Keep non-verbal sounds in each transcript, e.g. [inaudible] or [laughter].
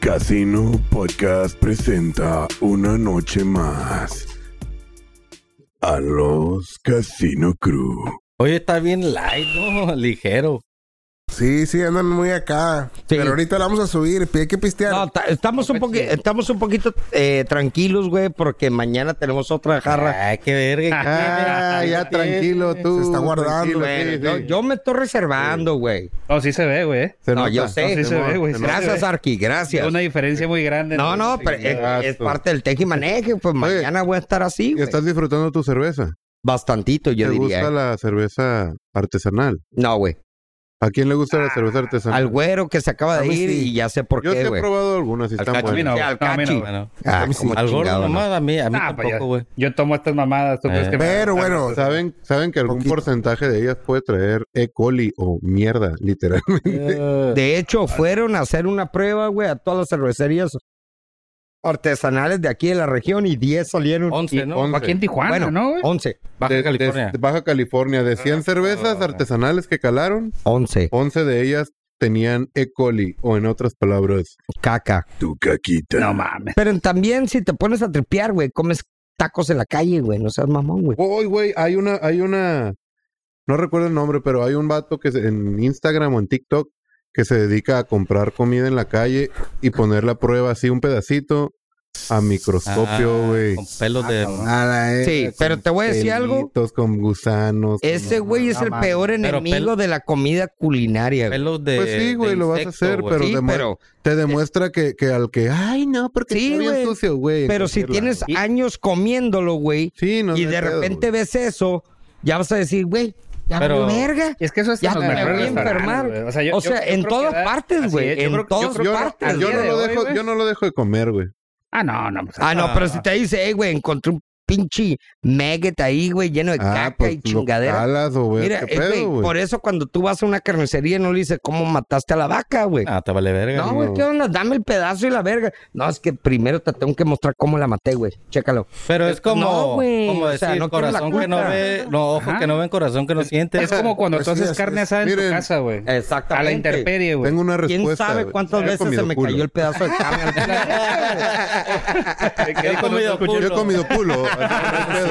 Casino Podcast presenta una noche más a los Casino Crew. Oye, está bien light, ¿no? Ligero. Sí, sí, andan muy acá. Sí. Pero ahorita la vamos a subir, pi- hay que pistear. No, ta- estamos, un poqui- estamos un poquito eh, tranquilos, güey, porque mañana tenemos otra jarra. Ay, qué verga. qué verga. Ah, ya tranquilo tú. Se está guardando. tranquilo, sí, Bueno, sí. yo, yo me estoy reservando, güey. No, sí se ve, güey. Se No, nota. yo sé. No, sí se Simón. ve, güey, sí se gracias, ve. Arqui, gracias. Una diferencia muy grande. No, no, Sí, pero sí, es, es gasto. parte del teje y maneje. Pues mañana voy a estar así, ¿Y güey. estás disfrutando tu cerveza? Bastantito, yo ¿Te diría. gusta eh. la cerveza artesanal? No, güey. ¿A quién le gusta la cerveza artesanal? Ah, Al güero que se acaba A de mí ir sí. y ya sé por Yo sí qué, he güey. probado algunas y Al están cacho. A mí buenas. no, Sí, al no, a mí no, cachi. güey, no. Ah, A mí sí. como Al gordo chingado, ¿no? nomás, a mí, a mí Ah, pues ya. tampoco, güey. Yo tomo estas mamadas. ¿tú Eh. crees que me- Pero bueno, ¿Saben, saben que algún Poquito. porcentaje de ellas puede traer E. coli o mierda, literalmente. De hecho, fueron a hacer una prueba, güey, a todas las cervecerías artesanales de aquí de la región y 10 salieron. Once, ¿no? Once. Aquí en Tijuana, bueno, ¿no, güey? 11. Baja De- de- California. de Baja California. De Ah, 100 cervezas artesanales que calaron, 11. 11 de ellas tenían E. coli o en otras palabras, Caca. Tu caquita. No mames. Pero también si te pones a tripear, güey, comes tacos en la calle, güey, no seas mamón, güey. Uy, güey, hay una, hay una, no recuerdo el nombre, pero hay un vato que se- en Instagram o en TikTok que se dedica a comprar comida en la calle y ponerla a prueba así un pedacito a microscopio, Ah, güey. Con pelos de. a la eh, Sí, pero te voy a decir algo. Pelitos, Con gusanos. con- Ese güey es el peor Pero enemigo pel- de la comida culinaria, güey. Pelos de. Pues sí, güey, de lo vas a insecto, hacer, güey. pero Sí, de- pero, Te demuestra que, que al que, ay, no, porque Sí, está bien güey. sucio, güey. en pero si cualquier tienes lado. años comiéndolo, güey, Sí, no, y no de hay pedo, repente güey. ves eso, ya vas a decir, güey, ya Pero- valió verga. Es que eso es Ya en los te mejores voy a restaurantes, enfermar. güey. O sea, en creo que todas da- partes, así güey, es. Yo en creo- yo todas creo que partes. al Yo día no, de lo hoy, dejo, güey. yo no lo dejo de comer, güey. Ah, no, no. pues, Ah, no, Ah. pero si te dice, hey, güey, encontré un pinche maggot ahí, güey, lleno de Ah, caca pues y lo chingadera. calas o ves Mira, qué eh, güey, pedo, güey. por eso cuando tú vas a una carnicería no le dices cómo mataste a la vaca, güey. Ah, te vale verga. No, güey. güey, ¿qué onda? Dame el pedazo y la verga. No, es que primero te tengo que mostrar cómo la maté, güey. Chécalo. Pero es como, No, güey, como o decir, sea, no quiero la corazón que no culpa. ve, no, ojo Ajá. que no ven, corazón que no siente. Es como cuando Pues tú sí, haces es- carne es- asada en tu miren. casa, güey. Exactamente. A la intemperie, güey. Tengo una respuesta. ¿Quién sabe güey. cuántas Yo he veces se comido me culo. cayó el pedazo de carne? al [laughs] Me quedé Yo he con comido otro cuchillo. Yo he culo. comido culo. así no hay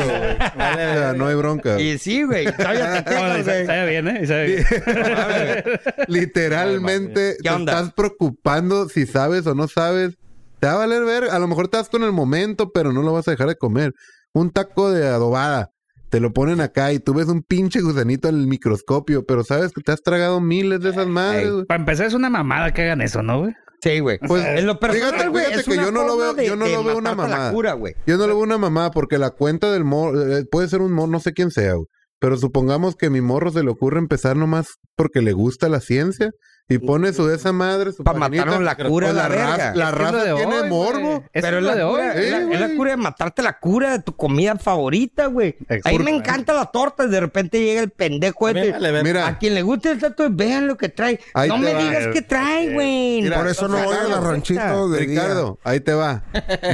pedo, [laughs] güey. O sea, no hay bronca. culo? y sí, güey. todavía te No, quejas, Pues, y güey. sa- Sabe bien, ¿eh? Y sabe bien. [laughs] Literalmente ¿Qué te onda? estás preocupando si sabes o no sabes. Te va a valer ver. A lo mejor estás con el momento, pero no lo vas a dejar de comer. Un taco de adobada. Te lo ponen acá y tú ves un pinche gusanito en el microscopio, pero sabes que te has tragado miles de esas madres. Ey. güey. Para empezar, es una mamada que hagan eso, ¿no, güey? Sí, güey. Pues, en lo fíjate- personal, güey, fíjate es que una yo no lo forma veo- de- yo no de lo veo una matarte la mamada. cura, güey. Yo no le veo una mamá porque la cuenta del morro eh, puede ser un morro, no sé quién sea, güey. pero supongamos que a mi morro se le ocurre empezar nomás porque le gusta la ciencia y pone su esa madre, su Para mañanita, matarnos la cura, pues la, la, raza- verga. la Es lo raza de tiene hoy, morbo. güey. Es Pero es lo la, de hoy. cura, Sí, es la- es la güey. cura de matarte la cura de tu comida favorita, güey. A mí me encanta la torta y de repente llega el pendejo A mí me este. vale verga. Mira. A quien le guste el tatuaje, vean lo que trae. Ahí no te me va. digas qué trae, güey. Mira, por eso no voy a la los ranchitos de Ricardo. Ricardo, ahí te va.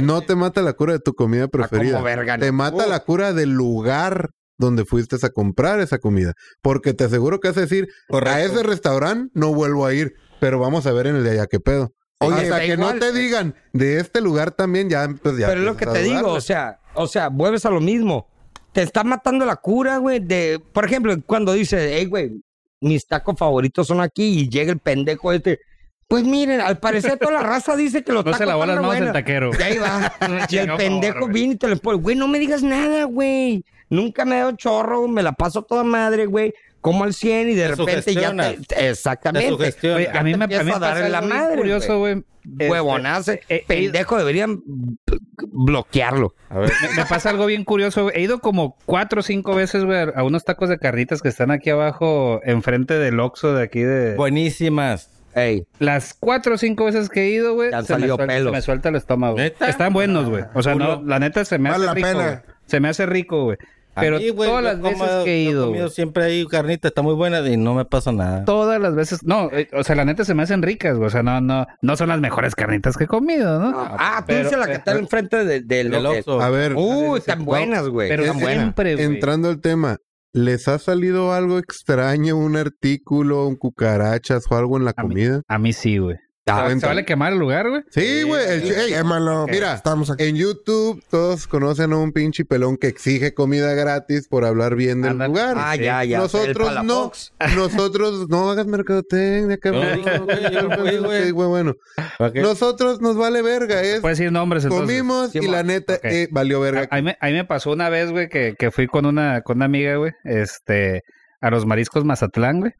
No te mata la cura de tu comida preferida. Ah, como verga, no. Te mata la cura del lugar donde fuiste a comprar esa comida. Porque te aseguro que vas a decir, a ese restaurante no vuelvo a ir, pero vamos a ver en el de allá qué pedo. Oye, Hasta da que igual. no te digan de este lugar también, ya pues ya Pero es lo que empiezas te a digo, dudarle. o sea, o sea, vuelves a lo mismo. Te está matando la cura, güey. De, por ejemplo, cuando dices, hey, güey, mis tacos favoritos son aquí y llega el pendejo este. Pues miren, al parecer toda la raza dice que los No tacos se lavó están las re manos el buenos. taquero. Y ahí [laughs] va. y el Chingado, pendejo cabrón. viene y te lo pone. Güey, no me digas nada, güey. Nunca me he dado chorro, me la paso toda madre, güey. Como al 100 y de Te repente ya te- sugestionas. te- Te Exactamente. sugestiona. Güey, a mí te me, a mí empieza me a dar pasa en la algo bien madre, curioso, güey. Este, Huevonazo. eh, pendejo, deberían b- bloquearlo. A ver, me, me pasa algo bien curioso, güey. He ido como cuatro o cinco veces, güey, a unos tacos de carnitas que están aquí abajo, enfrente del Oxxo de aquí de... buenísimas. Ey, Las cuatro o cinco veces que he ido, güey, Te han se, me salido suel- pelos. se me suelta el estómago. ¿Neta? Están buenos, güey. O sea, no, Culo. la neta se me hace Vale la rico, pena. güey. Se me hace rico, güey. Pero A mí, güey, todas yo las como- veces que he yo ido, comido güey, siempre ahí carnita, está muy buena y no me pasa nada. todas las veces, no, eh, o sea, la neta se me hacen ricas, güey. O sea, no, no, no son las mejores carnitas que he comido, ¿no? Ah, tú pero- dices la que está enfrente de- del Del hotel. Oxxo. A ver, Uy, tan buenas, güey. Pero tan buenas. siempre, güey. entrando al tema, ¿les ha salido algo extraño, un artículo, un cucarachas o algo en la A mí- comida? A mí sí, güey. Se va- Se Cuenta. vale quemar el lugar, güey. Sí, güey. el ch- ey, Quémalo. mira, estamos aquí. en YouTube todos conocen a un pinche pelón que exige comida gratis por hablar bien del Ándale. lugar. Ah, ya, ya. El Nosotros no. Palafox. Nosotros no hagas mercadotecnia, cabrón. dije, güey, yo no fui, güey. Ok, güey, bueno. ¿Para qué? Nosotros nos vale verga, es Puedes decir nombres Pues, entonces. comimos Sí, y la mo- neta ok. Ah, eh, valió verga. A, a mí, me- a mí me pasó una vez, güey, que, que fui con una, con una amiga, güey, este, a los mariscos Mazatlán, güey.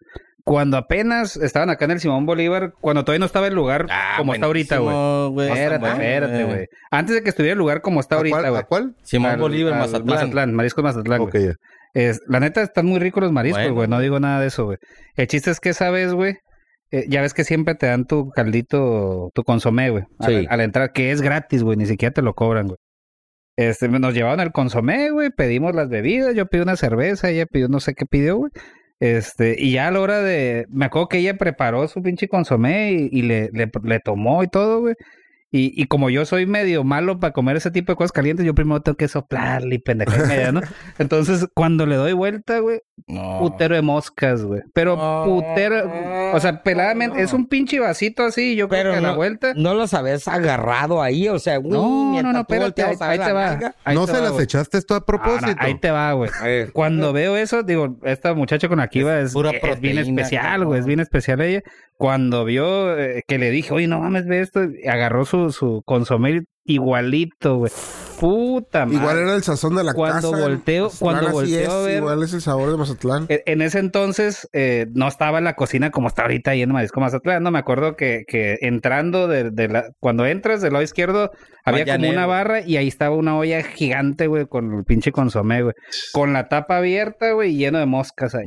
Cuando apenas estaban acá en el Simón Bolívar, cuando todavía no estaba el lugar Ah, como está ahorita, güey. buenísimo, güey. Espérate, Está bueno, espérate, güey. Antes de que estuviera el lugar como está ¿A ahorita, cuál? güey. ¿A cuál? Simón Al- Bolívar, al Mazatlán. Mariscos Mazatlán, güey. Ok, ya. Es, la neta están muy ricos los mariscos, Bueno. güey. No digo nada de eso, güey. El chiste es que sabes, güey. eh, ya ves que siempre te dan tu caldito, tu consomé, güey. Sí. Al, al entrar, que es gratis, güey. Ni siquiera te lo cobran, güey. Este, nos llevaron el consomé, güey. Pedimos las bebidas. Yo pedí una cerveza. Ella pidió no sé qué pidió, güey. Este, y ya a la hora de. Me acuerdo que ella preparó su pinche consomé y, y le, le, le tomó y todo, güey. Y, y como yo soy medio malo para comer ese tipo de cosas calientes, yo primero tengo que soplarle y pendejar media, ¿no? Entonces, cuando le doy vuelta, güey, No. putero de moscas, güey. Pero No, putero, o sea, peladamente, no. es un pinche vasito así, yo Pero creo que a la no- vuelta. No las habías agarrado ahí, o sea, No, no, no, espérate, ahí, ahí te va. ahí no te se va, las güey. echaste esto a propósito. Ahora, ahí te va, güey. Cuando veo eso, digo, esta muchacha con la que iba es, pura es bien proteína, especial, cabrón. güey, es bien especial ella. Cuando vio eh, que le dije, oye, no mames, ve esto, y agarró su, su consomé igualito, güey. Puta madre. Igual era el sazón de la Cuando casa. volteo- Mazatlán, cuando así volteo a es, ver- Igual es el sabor de Mazatlán. E-, En en ese entonces eh, no estaba la cocina como está ahorita ahí en Marisco Mazatlán. No me acuerdo que, que entrando de, de la, cuando entras del lado izquierdo había como Mañanero. una barra y ahí estaba una olla gigante, güey, con el pinche consomé, güey. Con la tapa abierta, güey, y lleno de moscas ahí.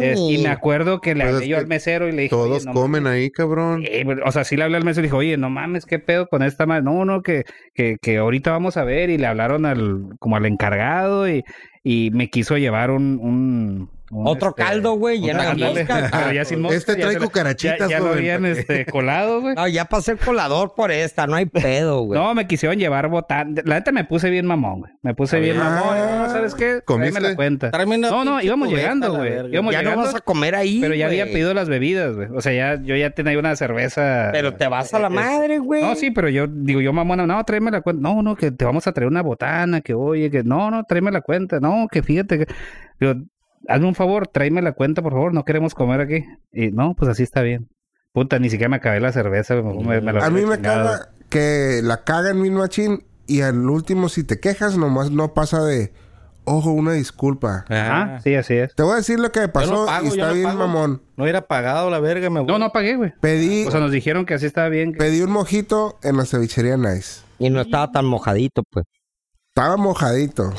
Es- y me acuerdo que le Pues hablé es yo que al mesero y le dije, Todos "Oye, no comen ahí, cabrón. eh, pero, o sea, sí le hablé al mesero y dijo, oye, no mames, qué pedo con esta madre. No, no, que, que, que ahorita vamos a ver. Y le hablaron al, como al encargado y, y me quiso llevar un, un- un, Otro este, caldo, güey, llena de ándale, moscas. [laughs] pero ya sin moscas, Este ya trae se lo- cucarachitas, Ya, ya lo joven. [laughs] habían este, colado, güey. No, ya pasé el colador por esta, no hay pedo, Ah, güey. No, me quisieron llevar botán. La neta me puse bien mamón, güey. Me puse bien mamón. No, ¿sabes qué? ¿Comiste? Tráeme la cuenta. Tráeme una No, no, pinche íbamos cubeta, llegando, la güey. verga. Íbamos ya llegando, no vas a comer ahí, pero ya había güey. pedido las bebidas, güey. O sea, ya, yo ya tenía una cerveza. Pero te vas a la Es- madre, güey. No, sí, pero yo digo, yo mamona, no, tráeme la cuenta. No, no, que te vamos a traer una botana, que oye, que no, no, tráeme la cuenta. No, que fíjate que... Digo, hazme un favor, tráeme la cuenta, por favor, no queremos comer aquí. Y no, pues así está bien. Puta, ni siquiera me acabé la cerveza. me- me- me la A mí me chingado. caga que la cagan mi machín y al último si te quejas nomás no pasa de ojo una disculpa. Ajá, Ah, sí, así es. Te voy a decir lo que me Yo no pasó pago, y yo está no bien pago. mamón. No era pagado la verga, me [laughs] voy. No, no pagué, güey. Pedí O sea, nos dijeron que así estaba bien. que- pedí un mojito en la cevichería Nice. Y no estaba tan mojadito, pues. Estaba mojadito,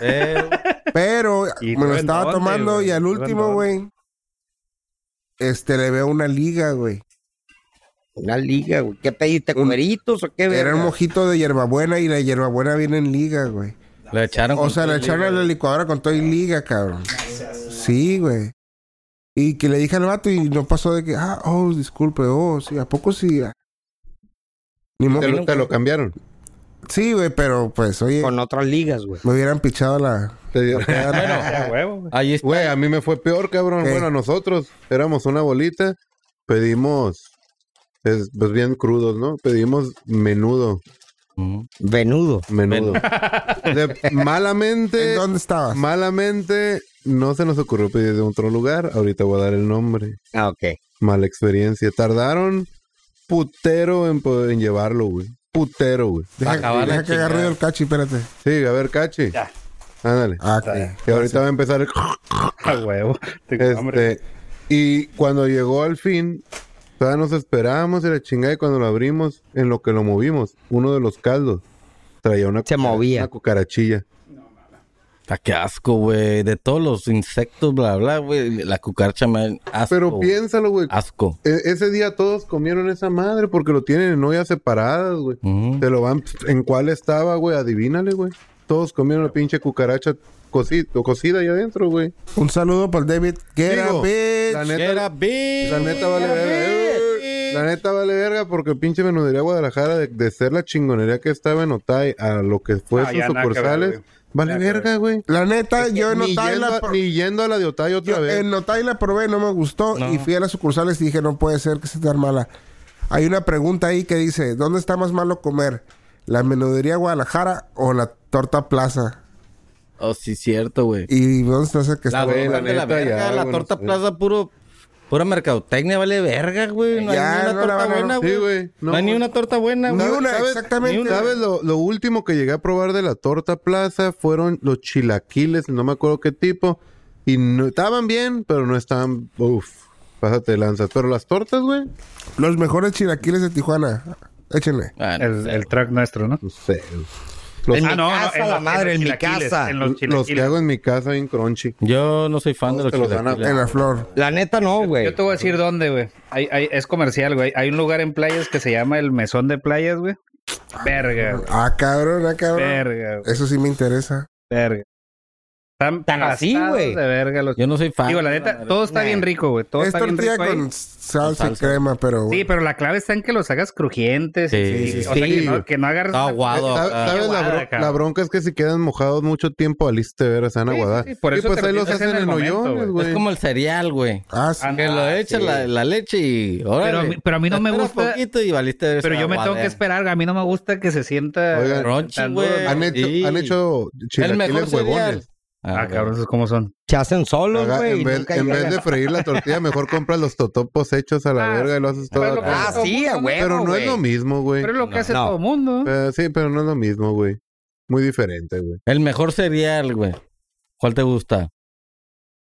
Eh, pero ¿Y me lo tú en estaba dónde, tomando güey? y al ¿Tú en [laughs] último, dónde? güey, este le veo una liga, güey. Una liga, güey. ¿Qué pediste? ¿Cueritos o qué? Era verga? un mojito de hierbabuena y la hierbabuena viene en liga, güey. lo echaron. O con sea, todo le el echaron a libro. la licuadora con todo y liga, cabrón. Sí, güey. Y que le dije al vato y no pasó de que, ah, oh, disculpe, oh, sí, ¿a poco sí? Ah. Ni modo. Te lo, te lo cambiaron. Sí, güey, pero pues, oye, Con otras ligas, güey. me hubieran pichado la... Te dio- [laughs] Ah, huevo, güey. Ahí está. Güey, a mí me fue peor, cabrón. ¿Qué? Bueno, a nosotros éramos una bolita, pedimos, es- pues bien crudos, ¿no? Pedimos menudo, Mm. Venudo. menudo. [laughs] De- malamente, ¿En dónde estabas? malamente no se nos ocurrió pedir de otro lugar. Ahorita voy a dar el nombre. Ah, ok. Mala experiencia. Tardaron putero en, po- en llevarlo, güey. Putero, güey. Deja, acabar deja la que agarre chingada. yo el cachi, espérate. Sí, a ver, Cachi. Ándale. Ah, ok. Y ahorita va a empezar el... Ah, huevo. Tengo hambre. Este, y cuando llegó al fin, todavía nos esperábamos y la chingada y cuando lo abrimos, en lo que lo movimos, uno de los caldos traía una, Se movía. una cucarachilla. Ah, qué asco, güey. De todos los insectos, bla, bla, güey. La cucarcha me asco. Pero güey. piénsalo, güey. Asco. E- ese día todos comieron esa madre porque lo tienen en ollas separadas, güey. Mm. Te lo van... ¿En cuál estaba, güey? Adivínale, güey. Todos comieron la pinche cucaracha coci- o cocida ahí adentro, güey. Un saludo para el David Guerra, Digo, bitch. La neta, Era bitch. La neta vale Era verga. eh. bitch. La neta vale verga porque el pinche menudería Guadalajara, de, de ser la chingonería que estaba en Otay a lo que fue Ah, sus ya, nada que ver, sucursales, güey. vale Nada que verga, güey. La neta, Ah, yo en Ni, Otay yendo la, a- pro- ni yendo a la de Otay otra yo vez. en Otay la probé, no me gustó. Y fui a las sucursales y dije, no puede ser que esté tan mala. Hay una pregunta ahí que dice, ¿dónde está más malo comer? ¿La menudería Guadalajara o la torta plaza? Oh, sí, cierto, güey. ¿Y dónde está ese que La, está? güey, la, la la neta, verga, ya, la güey, torta no sé. plaza, puro, pura mercadotecnia, vale verga, güey. No Ya, hay ni una no la torta van a- buena, Sí, güey. güey. No, hay ni una torta buena, Ni güey. una, ¿sabes? exactamente. ¿Sabes lo, lo último que llegué a probar de la torta plaza? Fueron los chilaquiles, no me acuerdo qué tipo. Y no, estaban bien, pero no estaban. Uf, pásate de lanzas. Pero las tortas, güey. Los mejores chilaquiles de Tijuana. Échenle. Ah, no El, sé. el track nuestro, ¿no? No sé. Pues, Los, ah, En mi casa, la madre, en mi chilaquiles, casa. En los los que chilaquiles. hago en mi casa en Crunchy. Yo no soy fan de los Te los van a- chilaquiles. En la flor. La neta no, güey. Yo te voy a decir dónde, güey. Hay- hay- es comercial, güey. Hay un lugar en playas que se llama el Mesón de Playas, güey. Verga, güey. Ah, cabrón, ah, cabrón. Verga, güey. Eso sí me interesa. Verga. Están Tan así, pasados güey. De verga los Yo no soy fan. Digo, la de neta, madre. todo está bien rico, güey. Todo es está bien tortilla rico ahí. con salsa, y salsa. crema, pero... Sí, pero la clave está en que los hagas crujientes. Sí, y- sí, y- o sí. sea, que no, que no agarres... Está Eh, aguado. ¿sab- ah. acá. ¿Sabes la, Aguada, bro- cabrón. la bronca? Es que si quedan mojados mucho tiempo, aliste ver, se van a Sí, sí, aguadar. sí, por y eso pues te ahí lo los tienes hacen en el en momento, hoyones, güey. güey. Es como el cereal, güey. Ah, sí. Ah, Que lo Ah, echa sí. la, la leche y. órale. Pero a mí- pero a mí no me Esperas gusta- poquito y valiste de Pero esa yo me tengo que guadea. esperar. A mí no me gusta que se sienta... Oigan, Crunchy, tan güey. duro. Han hecho, Sí. han hecho El mejor chilaquiles cereal. huevones. Ah, cabrón, ¿esos cómo son? Se hacen solos, Haga- güey. en y vez, nunca en vez llegan. de freír la tortilla, mejor compras los totopos hechos a la Ah, verga y lo haces todo. Pero lo que acá. hace Ah, todo sí, mundo, a ¿no? huevo. Pero no güey. es lo mismo, güey. Pero es lo que No. hace No. todo el mundo. Eh, sí, pero no es lo mismo, güey. Muy diferente, güey. El mejor cereal, güey. ¿Cuál te gusta?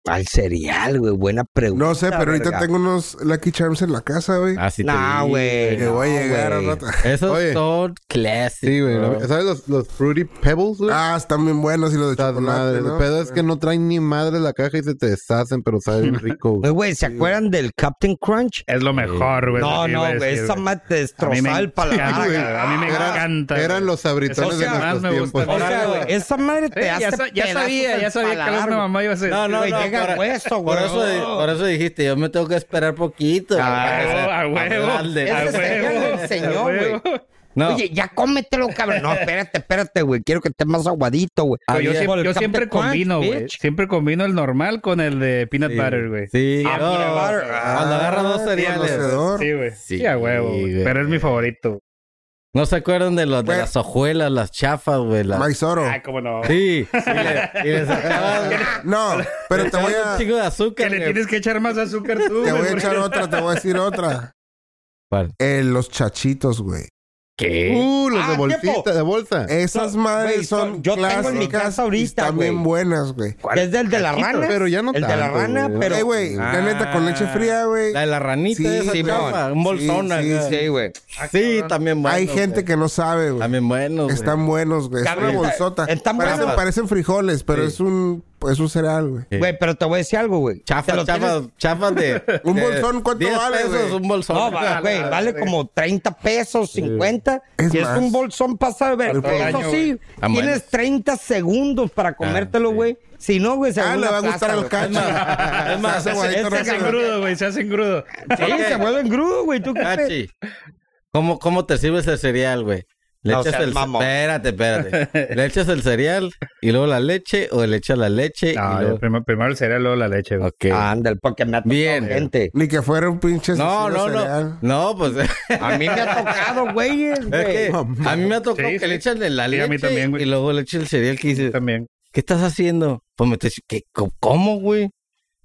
Al cereal, güey. Buena pregunta. No sé, pero ahorita verga. tengo unos Lucky Charms en la casa, güey. Ah, sí te No, digo. güey. que no, voy a llegar güey. a rato. Esos Oye. son classic. Sí, güey. bro. la- ¿Sabes los, los Fruity Pebbles, güey? Ah, están bien buenos y los de Estas chocolate, madres. ¿no? El pedo es que no traen ni madre la caja y se te deshacen, pero [laughs] saben rico, Oye, güey. Pues, güey, ¿se acuerdan del Captain Crunch? Es lo mejor, güey. No, sí, no, sí, güey. Esa madre te destrozaba el encanta, paladar. güey. güey. A mí me Eran- encanta. güey. Eran los O sabritones de sea, más nuestros me tiempos. gustan. O sea, güey, esa madre Sí, te hace ya, sa- ya pedazos sabía, el ya sabía que paladar, la una güey. mamá iba a ser. No, no, Güey, no. llega por- e- hueso, Por güey. eso, di- por eso dijiste, yo me tengo que esperar poquito. Ah, güey, para a hacer- huevo. hablarle. a Ese cereal huevo, del señor, a huevo. No, Oye, ya cómetelo, cabrón. No, espérate, espérate, güey. Quiero que esté más aguadito, güey. Ah, Pero Yo Había- siempre, yo siempre Captain combino, Crunch, güey. bitch. Siempre combino el normal con el de peanut sí. butter, güey. Sí, Ah, no, peanut butter. cuando agarra Ah, dos cereales. Conocedor. Sí, güey. Sí, Sí, a huevo. güey. güey. Pero es mi favorito. ¿No se acuerdan de, los, de Güey. las hojuelas, las chafas, güey? Las- Maizoro. Ah, cómo no. Sí, y le, y le [laughs] sacaban No, pero te voy un a... chingo de Que azúcar. le güey. tienes que echar más azúcar tú, güey, Te voy a porque- echar otra, te voy a decir otra. ¿Cuál? Eh, los chachitos, güey. ¿Qué? Uh, los Ah, de bolsita, tiempo. de bolsa. eh, Esas No, madres güey, son- son yo tengo en clásicas mi casa ahorita, y están güey. bien buenas, güey. Es del de la rana. Pero ya no El de la tanto, rana, güey. pero. Eh, güey, Ah. la neta, con leche fría, güey. La de la ranita, Sí, esa sí, chapa, mon. un bolsón. Sí, acá. Sí, sí, Sí, güey. también bueno. Hay gente que no sabe, güey. También bueno. Están buenos, güey. Es Cabrón, una está- bolsota. están parecen, buenas. parecen frijoles, pero Sí. es un es un cereal, güey. Güey, pero te voy a decir algo, güey. Te Chafas, lo chafas, chafas [laughs] de. Un de bolsón, ¿cuánto 10 vale, pesos, güey? un bolsón. No, va- güey, vale como 30 pesos, 50. Es y es más. un bolsón pasado de ver. Al Eso año, sí, Ah, bueno. tienes 30 segundos para comértelo, sí. güey. Si no, güey, se Ah, vuelve le una va a gustar plaza, a los güey. cachos. [laughs] [laughs] Es más, Se hace guadito, Se hacen rápido. grudo, güey. Se hacen grudo. Sí, se vuelven grudo, güey. ¿Tú qué Ah, pe- Cachi, ¿cómo, ¿cómo te sirves el cereal, güey? Le No echas seas el mamón. Espérate, espérate. ¿Le echas el cereal y luego la leche o le echas la leche No, y luego... yo primero, primero el cereal, luego la leche, güey. Ok. Ah, Ándale, porque me ha tocado Bien. gente. Ni que fuera un pinche no, asesino no, no. cereal. No, pues [laughs] [laughs] es A mí me ha tocado, güey. que a mí me ha tocado Sí, que sí. le echan la Sí, leche a mí también, güey. y luego le echan el cereal que dices, También. ¿qué estás haciendo? Pues me estoy... ¿Qué, co- ¿Cómo, güey?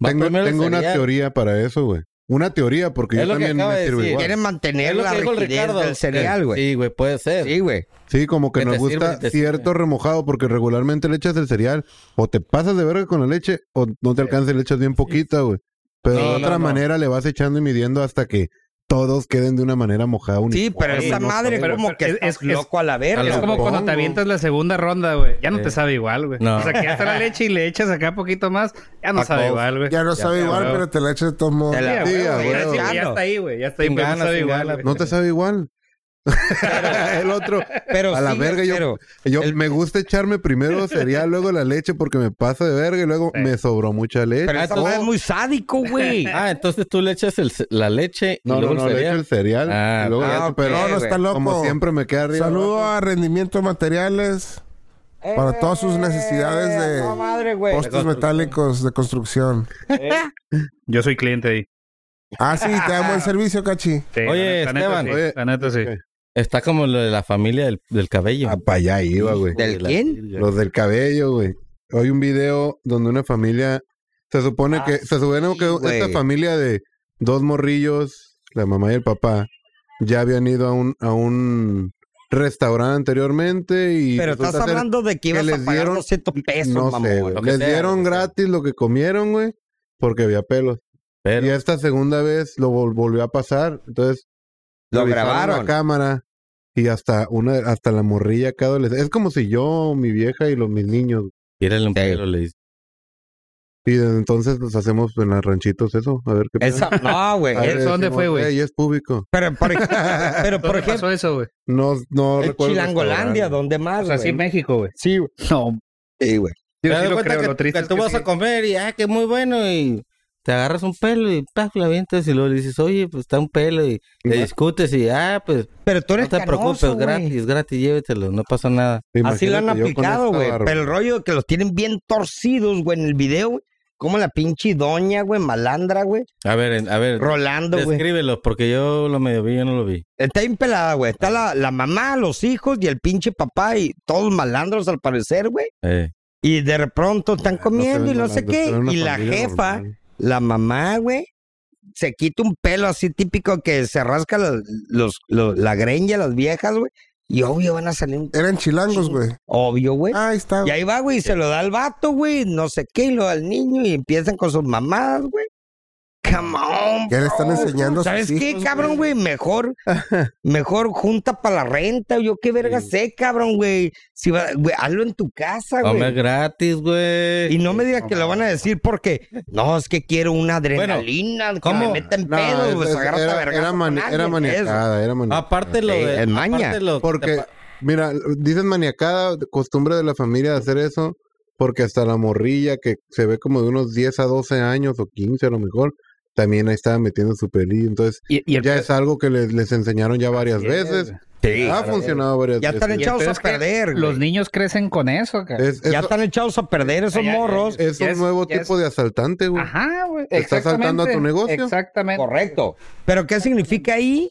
Va Tengo, primero el tengo una cereal. teoría para eso, güey. Una teoría, porque Es yo lo que también acaba me de sirvo decir. igual. Quieren mantener Es lo la que dijo el rigidez Ricardo. del cereal, güey. Sí, güey, puede ser. Sí, güey. Sí, como que Que nos te sirve, gusta te sirve. cierto remojado, porque regularmente le echas el cereal, o te pasas de verga con la leche, o no te alcanza y le echas bien poquita, güey. Pero Sí, de otra no, no. manera le vas echando y midiendo hasta que todos queden de una manera mojada. Sí, uniforme, pero esa no madre sé, pero- como que es- es, es- loco a la verga. Es como güey. cuando te avientas la segunda ronda, güey. Ya no te sabe igual, güey. No. O sea, que ya está la leche y le echas acá poquito más, ya no sabe igual, güey. Ya no sabe ya, igual, güey. pero te la echa de todos modos. Te la- Sí, Sí, güey, a güey, huevo. sí, ya está ahí, güey. Ya está ahí, Sin pero ganas, no sabe sin igual. ganas. güey. No te sabe igual. [laughs] el otro. Pero a la sí, verga, yo, pero- yo el- me gusta echarme [laughs] primero cereal, luego la leche, porque me paso de verga y luego Sí. me sobró mucha leche. Pero Ah, esa todo- madre es muy sádico, [laughs] güey. Ah, entonces tú le echas el ce- la leche y no, no, luego no, le el echo cereal. el cereal. Ah, y luego ah, ya, ok, pero No, no güey. está loco. como siempre me queda arriba. Saludo abajo. a Rendimiento Materiales para todas sus necesidades de No, madre, güey. postes metálicos de construcción. Yo soy cliente ahí. Ah, sí, te da buen servicio, cachi. Sí, Oye, la neta Esteban. sí, Oye. la neta sí. Está como lo de la familia del, del cabello. Ah, para allá iba, güey. ¿Del La- quién? Los del cabello, güey. Hay un video donde una familia se supone Ah, que se supone que güey. esta familia de dos morrillos, la mamá y el papá, ya habían ido a un a un restaurante anteriormente y Pero resulta estás ser- hablando de que ibas les a pagar dieron- 200 pesos, no mamón. sé, güey. lo que Les sea, dieron lo que sea. gratis lo que comieron, güey, porque había pelos. Pero Y esta segunda vez lo vol- volvió a pasar, entonces Lo revisaron grabaron. la cámara y hasta una hasta la morrilla acá adolescente. Es como si yo, mi vieja y los mis niños tírale un Sí. pelo, le dice. Y desde entonces pues hacemos en las ranchitos eso, a ver qué Esa- no, güey. A ver, ¿eso dónde decimos, fue, güey? "Ey, es público. Pero por, ej- pero, por ¿Dónde ejemplo, pasó eso, güey? No, no en recuerdo. el Chilangolandia, restaurante. ¿dónde O más, sea, güey? sí, México, güey. Sí, güey. No, Sí, güey. yo Te sí das lo cuenta creo. que, lo triste que es tú que vas sí. a comer y ah, que muy bueno y te agarras un pelo y ¡paf! la avientas y luego le dices, oye, pues está un pelo y te discutes y ah, pues Pero tú no eres te preocupes, canoso, güey. gratis, gratis, llévetelo, no pasa nada. Así lo han Pues Imagínate yo con aplicado, esta güey. barba. Pero el rollo de que los tienen bien torcidos, güey, en el video, güey. Como la pinche doña, güey, malandra, güey. A ver, en- a ver, Rolando, güey. descríbelo, porque yo lo medio vi, yo no lo vi. Está bien pelada, güey. Está la, la mamá, los hijos y el pinche papá y todos malandros al parecer, güey. Eh, Y de pronto están Ah, No se comiendo ven y no sé malandros, se qué. ven una Y la familia jefa, normal. la mamá, güey, se quita un pelo así típico que se rasca la- los, lo- la greña, las viejas, güey. Y obvio van a salir un... Eran chilangos, güey. Obvio, güey. Ah, ahí está. Y ahí va, güey, y se lo da al vato, güey, no sé qué, y lo da al niño y empiezan con sus mamadas, güey. Come on. Ya le están bro. enseñando a sus ¿Sabes qué, hijos, cabrón, güey? Mejor, mejor junta para la renta. Yo qué verga sé, cabrón, güey. Si va, güey, hazlo en tu casa, Ah, güey. comer gratis, güey. Y no me digas que lo van a decir porque no, es que quiero una adrenalina, que ¿cómo? me meta en No, pedo, es- güey, es- se agarra era, esta era, vergazo con mani- alguien, era maniacada, era maniacada. Aparte lo Sí, de es maña. aparte lo que te Porque, pa- mira, dicen maniacada, costumbre de la familia de hacer eso, porque hasta la morrilla, que se ve como de unos 10 a 12 años o 15 a lo mejor, también ahí estaba metiendo su peli. Entonces, Y, y el ya es algo que les, les enseñaron ya varias Sí, veces. güey. Sí. ha funcionado varias Ya veces. están el echados pedo a es que perder, Los güey. niños crecen con eso, cara. Es, es- Ya están echados a perder esos Ya, ya, ya, morros. es ya un es- nuevo ya es- tipo de asaltante, güey. Ajá, güey. Te estás saltando a tu Exactamente, negocio. Exactamente. Correcto. Pero ¿qué significa ahí?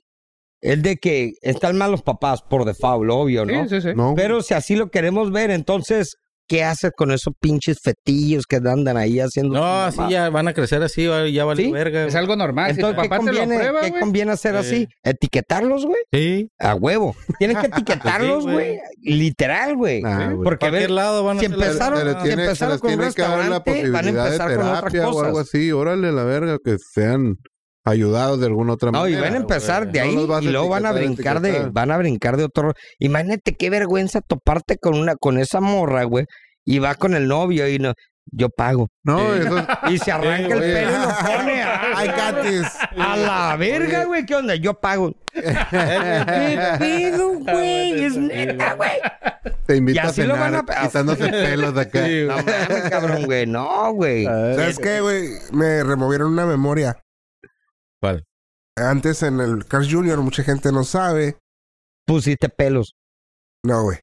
Es de que están mal los papás por default, obvio, ¿no? Sí, sí, sí. No, Pero si así lo queremos ver, entonces, ¿qué haces con esos pinches fetillos que andan ahí haciendo? No, sus así mamadas? ya van a crecer así, va- ya vale Sí, verga. Es güey. algo normal. Entonces, ¿qué Ah, si tu papá te lo conviene, prueba, qué güey. conviene hacer así? ¿Etiquetarlos, güey? Sí. A huevo. Tienen que etiquetarlos, [laughs] Sí, güey. güey. Literal, güey. Nah, güey. Porque a ¿Para qué ver, lado van a si hacer la- empezaron- se le si tiene, se empezaron les con un tiene que dar la restaurante, van a posibilidad de empezar con otras terapia o algo cosas. así. Órale, la verga, que sean ayudados de alguna otra no, y manera. van a empezar güey. de No ahí los vas y a luego van a etiquetar, brincar de, etiquetar. van a brincar de otro. ro- Imagínate qué vergüenza toparte con una, con esa morra, güey, y va con el novio y no, yo pago. No, eso es- Y se arranca el güey. pelo y lo [laughs] pone a, I got this. a la verga, güey. ¿Qué onda? Yo pago. ¿Qué pedo, güey? Es neta, güey. te invita Y a así lo van cenar a- quitándose pelos de acá. No mames, cabrón, güey. No, güey. ¿Sabes qué, güey? Me removieron una memoria. ¿Cuál? Antes en el Cars Junior, mucha gente no sabe. Pusiste pelos. No, güey.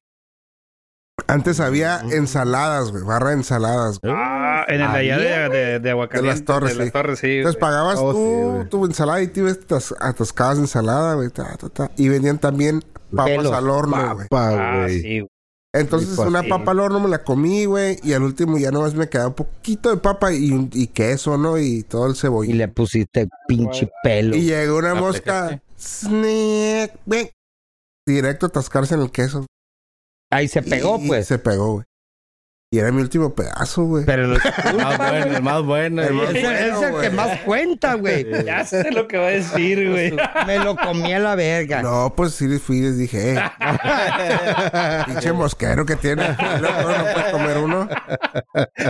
Antes había ensaladas, güey. Barra de ensaladas. güey. Ah, en el de allá de, de, de Aguacaliente, De las torres, De las sí. torres, sí. Entonces güey. pagabas Oh, sí, tú güey. tu ensalada y te ibas tas- atascadas de ensalada, güey. ta, ta, ta. Y vendían también papas Pelos. al horno, güey. Papa, Ah, güey. sí, güey. Entonces Rico una así. papa al horno me la comí, güey. Y al último ya nomás me quedaba un poquito de papa y, un- y queso, ¿no? Y todo el Y cebollín. le pusiste pinche pelo. Y llegó una ¿La mosca. Snack, güey. Directo a atascarse en el queso. Ahí se Y- pegó, y pues. Se pegó, güey. Y era mi último pedazo, güey. Pero no es tu culpa, El más bueno, el más bueno. El güey. más Es el, es el que güey. más cuenta, güey. Ya sé lo que va a [laughs] decir, güey. Me lo comí a la verga. No, pues sí les fui y les [laughs] dije, eh, pinche mosquero que tiene. No, no, no puedes comer uno.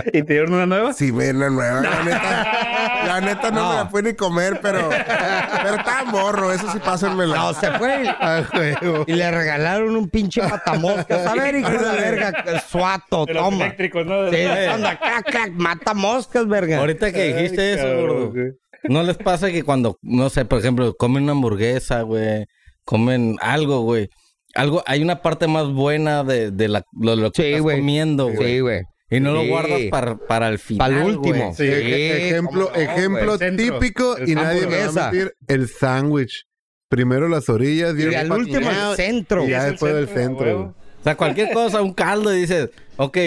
¿Y te dieron una nueva? Sí, ve la nueva. La neta, la neta no, me la pude ni comer, pero, pero estaba morro. Eso sí, pásenmela. No, se fue Ah, huevo. y le regalaron un pinche matamoscas. A ver, hijo de la verga, suato, De los toma. eléctricos, ¿no? Sí, De- anda, cac, cac, mata moscas, verga. Ahorita que dijiste Ay, eso, cabrón, gordo. güey. ¿No les pasa que cuando, no sé, por ejemplo, comen una hamburguesa, güey, comen algo, güey? Algo, hay una parte más buena de, de la, lo, lo que Sí, estás güey. comiendo, güey. Sí, güey. Y no lo Sí. guardas para, para el final. Para el último. güey. Sí, Sí, ej- ejemplo cómo no, ejemplo güey. típico Centro, y el nadie me va a hamburguesa. mentir, el sándwich. Primero las orillas Y bien al último, patinado, el centro. y ya Es el después del centro, centro. a huevo. güey. O sea, cualquier cosa, un caldo, y dices, ok,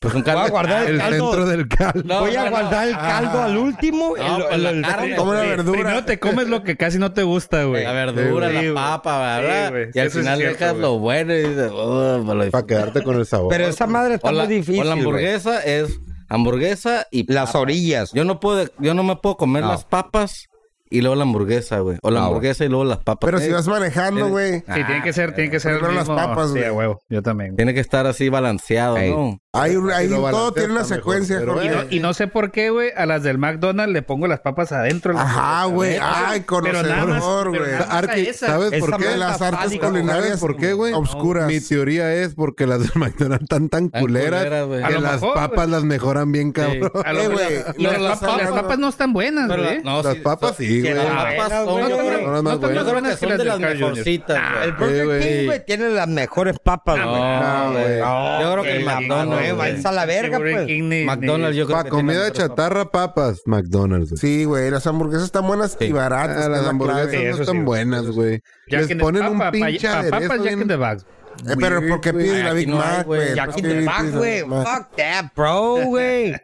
pues un caldo. Voy a guardar el El centro caldo. del caldo. No, Voy a no, no. guardar el caldo al último. No, el- pues el- la el- carne. Como una Sí, verdura. Primero te comes lo que casi no te gusta, güey. La verdura, Sí, la güey. papa, Sí, ¿verdad? güey. y al Eso sí es final cierto, dejas güey. lo bueno y dices, oh, me lo Para quedarte con el sabor. Pero esa madre está o la, muy difícil. o la güey. hamburguesa es hamburguesa y Las papa. orillas. Yo no puedo, yo no me puedo comer No. las papas y luego la hamburguesa, güey. O la No, hamburguesa y luego las papas. Eh, Pero si Tiene- vas manejando, Sí. güey. Sí, tiene que ser, tiene que ser. el Primero las mismo- papas, sí, güey. a huevo. Yo también. tiene que estar así balanceado, Ey. ¿no? Hay, un- hay lo un- todo balanceas tiene una está mejor, secuencia, pero Jorge. bueno. Y no sé por qué, güey, a las del McDonald's le pongo las papas adentro. Ajá, güey. Ay, ¿eh? Pero nada más- conocedor, pero güey. nada más Arqui, esa. ¿sabes esa por qué? madre Las está artes fálica, güey. culinarias ¿Sabes por qué, güey? Obscuras. Mi teoría es porque las del McDonald's están tan Tan culeras, culeras, güey. A que lo las mejor, papas las mejoran bien, cabrón. A lo- Eh, güey, y no, las, las papas, las papas- papas no están buenas, Pero la- güey. no, las sí, papas sí, güey. que las Ah, papas güey, son, yo no, creo- no, no, no no, están güey. más yo creo buenas que que son las de las del Carl Jr. mejorcitas, güey. El Burger Sí, güey. King, güey, tiene las mejores papas, No, güey. No, Ah, güey. güey. No, yo creo que güey, el no, McDonald's, güey, güey. esa la verga, Burger pues. King ni- McDonald's, yo creo Para que tiene comida las mejores papas. chatarra, papas, McDonald's. güey. Sí, güey. Las hamburguesas están buenas y Ah, baratas. que es las la hamburguesas clave. Sí, no eso sí, están güey. buenas, güey. Jack in Les the- ponen un papa- pinche pa- aderezo Papas Jack in the bien... Box. Eh, pero ¿por qué güey. pides la Aquí Big no hay, Mac, güey. güey? Ya ¿Por Jack in qué the pides Box, la güey. Big Mac? Fuck that, bro, güey.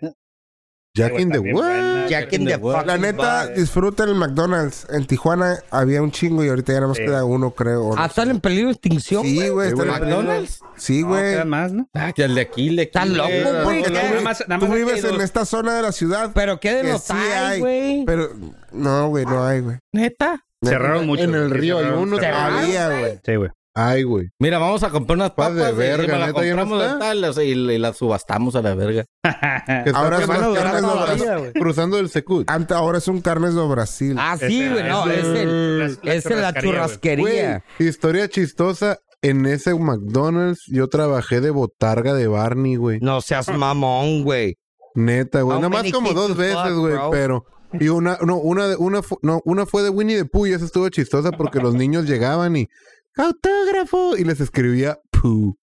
Jack in the what? Jack in the fucking La neta, Box. disfruta el McDonald's. En Tijuana había un chingo y ahorita ya nada más queda uno, creo. o no Ah, sé. están en peligro de extinción. Sí, güey. están en peligro. ¿McDonald's? Sí, No, güey. quedan más, ¿no? Ah, que el de aquí, el de aquí. Están güey. locos, güey. Porque ¿Qué? tú, Nada más- nada tú más vives aquí hay en dos. esta zona de la ciudad. Pero qué de que los sí hay, güey. Pero no, güey, no hay, güey. ¿Neta? Cerraron mucho. En el Sí, río hay cerraron- uno. cerraron. Ah, Había, güey. Sí, güey. Ay, güey. Mira, vamos a comprar unas Paz papas de de verga, verga, y las neta, ya no compramos de está. tal, las- y, y las subastamos a la verga. Ah, Que está Ahora son cruzando- las carnes cruzando- de Brasil, cruzando- Cruzando el secut. Ante- ahora es un carnes do Brasil. Ah, sí, güey. No, es Ese- el. la- la Es en la churrasquería. Güey, historia chistosa. En ese McDonald's yo trabajé de botarga de Barney, güey. No seas mamón, güey. Neta, güey. How Nada más many como kids you dos veces, fuck, güey, bro? pero... Y una, no, una, de- una, fu- no, una fue de Winnie the Pooh y esa estuvo chistosa porque los niños llegaban y... ¡Autógrafo! Y les escribía Pooh.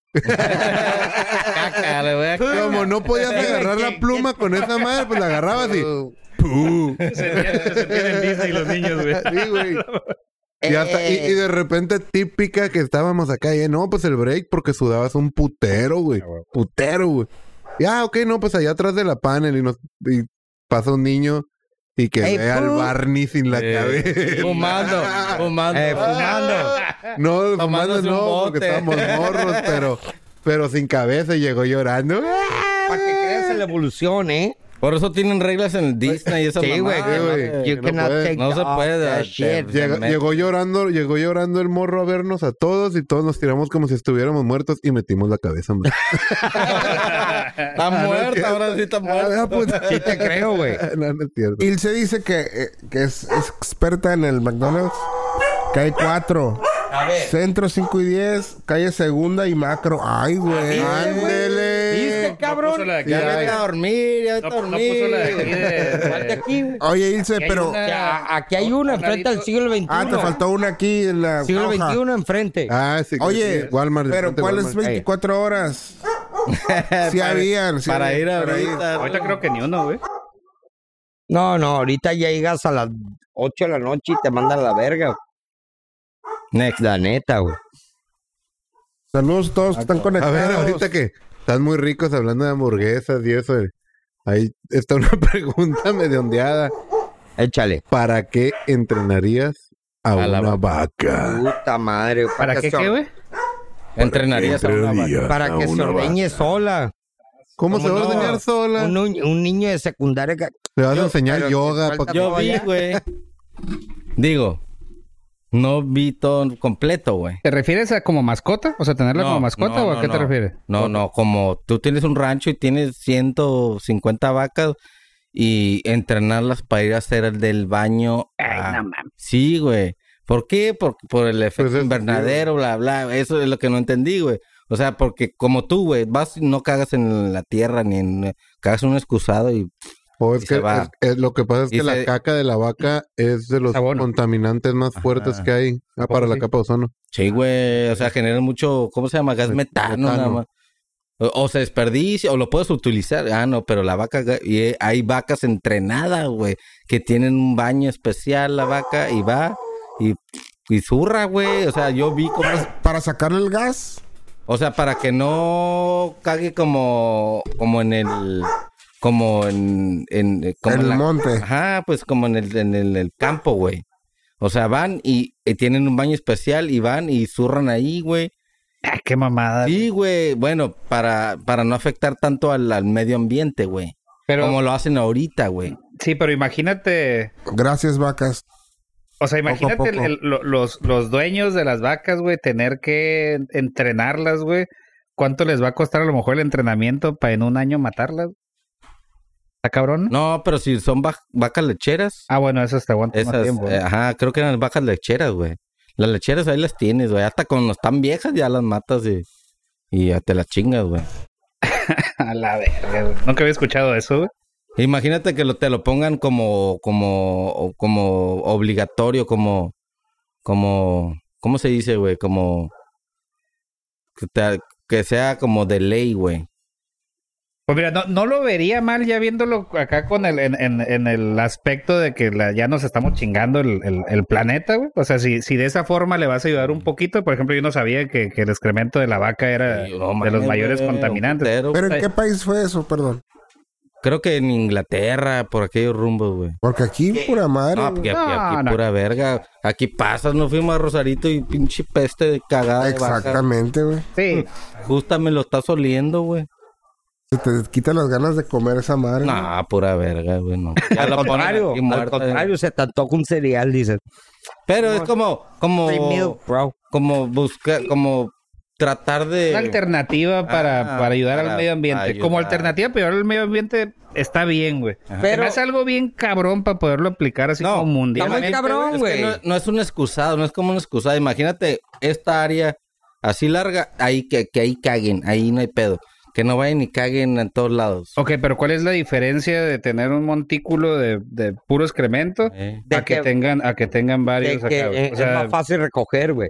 Caca, le voy a- Como no podías agarrar la pluma con esa madre, pues la agarrabas y... ¡Pooh! Se sentían en Disney los niños, güey. Sí, güey. Y, hasta- y- y de repente típica que estábamos acá, y eh, no, pues el break porque sudabas un putero, güey. Putero, güey. Y ah, ok, no, pues allá atrás de la panel y nos y pasa un niño y que Ey, ve al pu. Barney sin la [laughs] cabeza. Fumando, fumando. Eh, fumando. No, fumando Tomándose un no, bote. porque estábamos morros, pero, pero sin cabeza y llegó llorando. Ah, Para Pues, que creas en la evolución, ¿eh? Por eso tienen reglas en el Disney y esa Sí, güey. mamada, sí, güey. ¿no? Que You no cannot puede. take No se off puede, that te- shit. Llega- Exactamente. llegó llorando, llegó llorando el morro a vernos a todos y todos nos tiramos como si estuviéramos muertos y metimos la cabeza. man. Está muerta, ahora sí está muerta. Ah, pues, Sí te creo, güey. no, no es cierto. Ilse dice que, eh, que es, es experta en el McDonald's. Que hay cuatro. Centro 5 y 10, calle segunda y macro. Ay, güey. ¿Viste, Ándele. No cabrón? puso la de aquí, Ya Ya, vete ya. a dormir, ya vete No, a no dormir. puso la de aquí. Salte de- aquí, güey. Oye, Ilse, Aquí hay pero. una- O sea, Aquí hay una enfrente al siglo XXI. Ah, te faltó una aquí en la. Siglo hoja. XXI enfrente. Ah, sí, que Oye, sí, Walmart. pero enfrente ¿cuál es Walmart. 24 horas? [laughs] Sí habían. sí Para habían, ir pero ahí- ahorita. Ahorita creo que ni uno, güey. No, no, ahorita ya llegas a las 8 de la noche y te mandan a la verga. Next. La neta, güey. Saludos a todos que están A conectados. ver, ahorita que están muy ricos hablando de hamburguesas y eso. eh, Ahí está una [laughs] pregunta medio ondeada. Échale. ¿Para qué entrenarías a, A la una vaca? Puta madre. güey. ¿Para que qué se or- qué, güey? Entrenarías a una vaca. Entrenarías Para a que se una ordeñe vaca. sola. ¿Cómo se va a no? ordeñar sola? Un, ni- un niño de secundaria. que- Le vas a Yo- enseñar pero yoga. te pa' que- Yo vi, güey. Digo, no vi todo completo, güey. ¿Te refieres a como mascota? O sea, tenerla No, como mascota no, o a no, qué no. te refieres? No, no, como tú tienes un rancho y tienes 150 vacas y entrenarlas para ir a hacer el del baño. ah, ah, a- Sí, güey. ¿Por qué? Por, por el efecto Pues es- invernadero, bla, bla. Eso es lo que no entendí, güey. O sea, porque como tú, güey, vas y no cagas en la tierra ni en... eh, Cagas en un excusado y... O Oh, es Y que se va. es- es- lo que pasa es que Y la se- caca de la vaca es de los Sabona. contaminantes más fuertes que hay ah, para la sí? capa de ozono. Sí, güey. O sea, genera mucho... ¿Cómo se llama? Gas Me- metano, nada metano. más. O, o se desperdicia, o lo puedes utilizar. Ah, no, pero la vaca, y eh, hay vacas entrenadas, güey, que tienen un baño especial la vaca y va y, y zurra, güey. O sea, yo vi cómo... Para sacarle el gas. O sea, para que no cague como, como en el... Como en... en eh, como En el monte. Ajá, pues como en el, en el, el campo, güey. O sea, van y, y tienen un baño especial y van y zurran ahí, güey. Ah, qué mamada. Sí, güey. Bueno, para, para no afectar tanto al, al medio ambiente, güey. pero, Como lo hacen ahorita, güey. sí, pero imagínate. Gracias, vacas. O sea, imagínate poco. el- el- lo- los, los dueños de las vacas, güey, tener que entrenarlas, güey. ¿Cuánto les va a costar a lo mejor el entrenamiento para en un año matarlas? ¿Está cabrón? No, pero si son va- vacas lecheras, Ah, bueno, eso te aguanta más esas, tiempo. eh, ¿no? ajá, creo que eran vacas lecheras, güey. Las lecheras ahí las tienes, güey. Hasta cuando están viejas ya las matas y, y ya te las chingas, güey. [laughs] A la verga, güey. Nunca había escuchado eso, güey. Imagínate que lo, te lo pongan como, como, o- como obligatorio, como, como, ¿cómo se dice, güey? Como, que, te- que sea como de ley, güey. Pues mira, no, no lo vería mal ya viéndolo acá con el, en, en- en el aspecto de que la- ya nos estamos chingando el, el- el planeta, güey. O sea, si, si de esa forma le vas a ayudar un poquito, por ejemplo, yo no sabía que, que el excremento de la vaca era Sí, no de mames, los mayores güey, contaminantes. un putero. ¿Pero en qué país fue eso? Perdón. Creo que en Inglaterra, por aquellos rumbos, güey. Porque aquí, pura madre. Ah, No, güey. porque aquí, No, aquí no. pura verga. Aquí pasas, no fuimos a Rosarito y pinche peste de cagada. de vaca. Exactamente, güey. Sí, Justa me lo estás oliendo, güey. Se te quitan las ganas de comer esa madre. güey. No, pura verga, güey. No. Ya [laughs] Al lo ponen contrario, aquí al muerta. contrario, se te antoja un cereal, dices. Pero es como, "Free meal, como, bro. como buscar, como tratar una de. alternativa para, Ah, para ayudar para al medio ambiente. ayudar. Como alternativa para ayudar al medio ambiente está bien, güey. Pero Pero- es algo bien cabrón para poderlo aplicar así No, como mundial. está muy cabrón, Es que güey. no, no es un excusado, no es como un excusado. Imagínate esta área así larga, ahí que, que ahí caguen, ahí no hay pedo. Que no vayan y caguen en todos lados. Ok, pero ¿cuál es la diferencia de tener un montículo de, de puro excremento Eh. De a que, que- tengan a que tengan de varios que eh, acá, güey? es, O sea, es más fácil recoger, güey.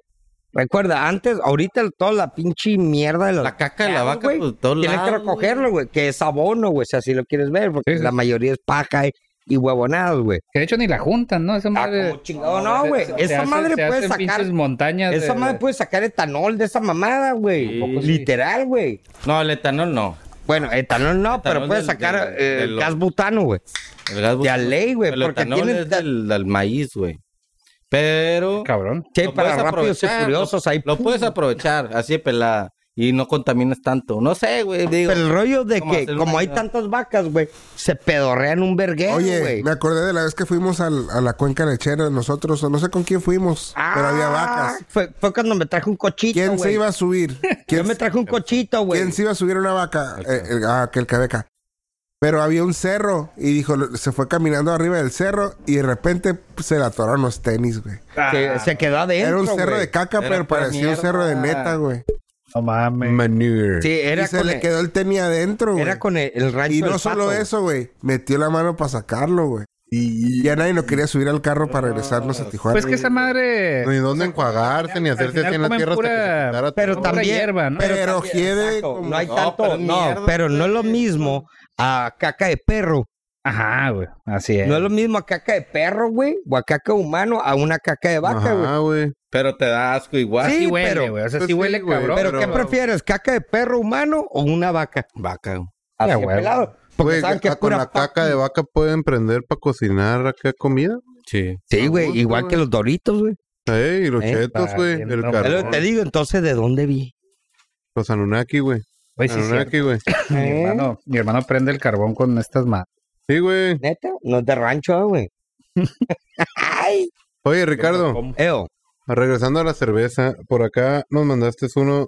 Recuerda, antes, ahorita el- toda la pinche mierda de los La caca de la lados, vaca, güey, pues, todos Tienes que lados, recogerlo, güey, que es abono, güey, si así lo quieres ver, porque Sí, sí. la mayoría es paja y, y huevonadas, güey. que de hecho ni la juntan, ¿no? Esa Ah, madre. como chingado, no, se- güey. se- se Esa hace- madre se puede hacen sacar. pinches montañas. Esa de- madre de- puede sacar etanol de esa mamada, güey. Sí. Literal, güey. No, el etanol no. Bueno, etanol no, pero Etanol puede del- sacar del- eh, del- gas butano, güey. El gas De a butano- ley, güey, El porque etanol tienen- es del, del maíz, güey. Pero... Cabrón. Sí, lo para puedes rápidos y aprovechar, furiosos ahí. Lo puedes aprovechar así de pelada y no contaminas tanto. No sé, güey. Digo, Pero el rollo de ¿Cómo que, hacer una como hay ayuda? tantas vacas, güey, se pedorrean un verguero, Oye, güey. me acordé de la vez que fuimos al- a la cuenca lechera, nosotros, o no sé con quién fuimos, pero había vacas. Ah, Fue, fue cuando me traje un cochito, ¿Quién se güey. iba a subir? [laughs] Yo ¿Quién, me traje un cochito, güey. quién se iba a subir a una vaca? Eh, eh, ah, que el cabeca. Pero había un cerro y dijo, lo- se fue caminando arriba del cerro y de repente se le atoraron los tenis, güey. Se, se quedó adentro, Era un cerro güey. de caca, Era pero pura parecía un cerro de mierda. neta, güey. No mames. Manure. Sí, era Y se con, le el, quedó el tenis adentro, güey. era con el, el rancho Y del no solo pato, eso, güey. Metió la mano para sacarlo, güey. Y ya nadie nos quería subir al carro para regresarnos a Tijuana. Pues que esa madre. Ni dónde enjuagarse, ni hacerse final así en la comen tierra hasta que se pura- quitara pero todo. pura también- hierba, ¿no? pero también- quiere exacto, como- no hay No, tanto, pero no, mierda, pero no es lo mismo a caca de perro. Ajá, güey. Así es. No es lo mismo a caca de perro, güey, o a caca humano a una caca de vaca, güey. Ajá, güey. Pero te da asco igual. Sí, Sí, huele, pero- güey. O sea, pues sí, sí huele güey, cabrón. Pero, pero- ¿qué prefieres, caca de perro humano o una vaca? Vaca. Así Ah, de güey. pelado. Porque Güey, saben que es ah, con pura la pa- caca de vaca pueden prender para cocinar acá comida. Sí. Sí, güey, gusto, igual güey. que los doritos, güey. Ey, y los Eh, chetos, para güey. adentro, El güey. Es lo carbón. que te digo, entonces, ¿de dónde vi? Los Pues Anunnaki, güey. Oye, sí, es cierto. Anunnaki, güey. mi, ¿Eh? hermano, mi hermano prende el carbón con estas madres. Sí, güey. ¿Neta? No es de rancho, ah, güey. Ay. Oye, Ricardo, Eo, regresando a la cerveza, por acá nos mandaste uno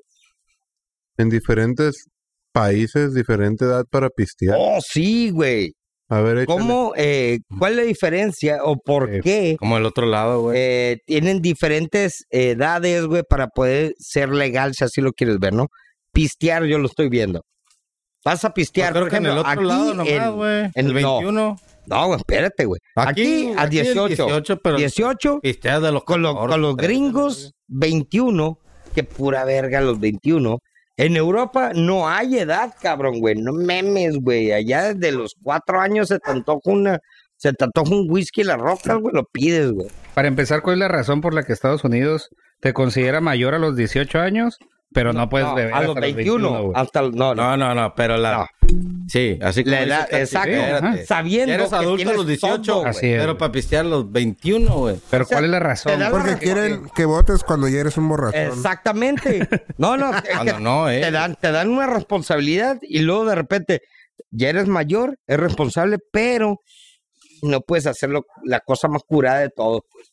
en diferentes países, diferente edad para pistear. Oh, sí, güey. Oh. A ver, échale. ¿Cómo, eh, cuál es la diferencia o por Sí. qué Como el otro lado, güey. eh, tienen diferentes eh, edades, güey, para poder ser legal, si así lo quieres ver, ¿no? Pistear, yo lo estoy viendo. Vas a pistear, Ah, Creo por que en el ejemplo, otro aquí lado en- nomás, güey. en- El no. 21. No, güey, espérate, güey. Aquí, a es 18. 18, pero 18 pisteas de los con, los- catorce, con los trece, gringos, 21, que pura verga los 21, En Europa no hay edad, cabrón, güey. No memes, güey. Allá desde los cuatro años se te antoja una. Se te antoja un whisky en la roca, güey. Lo pides, güey. Para empezar, ¿cuál es la razón por la que Estados Unidos te considera mayor a los 18 años, pero no, puedes No, beber a hasta los 21. güey? hasta el- no, no. No, no, no, pero la. No. Sí, así como La dice edad, Cachi, exacto. espérate. Ajá. Sabiendo Ya eres que adulto a los tienes 18, todo, güey. Así es, pero güey. para pistear a los 21, [laughs] güey. Pero o sea, ¿cuál es la te razón? da la güey? Porque quieren que votes cuando ya eres un borrachón. Exactamente. No, no. es que Cuando no, eh. te, dan, te dan una responsabilidad y luego de repente ya eres mayor, eres responsable, pero no puedes hacer lo- la cosa más curada de todo. pues.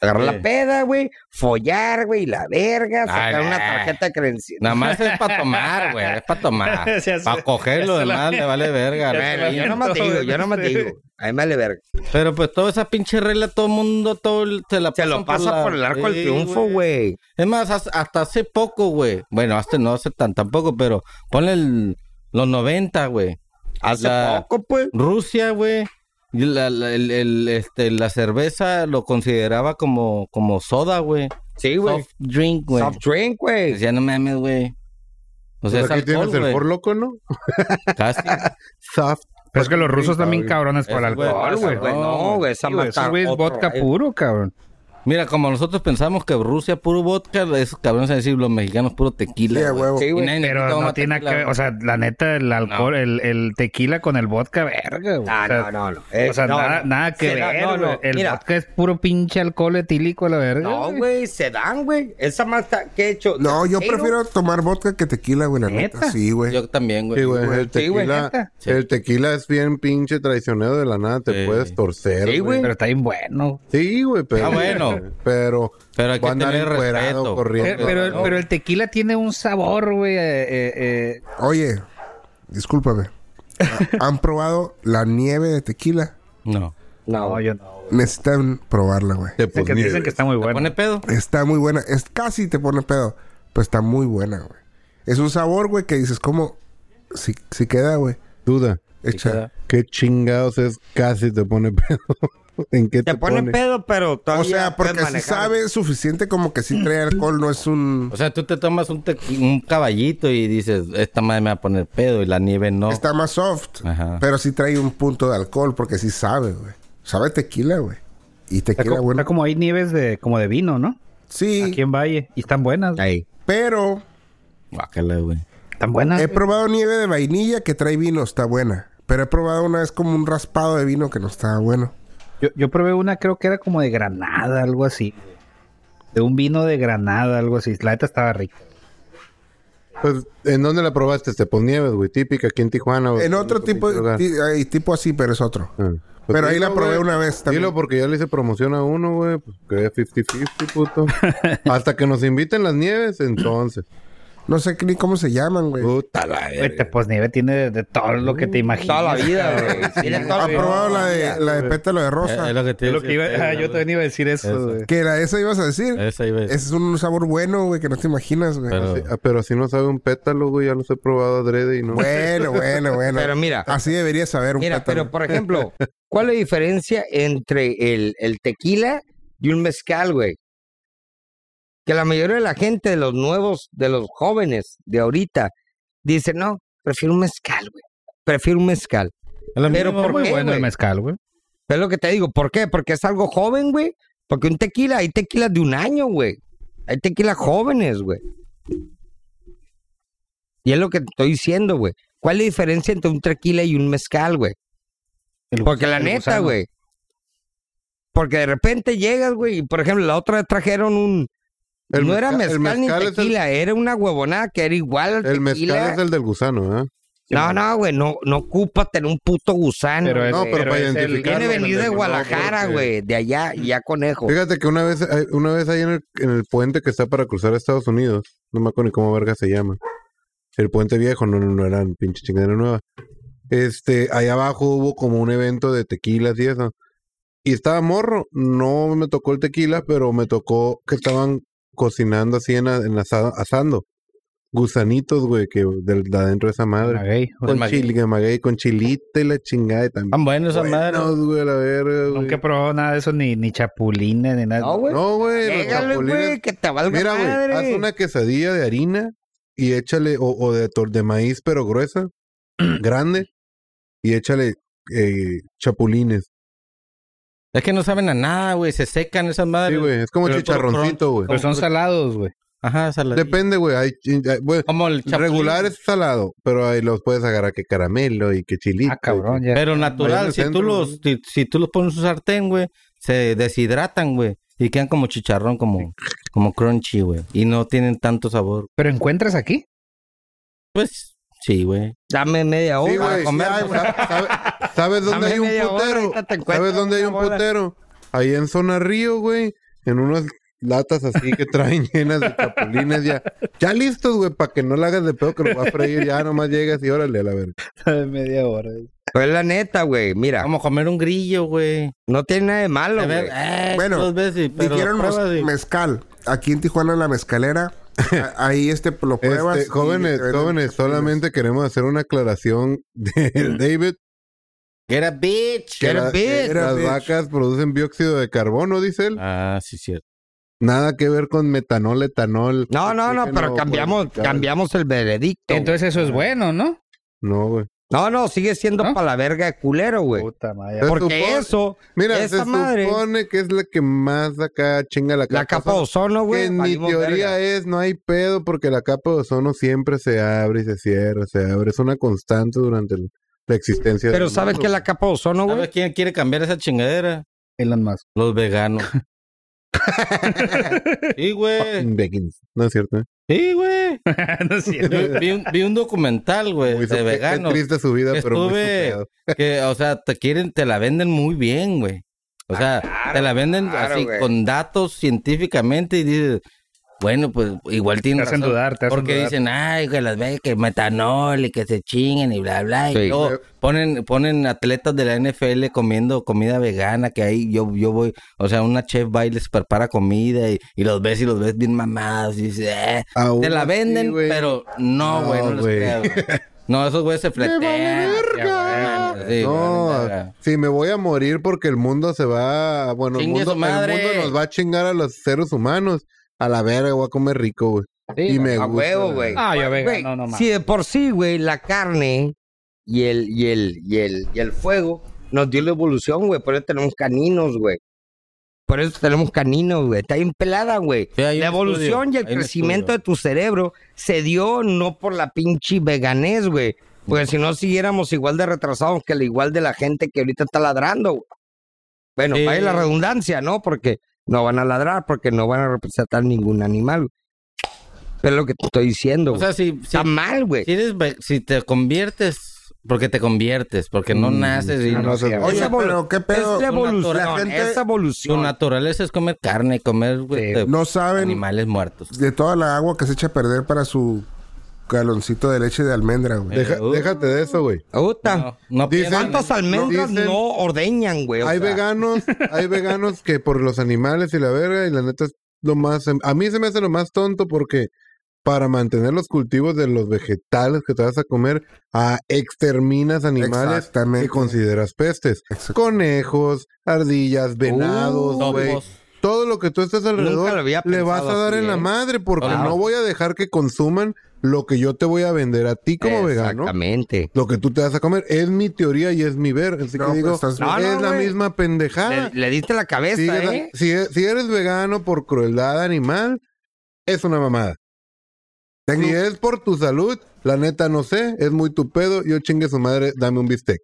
Agarrar Sí. la peda, güey, follar, güey, y la verga, sacar Ay, una nah. tarjeta de credencial. Nada más es para tomar, güey. Es [laughs] para tomar. Ya sé, Para coger lo ya se la- demás, le vale verga. ya güey. se Bueno, yo no me digo, yo no me digo. A mí me vale verga. Pero pues toda esa pinche regla, todo el mundo todo el- se la Se lo pasan pasa la- por el arco del Sí, triunfo, güey. Es más, has- hasta hace poco, güey. Bueno, hasta no hace tan tampoco, pero ponle el- los 90, güey. Hace La- poco, pues. Rusia, güey. y La, la- el- el- este, la cerveza lo consideraba como, como soda, güey. Sí, güey. Soft drink, güey. Soft drink, güey. Decía, no mames, güey. O sea, Pues es aquí alcohol, tienes el güey. por loco, ¿no? Casi. Soft. Pero es que los rusos también Obvio. cabrones para el Esos güeyes alcohol, pasan, güey. güey. Pues, No, güey, esa Sí, güey, matar Esos güeyes otro, vodka eh. puro, cabrón. Mira, como nosotros pensamos que Rusia puro vodka, esos cabrones van a decir los mexicanos puro tequila. Sí, a güey. huevo. Sí, Y güey. nadie Pero toma no tiene nada tequila, que ver. güey. O sea, la neta, el alcohol, el, el tequila con el vodka, verga, güey. Ah, O sea, no, no, no. O sea, nada, nada que ver, güey. El Mira, vodka es puro pinche alcohol etílico a la verga. no, güey, se dan, güey. Esa mata que he hecho. No, yo Pero- prefiero tomar vodka que tequila, güey, la neta. ¿Neta? Sí, güey. Yo también, Pues güey. Sí, güey. El Sí, güey, tequila, neta. el tequila es bien pinche traicionero de la nada. Te Sí. puedes torcer. Sí, güey. Pero está bien bueno. Sí, güey, pero. Ah, bueno. Pero. Pero hay que va a andar tener encuerado respeto. corriendo. Pero, Eh, pero, no. pero el tequila tiene un sabor, güey. eh, eh, eh, Oye, discúlpame. ¿Han probado la nieve de tequila? No. No, No, yo no. güey. Necesitan probarla, güey. Te Dicen que, dicen pusnieves. que está muy ¿Te bueno. pone pedo? Está muy buena. Es casi te pone pedo, pero está muy buena, güey. Es un sabor, güey, que dices como si, si queda, güey. Duda. Echa. queda. ¿Qué chingados es casi te pone [laughs] pedo? ¿En qué te, te pone pedo, pero O todavía sea, porque puedes si manejar. sabe suficiente como que si trae alcohol no es un O Pues sea, tú te tomas un, tequi- un caballito y dices, esta madre me va a poner pedo y la nieve no. está más soft, Ajá. pero sí trae un punto de alcohol porque sí sabe, güey. Sabe tequila, güey. Y Está, tequila co- bueno. está como hay nieves de, como de vino, ¿no? Aquí Sí, en Valle. Y están buenas. güey. Ahí. pero Guácala, güey. Están buenas. he güey. probado nieve de vainilla que trae vino, está buena. Pero he probado una vez como un raspado de vino que no estaba bueno. Yo, yo probé una, creo que era como de Granada, algo así. De un vino de Granada, algo así. La neta estaba rica. Pues, ¿en dónde la probaste? Te ponieves, güey. Típica aquí en Tijuana. Oh, güey. En otro tipo, lugar. ti- ay, tipo así, pero es otro. Ah. Pues Pero ahí la güey. probé una vez también. Dilo porque ya le hice promoción a uno, güey. Pues que es 50-50, puto. Hasta que nos inviten las nieves, [clears throat] entonces. No sé ni cómo se llaman, güey. Puta la Güey, te- pues nieve tiene de, de todo lo que te imaginas. Toda la vida, güey. Tiene toda ¿Ha la vida. probado la de, la de pétalo de rosa? Eh, Es lo que te Es lo iba a que iba- decir, ah, güey. yo también iba a decir Eso. eso, güey. que era esa ibas a decir. Esa iba a decir. Es un sabor bueno, güey, que no te imaginas, güey. Pero- Ah, eh, pero si no sabe un pétalo, güey. Ya los he probado adrede y no. Bueno, bueno, bueno. Pero mira, Así deberías saber un mira, pétalo. pero por ejemplo, ¿cuál es la diferencia entre el, el tequila y un mezcal, güey? Que la mayoría de la gente, de los nuevos, de los jóvenes de ahorita, dice, no, prefiero un mezcal, güey. Prefiero un mezcal. Pero Está ¿por muy qué, bueno el güey? mezcal, güey. Es lo que te digo. ¿Por qué? Porque es algo joven, güey. Porque un tequila, hay tequila de un año, güey. Hay tequila jóvenes, güey. Y es lo que te estoy diciendo, güey. ¿Cuál es la diferencia entre un tequila y un mezcal, güey? El Porque la gusano, el neta, gusano. güey. Porque de repente llegas, güey, y por ejemplo, la otra vez trajeron un... El no era mezcal- el mezcal, mezcal es ni el- tequila, era una huevonada que era igual al El tequila. mezcal es el del gusano, ¿eh? No, no, güey, no, no ocupa tener un puto gusano. Pero es- No, güey. pero, para es el- identificarlo. Tiene que venir de pendejo, no, Guadalajara, porque- güey, de allá, y ya conejo. Fíjate que una vez, eh, una vez ahí en el, en el puente que está para cruzar a Estados Unidos, no me acuerdo ni cómo verga se llama. El puente viejo, no, no, no eran pinche chingadera nueva. Este, ahí abajo hubo como un evento de tequilas y eso. Y estaba morro, no me tocó el tequila, pero me tocó que estaban cocinando así en, a- en asado- asando. Gusanitos, güey, que de, de adentro de esa Ah, madre. güey. Con El maguey. chile, que maguey, con chilita y la chingada y también. Tan bueno esa madre. Buenos, güey, a la verga, güey. Nunca he probado nada de eso, ni, ni chapulines, ni y échale, o, o de, tor- de maíz, [clears throat] pero gruesa, grande, y échale eh, chapulines. Es que no saben a nada, güey. Se secan esas Sí, madres. güey, es como Pero chicharroncito, güey. Pero son salados, güey. Ajá, saladillo. Depende, güey. hay- hay- güey, Como el chapulín, regular es salado, pero ahí los puedes agarrar que caramelo y que chilito. Ah, cabrón, ya. Pero Ahí en natural, el si centro, tú, los, güey. si, si tú los pones en un sartén, güey, se deshidratan, güey. Y quedan como chicharrón, como, como crunchy, güey. Y no tienen tanto sabor. Pero encuentras aquí. Pues, sí, güey. Dame media hora. Sí, güey. para comer. sí hay, güey. ¿Sabe- [laughs] ¿Sabes dónde Dame hay un media hora, putero? ahorita te encuentro ¿Sabes dónde hay una un bola. putero? Ahí en zona río, güey. En unas latas así [laughs] que traen llenas de chapulines ya. Ya listos, güey, para que no la hagas de pedo que lo va a freír. Ya nomás llegas y órale a la verga. Media hora. Pero es la neta, güey. Mira, Como comer un grillo, güey. no tiene nada de malo, A güey. ver, eh, Bueno, dos veces, pero Dijeron lo mez- pruebas y- mezcal. Aquí en Tijuana [laughs] la mezcalera. a- ahí este lo Este, pruebas. y jóvenes, te venden jóvenes, chapulines. solamente queremos hacer una aclaración de David. Get a bitch. Que Mm. Get a la- eh, bitch. las Bitch. vacas producen dióxido de carbono, dice él. Ah, sí, cierto. Nada que ver con metanol, etanol. No, no, no, pero Oxígeno cambiamos, purificado. cambiamos el veredicto. güey. Entonces eso es bueno, ¿no? No, güey. no, no, sigue siendo ¿No? para la verga de culero, güey. Puta madre. Se Porque supone- eso, Mira, esa se madre, supone que es la que más acá chinga la capa. la capa de ozono. ozono, Que güey. en mi valimos teoría verga. es, no hay pedo porque la capa de ozono siempre se abre y se cierra, se abre. Es una constante durante el- la existencia Pero del ¿sabes mundo. que la capa de ozono, ¿Sabes Ah, güey? quién quiere cambiar esa chingadera? Elon Musk. [laughs] Los veganos. sí, güey. Fucking vegans. No es cierto. ¿eh? Sí, güey. no es cierto. Vi- Vi un, vi un documental, güey, Muy su- de qué- qué veganos. triste su vida, pero muy Estuve- su pedo. Que, o sea, te quieren, te la venden muy bien, güey. Ah, O sea, te la venden claro, así güey. con datos científicamente y dices, bueno, pues igual Te tienen hacen razón. dudar, te hacen Porque dudar. dicen, ay, que las ve que metanol y que se chinguen y bla, bla. Sí. Y luego ponen, ponen atletas de la NFL comiendo comida vegana, que ahí yo, yo voy, o sea, una chef va y les prepara comida y, y los ves y los ves bien mamados y dices, eh, Aún te la así, venden, güey. pero no, No, güey, no, les güey. creas, güey. No, esos güeyes se fletean. verga! Sí, güey, valen verga. No, si me voy a morir porque el mundo se va. Bueno, el Chingue mundo, su madre. el mundo nos va a chingar a los seres humanos. A la verga, voy a comer rico, güey. y me A gusta, huevo, la güey. [laughs] Ah, ya Güey, vegano, no mames. si de por sí, güey, la carne y el, y el, y el, y el fuego nos dio la evolución, güey. Por eso tenemos caninos, güey. Por eso tenemos caninos, güey. Está bien pelada, güey. Sí, hay la un estudio, evolución y el hay un crecimiento de estudio. tu cerebro se dio no por la pinche veganés, güey. Porque si no siguiéramos igual de retrasados que el igual de la gente que ahorita está ladrando, güey. Bueno, Sí. vaya la redundancia, ¿no? Porque no van a ladrar, porque no van a representar ningún animal. güey. Pero es lo que te estoy diciendo, O güey. sea, si, si, Está mal, güey. si eres ve- si te conviertes, porque te conviertes, porque no naces y Mm, No, no, no se- Oye, Esa pero qué es pedo. la evolución. La gente- es tu evolución. naturaleza es comer carne, comer güey, Sí. te- No saben animales muertos. de toda la agua que se echa a perder para su galoncito de leche de almendra, güey. Deja- Uh. Déjate de eso, güey. Puta. No, Dicen- no piensan en ¿Cuántas almendras dicen- no ordeñan, güey? O hay sea, veganos, hay veganos que por los animales y la verga, y la neta es lo más. A mí se me hace lo más tonto porque para mantener los cultivos de los vegetales que te vas a comer, ah, exterminas animales Exactamente. que consideras pestes. Conejos, ardillas, venados, Oh, topos. güey. Todo lo que tú estás alrededor lo había le vas a pensado dar así, en la ¿eh? madre porque Claro. no voy a dejar que consuman lo que yo te voy a vender a ti como vegano Exactamente. lo que tú te vas a comer. Es mi teoría y es mi ver. Así que No, pues, digo, estás- No, es no, la güey. misma pendejada. Le, le diste la cabeza, Si eres- ¿eh? si, e- si eres vegano por crueldad animal, es una mamada. Tengo- Si es por tu salud, la neta no sé, es muy tu pedo. Yo chingue su madre, dame un bistec.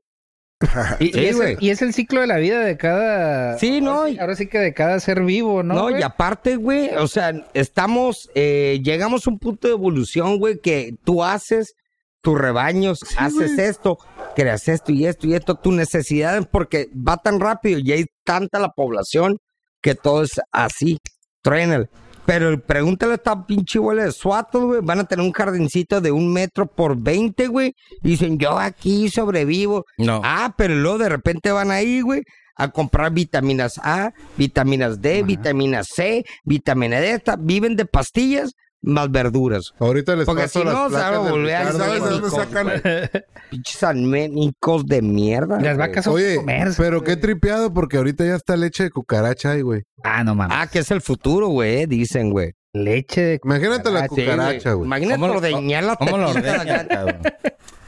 Y, y Sí, es güey. el, y es el ciclo de la vida de cada. Sí, no, Ahora y- sí, ahora sí que de cada ser vivo, ¿no? No, güey? y aparte, güey, o sea, estamos, eh, llegamos a un punto de evolución, güey, que tú haces tus rebaños, haces esto, creas esto y esto y esto, tus necesidades, porque va tan rápido y hay tanta la población que todo es así, trénel. Pero pregúntale a esta pinche bola de suatos, güey. Van a tener un jardincito de un metro por 20, güey. Y dicen, yo aquí sobrevivo. No. Ah, pero luego de repente van ahí, güey, a comprar vitaminas A, vitaminas D, vitamina C, vitamina D, esta. Viven de pastillas más verduras. Ahorita les Porque paso si las no, se van a placas del volver Ricardo. ¿Sabes de dónde anémicos, sacan? güey. Pinches anémicos de mierda. güey. Las vacas son Oye, [laughs] comerse. pero qué tripeado porque ahorita ya está leche de cucaracha ahí, güey. Ah, no mames. Ah, que es el futuro, güey, dicen, güey. Leche de Imagínate la Ah, Sí, güey. cucaracha, güey. Imagínate ¿Cómo lo- ordeñar la ¿Cómo lo tetita. ordeñas, cabrón?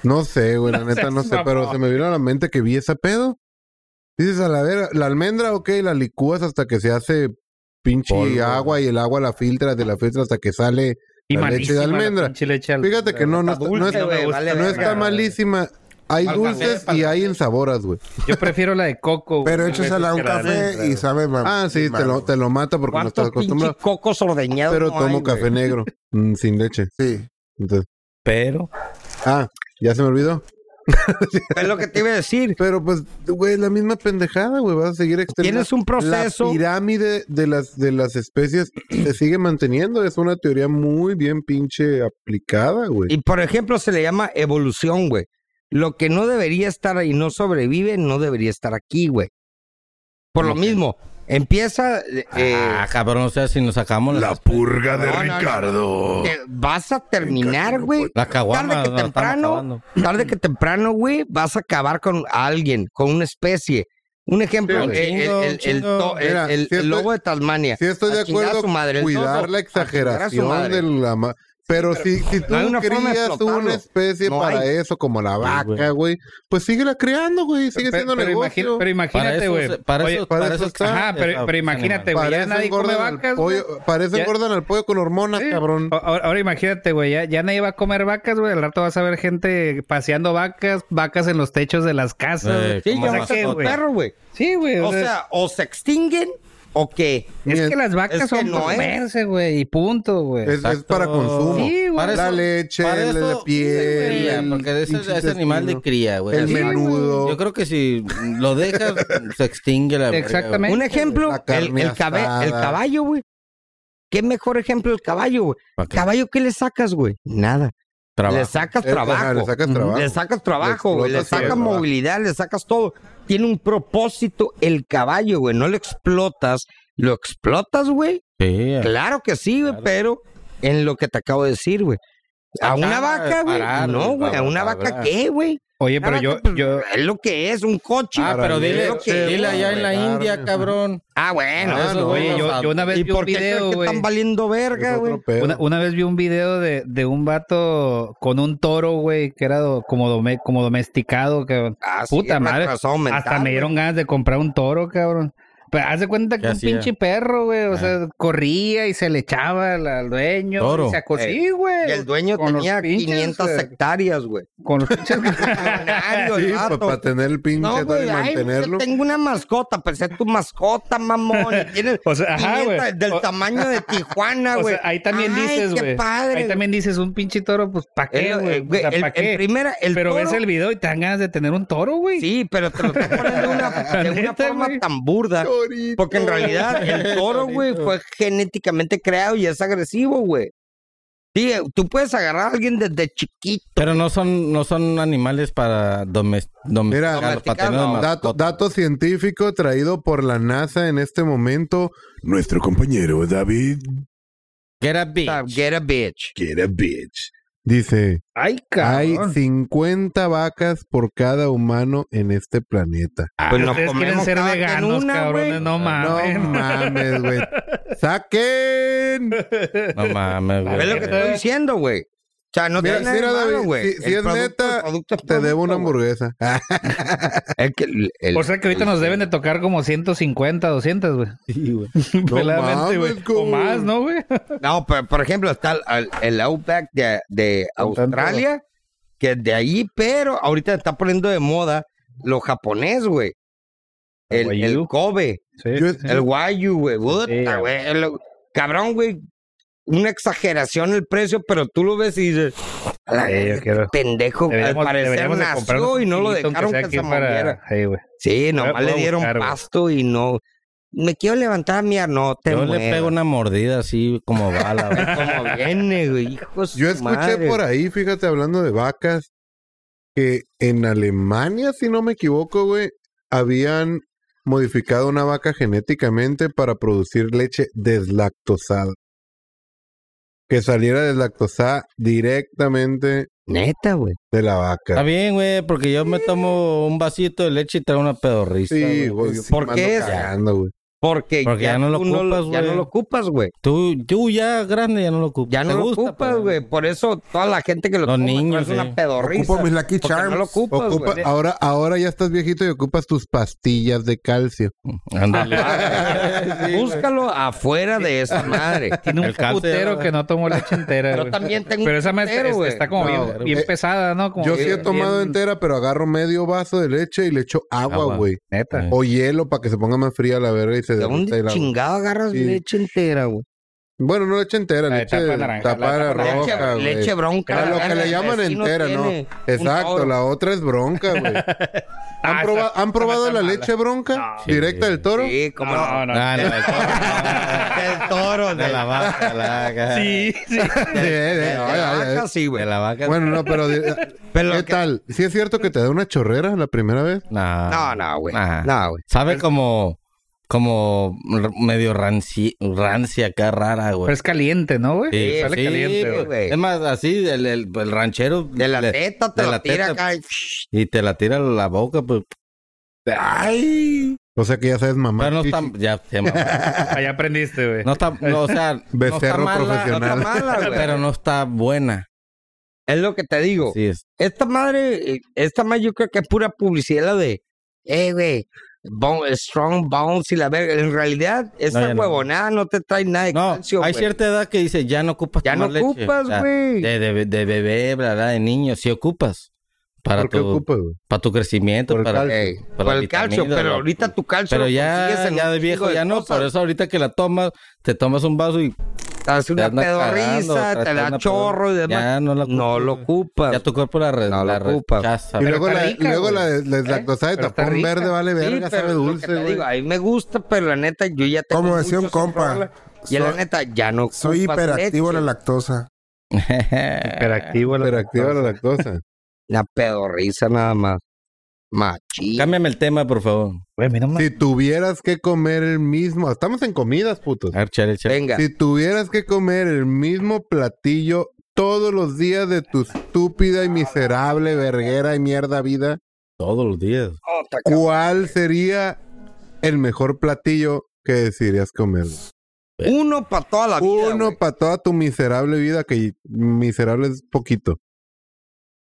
No sé, güey, la neta no seas sé, pero mamón. se me vino a la mente que vi ese pedo. Dices, a la verga, la almendra, ok, la licúas hasta que se hace pinche Polvo. agua y el agua la filtras, de la filtra hasta que sale. y la malísima leche de la almendra. pinche leche de almendra. Fíjate que no, no está, no dulce, está- güey, güey, vale no verga, está güey. malísima. Hay Pa'l dulces café, pa'l y hay en saboras, güey. Yo prefiero la de coco. güey, Pero échasela a un que la de café almendra. y sabe, mamá. Ah, sí, te lo, te lo mata porque no estás ¿Cuántos pinches acostumbrado. cocos ordeñados? Pero no tomo hay, café güey? negro mm, sin leche. Sí. Entonces, Pero, ah, ya se me olvidó. Es lo que te iba a [laughs] decir. Pero pues, güey, la misma pendejada, güey. Vas a seguir extendiendo. Tienes un proceso. La pirámide de las, de las especies se sigue manteniendo. Es una teoría muy bien pinche aplicada, güey. Y por ejemplo, se le llama evolución, güey. Lo que no debería estar ahí, no sobrevive, no debería estar aquí, güey. Por lo mismo, empieza. eh, ah, cabrón, o sea, si nos sacamos las, La purga de No, no, no. Ricardo. te vas a terminar, Venga, güey. las caguamas. Tarde que nos estamos temprano. acabando. Tarde que temprano, güey, vas a acabar con alguien, con una especie. Un ejemplo, Sí, el, el- chingo, el- el chingo. to- el- Mira, el- si el estoy- lobo de Tasmania. Si estoy de A chingar a acuerdo, su madre, el cuidar topo, la a chingar a su exageración madre. de la... ma- Pero, si, si tú no hay una forma de crías explotarlo. una especie No para hay. eso, como la Ah, vaca, güey. güey, pues síguela creando, güey. Sigue Pe- siendo pero, negocio. imagina- pero Para imagínate, eso, güey. se- para Oye, eso, para para eso eso está. está. Ajá, pero, esa- pero ese imagínate, animal. güey. Parece Ya nadie come engordan al vacas, güey. pollo, parece Ya- engordan al pollo con hormonas, Sí. cabrón. O- Ahora, ahora imagínate, güey, ya, ya nadie va a comer vacas, güey. Al rato vas a ver gente paseando vacas, vacas en los techos de las casas. Eh, güey. Sí, Sí, como ya O sea vas a que, mascota. ser un güey, perro, güey. Sí, güey. O sea, o se extinguen o qué. es mira, que las vacas es que son no para es. comerse, güey, y punto, güey. Es, es Exacto. para consumo. Sí, güey. Para la eso- leche, para la- la eso- piel, Sí, el porque ese, pinche ese animal de intestino. cría, güey. el Así- menudo. Yo creo que si lo dejas, se extingue la verga, güey. Exactamente. Un ejemplo, La el, carne el cabe- asada. el caballo, güey. ¿Qué mejor ejemplo el caballo, güey? ¿Para qué? ¿Caballo qué le sacas, güey? Nada. Trabajo. Le sacas Eh, ajá, trabajo. le sacas trabajo. Le sacas trabajo, güey. Le explotas y le sacas trabajo. movilidad, le sacas todo. Tiene un propósito el caballo, güey. No lo explotas. ¿Lo explotas, güey? Sí, Claro que sí, güey, pero en lo que te acabo de decir, güey. A Acaba una de vaca, güey. parar, No, güey, güey. A para- una para vaca, hablar. ¿qué, güey? Oye, Una pero yo, vaca, pues, yo, Es lo que es, un coche. Ah, pero dile, Creo que- dile allá en la Carne, India, ajá. cabrón. Ah, bueno. Ah, eso, no, güey. oye, yo, yo una vez ¿Y vi un por qué video, crees que güey. están valiendo Es verga, otro güey? pedo. Una, una vez vi un video de, de un vato con un toro, güey, que era do- como, dome- como domesticado, cabrón. Así Puta Ah, es, madre. retrasado mental, Hasta me dieron ganas de comprar un toro, cabrón. Pero haz de cuenta ¿Qué que un hacía? pinche perro, güey, o Ah. sea, corría y se le echaba al, al dueño. Toro. y se acosí, Eh, güey. güey. El dueño Con los tenía pinches, 500 eh, hectáreas, güey. Con los pinches. [laughs] Millonario, el Sí, vato. para tener el pinche No, tal güey, y ay, mantenerlo. güey, tengo una mascota, pero es tu mascota, mamón. y tienes [laughs] O sea, ajá, 500 güey. Del O- tamaño [laughs] de Tijuana, o güey. sea, ahí también Ay, dices, qué güey. padre, Ahí también dices un pinche toro, pues, ¿pa' qué, El- güey? el- güey, O sea, el- ¿pa' en qué? primera, el Pero ves toro- el video y te dan ganas de tener un toro, güey. Sí, pero te lo estoy poniendo de una, de una neta, forma güey. tan burda. Porque en realidad el toro, güey, fue genéticamente creado y es agresivo, güey. Sí, eh, tú puedes agarrar a alguien desde chiquito. Pero no son, no son animales para domes- Mira, domesticar, para tener domesticar, no. mascota. Dato, dato científico traído por la NASA en este momento. Nuestro compañero David Get a bitch. Ah, Get a bitch. get a bitch. Dice, Ay, hay cabrón. 50 vacas por cada humano en este planeta. Pues nos Ah, Ustedes quieren comemos ser cada quien veganos, una, cabrones, güey. no Ah, mames. No mames, [laughs] güey. ¡Saquen! No mames, güey. Es lo que Mira, estoy diciendo, güey. O sea, no Mira, tiene nada mira, de malo, David, güey. si- si El es producto- neta, el producto es Te debo producto, una güey. hamburguesa. Es que el- el- O sea que ahorita este. nos deben de tocar como 150, 200, güey. Sí, [laughs] güey. mames, Peladamente, güey. O cabrón. más, ¿no, güey? No, pero por ejemplo, está el, el- el Outback de, de Con tanto- Australia, que es de ahí, pero ahorita está poniendo de moda lo japonés, güey. El, el Wagyu. Kobe, Sí. Yo- el Wagyu, güey. Sí, Puta, ya. güey. el- Cabrón, güey. Una exageración el precio, pero tú lo ves y dices, "A la Sí, yo quiero- pendejo, Deberíamos- al parecer deberíamos de comprar nació un y no lo chiquito, aunque dejaron sea que aquí se moviera. Sí, güey. Sí, Voy nomás a le dieron buscar, güey. pasto y no. Me quiero levantar a miar, no te Yo le muevas. pego una mordida así como bala, güey. Como viene, güey. Hijo de su Yo escuché madre. por ahí, fíjate, hablando de vacas, que en Alemania, si no me equivoco, güey, habían modificado una vaca genéticamente para producir leche deslactosada. Que saliera deslactosada directamente Neta, güey. de la Está vaca. bien, güey, porque yo me tomo un vasito de leche y traigo una pedorrista. Sí, güey. güey. yo ¿Por me qué ando es? cagando, güey. Porque, Porque ya no lo tú ocupas, Ya güey. no lo ocupas, güey. Tú, tú ya grande ya no lo ocupas. Ya Te no lo gusta, ocupas, pero- güey. Por eso toda la gente que lo Los toma, niños, es una sí. pedorrisa. Ocupo mis Lucky porque No lo Charms. ocupas, Ocupa- güey. ahora, ahora ya estás viejito y ocupas tus pastillas de calcio. Ándale. Búscalo afuera de esa [laughs] madre. Tiene un El cáncer, putero güey. que no tomó leche entera. Pero güey. también tengo un Pero esa maestra putero, es- güey. está como No, bien, güey. bien Eh, pesada, ¿no? Como Yo sí he bien- tomado bien- entera, pero agarro medio vaso de leche y le echo agua, Agua. güey. Neta. O hielo para que se ponga más fría la verga y se ¿De derrita dónde el agua. chingado agarras Sí. leche entera, güey? Bueno, no leche entera, La de leche tapa naranja, tapada la tapa roja, leche, güey. leche bronca. Era lo que le llaman entera, ¿no? Exacto, la otra es bronca, güey. ¿Han, Ah, proba- esa- ¿han probado esa la mala. leche bronca? No. Directa Sí. del toro. Sí, como no. No, no. Ah, no, Ah, [laughs] del toro, de la vaca, la vaca. Sí, sí. Sí, eh, De ay, ay, vaca, ay. sí, güey. de la vaca. Bueno, no, pero, de- Pero [laughs] ¿qué lo que- tal? ¿Sí es cierto que te da una chorrera la primera vez? No. No, no, güey. Nah. No, güey. Sabe como como r- medio ranci, rancia acá rara, Pero güey. Pues es caliente, ¿no, güey? Sí, Sale sí, caliente, pues, güey. güey. Es más, así, el, el, el ranchero. De la le- teta te de la la tira teta. acá. y- Y te la tira a la boca, pues. ¡Ay! O sea que ya sabes, mamá. Pero no chichi. está. Ya, se mamó. Allá aprendiste, güey. No está. no, [laughs] o sea. no está Becerro mala, profesional. No está mala, güey. Pero no está buena. Es lo que te digo. Así es. Esta madre, eh, esta madre yo creo que es pura publicidad la de, eh, güey, bone- strong bones y la verga. En realidad, esa ya no. huevonada no te trae nada de No, calcio, hay güey. cierta edad que dice ya no ocupas Ya no tomar leche. ocupas, O sea, güey. de, de, de bebé, bla, bla, de niño, sí ocupas. Para ¿Por qué tu, ocupas, güey? para tu crecimiento, Por el para, calcio. Pues Ey, para por el vitaminas, calcio, pero la- ahorita tu calcio Pero lo consigues ya, en ya un de chingo viejo, de ya no. cosas. Por eso ahorita que la tomas, te tomas un vaso y Te hace te una andas cagando, pedorriza, te tras- da una chorro y pedorra. demás. Ya no la ocupas. No lo ocupas. Ya tu cuerpo la, re, No la lo ocupas. rechaza. Y Pero [laughs] luego está la, rica, luego la, güey. la- la ¿Eh? cosa de Pero está tapón rica. verde vale Sí, verga, pero sabe es lo que dulce, te güey. digo, A mí me gusta, pero la neta, yo ya tengo Como decía un mucho sin compa, rola. Y la soy- neta, ya no Soy ocupas hiperactivo a leche. la lactosa. Hiperactivo, la- Pero activa la [laughs] lactosa. Una pedorriza nada más. Machín. Cámbiame el tema, por favor. Güey, a mí no me- Si tuvieras que comer el mismo... Estamos en comidas, putos. Ah, A ver, chale, chale. Venga. Si tuvieras que comer el mismo platillo todos los días de tu estúpida y miserable verguera y mierda vida, Todos los días. Otra Oh, ca- ¿cuál sería el mejor platillo que decidirías comer? Uno para toda la vida. Uno güey. para toda tu miserable vida, que miserable es poquito.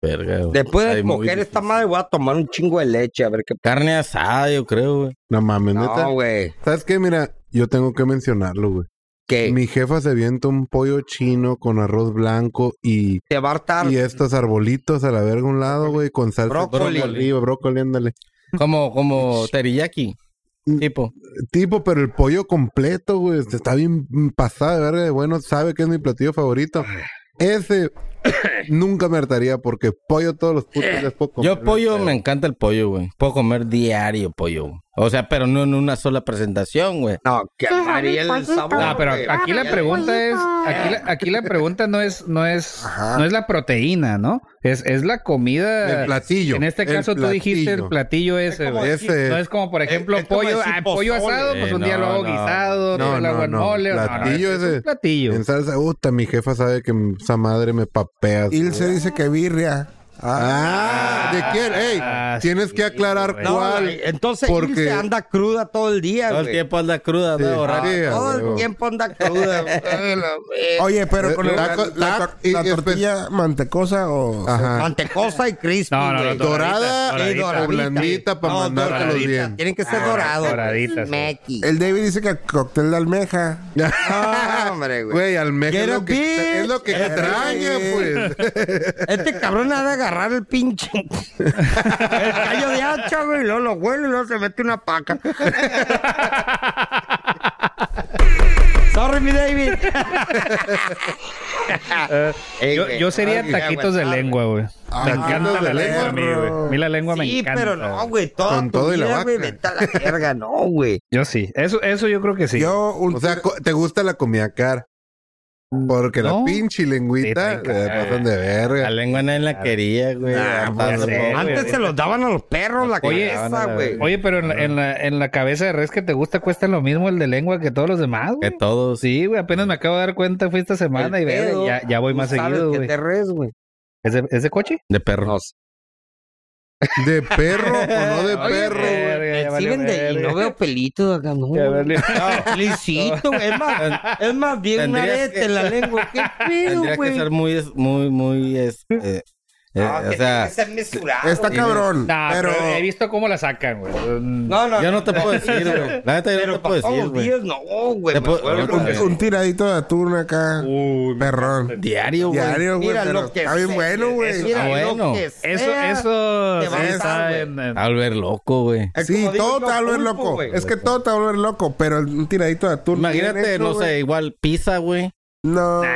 Verga, güey. Después de Ay, muy coger esta difícil. madre, voy a tomar un chingo de leche a ver qué. Carne asada, yo creo, güey. No mames, neta. No, güey. ¿Sabes qué? Mira, yo tengo que mencionarlo, güey. Que Mi jefa se vienta un pollo chino con arroz blanco y, te va a hartar. y estos arbolitos a la verga a un lado, güey, con salsa Brócoli. arriba, brócoli, ándale. Como, como teriyaki. Mm. Tipo. Tipo, pero el pollo completo, güey, este, está bien pasado de verga de bueno, sabe que es mi platillo favorito. Ese nunca me hartaría porque pollo todos los putos días puedo comer. Yo pollo, me encanta el pollo, güey. Puedo comer diario pollo. güey. O sea, pero no en una sola presentación, güey. No, que amaría el sabor. No, pero güey. aquí la pregunta es, aquí la, aquí la pregunta no es, no es, Ajá. no es la proteína, ¿no? Es, es la comida. El platillo. En este El caso tú dijiste el platillo. platillo ese, güey. Ese- No es como por ejemplo es como pollo, decir ah, pollo pozole. asado, pues un Eh, día lo no, hago no. guisado, otro No, día lo hago no, en no. mole. no, no, Platillo es un ese. platillo. En salsa, puta, mi jefa sabe que esa madre me papea. Ilse dice que birria. Ah, Ah, ¿de quién? Ey, Ah, tienes que aclarar güey. No, cuál. güey, entonces Porque- Ilse anda cruda todo el día, Todo el güey. tiempo anda cruda, Sí. ¿no? Ah, Horario. a Todo el huevo. tiempo anda cruda. güey. Ay, la verga. Oye, eh, pero con el- la, Taco- la- taco- la y- y- tortilla mantecosa o... Ajá. Mantecosa y crispy, No, no, no, güey. todo- Dorada, Doradita, y doradita. o blandita para No, mandártelos doradita. bien. Tienen que Ah, ser dorados. doraditas, güey. Mequi. El David dice que cóctel de almeja. [laughs] No, hombre, güey. [laughs] Güey, almeja es Get lo a que, bitch. es lo que Get a extraña, pues. Este cabrón ha de agarrar el pinche. el callo de hacha, güey. y Luego lo huele y luego se mete una paca. Sorry, mi David. Eh, Ey, Yo, güey, yo Ah, sería ay, taquitos de aguantarme. lengua, güey. Me Ah, encanta taquitos de la lengua, a mí, lengua. güey. A mí la lengua me Sí, encanta. pero no, güey. Toda Con tu todo y la vida, güey, vaca. vete a la verga, no, güey. [laughs] Yo sí. Eso, eso yo creo que sí. Yo, un- O sea, co- te gusta la comida cara. Porque No. la pinche lengüita Sí, se está bien cara. pasan de verga. La lengua nadie la quería, güey. Ah, Harta pues, de eh, poco. güey. Antes se los daban a los perros la Oye, cabeza, güey. Oye, pero en la, en, la, en la cabeza de res que te gusta cuesta lo mismo el de lengua que todos los demás, Que güey. todos. Sí, güey, apenas me acabo de dar cuenta, fue esta semana El y ve, pedo, ya, ya voy tú más sabes seguido, que güey. te res, güey. ¿Es, de, ¿Es de coche? De perro. ¿De perro o no de Oye, perro? güey? verga, verga, ya Sí, valió vende, y verga. no veo pelitos acá, no. Ya [laughs] valió- [laughs] No, lisito, güey. Es más, es más bien una Tendrías arete que- en la lengua. [laughs] ¿Qué pedo, Tendría güey? que ser muy, es- muy, [laughs] muy, es- eh, eh, Ah, o que tiene sea, que ser mesurado. [laughs] Está cabrón. Nah, pero. pero... he visto cómo la sacan, güey. No, No, no. yo no te puedo decir, güey. La neta, yo no Pero te puedo para todos decir, los güey. días, no, güey. Te me puedo- vuelvo un- loco. Un tiradito de atún acá. Uy, perrón. Diario, güey. Diario, güey. Mira pero lo que Está bien sea, bueno, güey. Mira, Ah, lo bueno. que Eso, sea. eso te sí va a está matar, en, en- Al ver loco, güey. Es Sí, como digo todo yo, te va a volver pulpo, loco. güey. Es que todo te va a volver loco, pero un tiradito de atún. bien Imagínate, hecho, no güey. sé, igual pizza, güey. No, güey.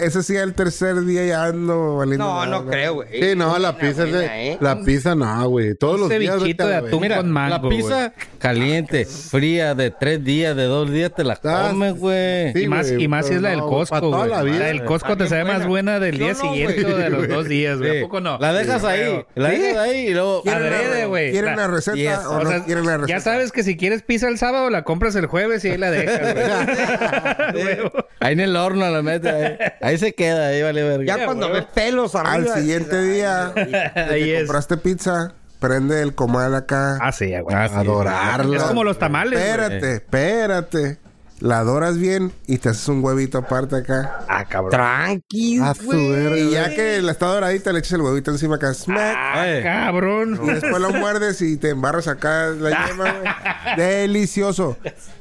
Ese sí, el tercer día ya ando valiendo. No, madre. no creo, güey. Sí, no, la Buena, pizza es de- buena, ¿eh? La pizza no, güey. Todos Un los días. vete cevichito a de la atún. verga. Mira, con mango, la pizza caliente, fría, de tres días, de dos días, te la Ah, comes, güey. sí, y más, güey, y más si pero es la del no, güey, pa' Costco, toda güey. la vida, La del güey. Costco te Está sabe bien más buena. buena del Yo día no, siguiente güey. o de los dos días, güey. ¿A Sí. poco no? La dejas Sí, ahí, güey. la Sí. dejas ahí y luego... ¿Quieren la- Adrede, güey. ¿Quieren La- la receta y eso, o, o no sea, quieren la receta? Ya sabes que si quieres pizza el sábado, la compras el jueves y ahí la dejas, [laughs] [laughs] güey. Huevo. Ahí en el horno la metes, ahí, ahí se queda, ahí vale verga. Ya cuando güey. ves pelos Al arriba. siguiente día, de Ahí que es. compraste pizza, prende el comal acá. Ah, sí, güey. Ah, sí. adorarla. Es como los tamales. güey. espérate, espérate. La adoras bien y te haces un huevito aparte acá. Ah, cabrón. Tranqui, A su güey. verga. Y ya que la está doradita, le echas el huevito encima acá. Smack. Oye, Eh, Cabrón. Y [laughs] después lo muerdes y te embarras acá la yema, güey. Delicioso.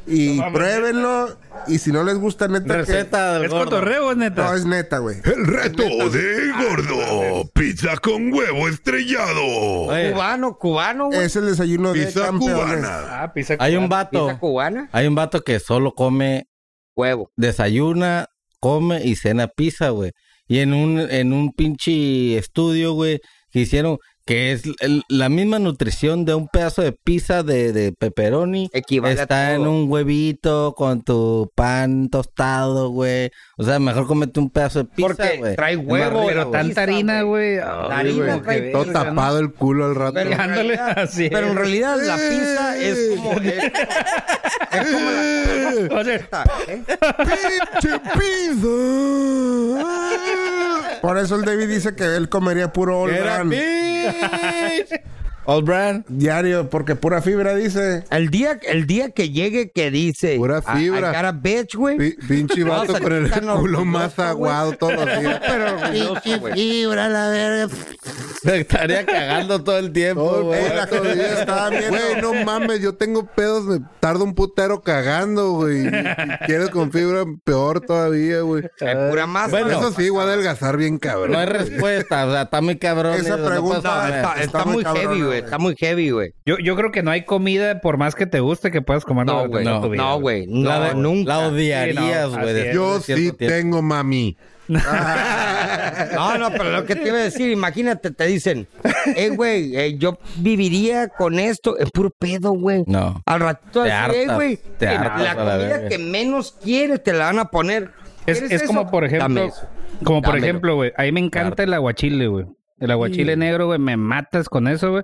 Y No mames. pruébenlo. Y si no les gusta, neta, que- receta del Es gordo. cotorreo, es No, neta. es neta, güey. El reto de Ah, gordo. Pizza con huevo estrellado. Oye, Cubano, cubano, güey. Es el desayuno de Pizza campeones. cubana. Ah, pizza hay un cubana. vato, Pizza cubana, hay un vato que solo come, huevo. desayuna, come y cena pizza, güey. Y en un, en un pinche estudio, güey, que hicieron que es el- la misma nutrición de un pedazo de pizza de, de pepperoni. Equivale Está a en todo. un huevito con tu pan tostado, güey. O sea, mejor cómete un pedazo de pizza, Porque güey. trae huevo, Pero la tan- pizza, Tanta harina, güey. La Ay, harina güey, trae qué Todo verga, ¿no? tapado el culo al rato. Pero en, Ándale, realidad, así es. [laughs] pero en realidad la pizza es como. Es, es como la. [laughs] O sea, ¿eh? ¡Pinche pizza! Por eso el David dice que él comería puro All Era Bran bitch. [laughs] Old brand. diario, porque pura fibra dice. [laughs] El día, el día que llegue que dice. Pura "I- I fibra. got a bitch, güey. Pi- pinche No, vato o sea, con el está culo orgulloso, más güey. aguado todos los días. [laughs] Pero orgulloso, güey. Fibra la verga. Se estaría cagando todo el tiempo, güey. Eh, la Todos los días. estaba viendo. Güey, no mames, yo tengo pedos, me tardo un putero cagando, güey. Y Quieres con fibra, peor todavía, güey. Es pura masa. Bueno, Eso sí, voy a adelgazar bien cabrón. No hay respuesta, o sea, está muy cabrón. Esa eso, no pregunta puedes está, comer. está está muy muy cabrona, heavy, güey. güey. Está muy heavy, güey. yo, yo creo que no hay comida, por más que te guste, que puedas comer No, güey. tu vida, No, güey. No, la, de- nunca. la odiarías, Sí, no, güey. así después es. Yo de cierto sí tiempo. tengo mami. No, no, pero lo que te iba a decir, imagínate, te dicen, eh, güey, eh, yo viviría con esto, es puro pedo, güey. No. Al ratito Te así, eh, hartas, güey, te eh, hartas la a la comida verga. que menos quieres te la van a poner. Es, ¿Quieres es como eso? por ejemplo, Dame eso. como por Dámelo. ejemplo, güey, a mí me encanta el aguachile, güey. El aguachile negro, güey, me matas con eso, güey.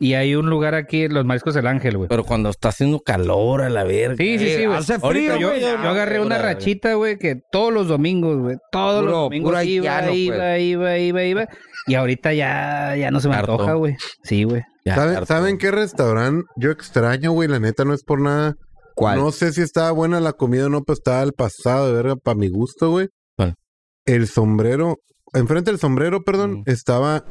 Y hay un lugar aquí, los mariscos del Ángel, güey. Pero cuando está haciendo calor a la verga. Sí, sí, sí, güey. Hace Ahorita frío, yo, güey. Ah, yo No, agarré una güey. rachita, güey, que todos los domingos, güey, todos Puro- los domingos puro iba, haitiano, iba, pues. iba, iba, iba, y ahorita ya, ya no se me Harto. antoja, güey. Sí, güey. Ya, ¿Saben, harto. ¿Saben qué restaurante yo extraño, güey? La neta no es por nada. ¿Cuál? No sé si estaba buena la comida o no, pero estaba al pasado de verga para mi gusto, güey. ¿Cuál? El sombrero, enfrente del sombrero, perdón, estaba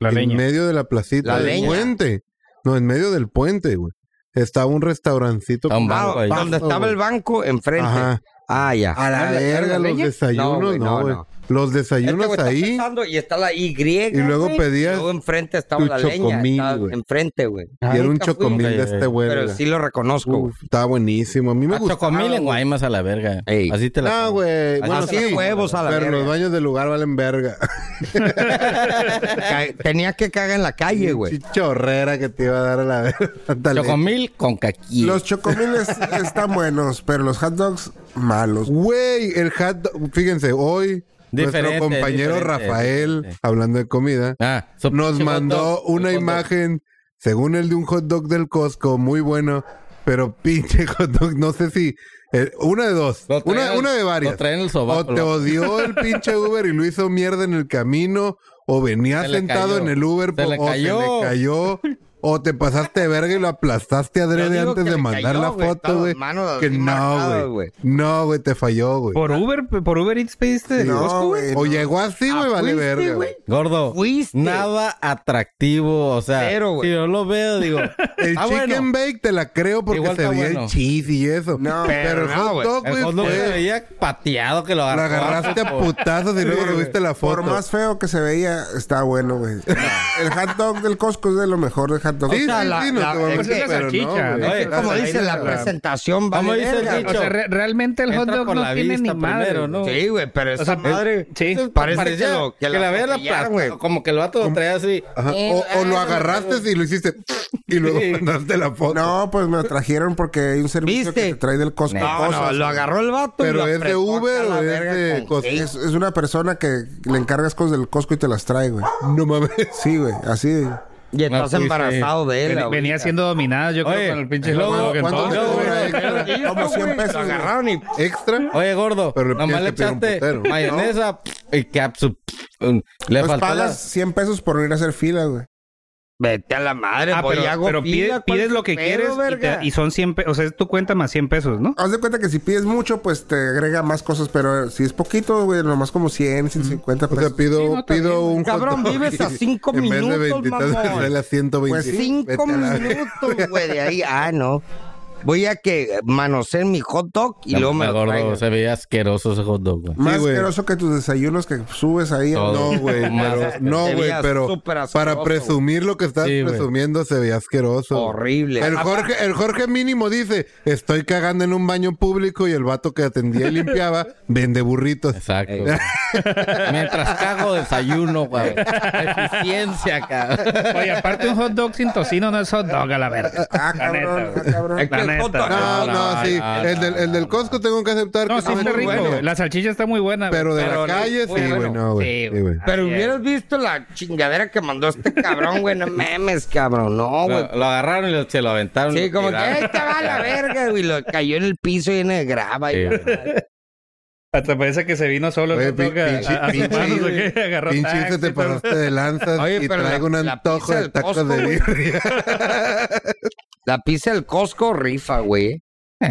La en leña. medio de la placita La del leña. puente. No, en medio del puente, güey. Estaba un restaurancito. Está un con- Ah, banco ahí. pa- donde estaba el banco, enfrente. Ajá. Ah, ya. A la la- verga, la los leña? desayunos, No, no, güey, güey. no, no. Los Este desayunos güey está ahí. pensando, y está la Y. Y luego güey, pedías y luego enfrente estaba tu la leña. chocomil, estaba güey. Enfrente, güey. Ah, Y era un Nunca fui, chocomil güey. de este güey. Pero verga. sí lo reconozco. güey. Uf, estaba buenísimo. A mí me Ah, gustaba. Chocomil en Guaymas a la verga. Ey. Así te la. Ah, güey. Así Bueno, se la sí, comen. huevos a la [laughs] pero verga. los baños del lugar valen verga. Ca- Tenías que cagar en la calle, güey. Chichorrera que te iba a dar a la verga. [laughs] Tanta leche. Chocomil con caquí. Los chocomiles están buenos, pero los hot dogs malos. Güey, el hot dog- Fíjense, hoy Diferente, nuestro compañero diferente, Rafael, diferente. hablando de comida, Ah, so- nos pinche hot mandó dog, una hot dog. imagen, según el de un hot dog del Costco, muy bueno, pero pinche [laughs] hot dog, no sé si... eh, una de dos. Lo traen Una, al- una de varias. lo traen el sobaco, o te lo- odió el pinche Uber y lo hizo mierda en el camino, o venía Se le sentado cayó. en el Uber, Se le o se cayó. le cayó. O te pasaste de verga y lo aplastaste adrede Yo digo antes que de le mandar cayó, la güey, foto, todas güey. manos Que así marcadas, no, güey. No, güey, te falló, güey. ¿Por Uber, por Uber Eats pediste de No, Costco, güey? güey. O no. llegó así, güey, Ah, vale fuiste, verga. güey. güey. Gordo. Fuiste. Nada atractivo, o sea, Cero, güey. si yo lo veo, digo, [laughs] El ah, chicken bueno, bake te la creo porque Igual se está veía bueno. el cheese y eso. No, pero el pero no, hot güey. dog, el güey, hot dog fue- se veía pateado que lo la agarró. agarraste a por- putazos y luego subiste la foto. Por más feo que se veía, está [laughs] bueno, güey. El hot dog del Costco es de lo mejor del hot dog. Sí, sí, sea, sí, la- no la- te voy a pues mentir, es este la pero no, salchicha, güey. ¿no? Es que Como Ahí dice la- la presentación, vale ¿Cómo dice el verga, dicho? O sea, re- realmente el hot Entra dog por la no tiene ni vista madre. primero, güey. ¿no? Sí, güey, pero esa O sea, madre. sí. parece Parecía que, lo- que la veía la atropellaron, aplasta- güey. como que el vato lo traía así. Ajá. O, o lo agarraste y lo hiciste y [laughs] luego Sí. mandaste la foto. No, pues me lo trajeron porque hay un servicio ¿Viste? que te trae del Costco No, cosas. no, lo güey. agarró el vato. y Pero lo es de apretó Uber acá o la es verga de con- este Costco. Es, es una persona que le encargas cosas del Costco y te las trae, güey. No mames. Sí, güey, así. Y estás sí, sí. embarazado de él. Venía, ahorita. siendo dominada, yo creo, Oye, con el pinche luego, hot dog, ¿cuánto entonces, te güey. cobra Güey, extra? ¿qué era? Como 100 pesos, Lo güey. agarraron y. ¿Extra? Oye, gordo, Pero le nomás le tienes que pedir un echaste putero. mayonesa y capsu. Le Pues faltó la- pagas 100 pesos por ir a hacer fila, güey. Vete a la madre, Ah, voy pero, y hago pero pide- fila, ¿cuál pides lo que pedo, quieres y te- verga? y, son 100 pesos. O sea, es tu cuenta más 100 pesos, ¿no? Haz de cuenta que si pides mucho, pues te agrega más cosas, pero si es poquito, güey, nomás como 100, 150 O pesos. sea, pido, Sí, no, también, pido güey. un pues, Cabrón, hot dog vives [laughs] a y- cinco En vez de minutos, 23, [laughs] mamón. sale a 120. Pues Vete Cinco a la verga. minutos, güey, de ahí. Ah, no. Voy a que manosear mi hot dog y No, luego me lo gordo, traigan. se veía asqueroso ese hot dog, güey. Más Sí, güey. asqueroso que tus desayunos que subes ahí. Todo. No, [laughs] güey, Más pero- asqueroso. no, Se güey, veía pero súper asqueroso, para presumir lo que estás Sí, güey. presumiendo se veía asqueroso. Horrible. El Jorge, el Jorge mínimo dice, estoy cagando en un baño público y el vato que atendía [laughs] y limpiaba vende burritos. Exacto. güey. Mientras cago desayuno, güey. Eficiencia, cabrón. Oye, aparte un hot dog sin tocino no es hot dog a la verga. Ah, La cabrón, neta, ah, cabrón. Es que La el hot neta. dog- No, no, no, sí. no, el del, no, el del no. Costco tengo que aceptar No, que sí no está es muy rico. bueno, güey. La salchicha está muy buena. güey. Pero de la no calle, es muy sí, güey, bueno. no, güey, Sí, sí, güey. Pero Así es. hubieras visto la chingadera que mandó este cabrón, güey. No memes, cabrón. No, güey. Lo, lo agarraron y lo- se lo aventaron. Sí, como que, Tiraron. ¡ay, te va la verga! güey, lo cayó en el piso lleno de grava. Sí, y güey. Hasta parece que se vino solo Güey, el hot dog a- pinche- a- a sus pinche- manos, ¿o qué? Agarró Pinche este taxi, irse te todo. pasaste de lanzas Oye, y pero la- traigo un la antojo pizza de del tacos Costco, de güey. birria. La pizza del Costco rifa, güey.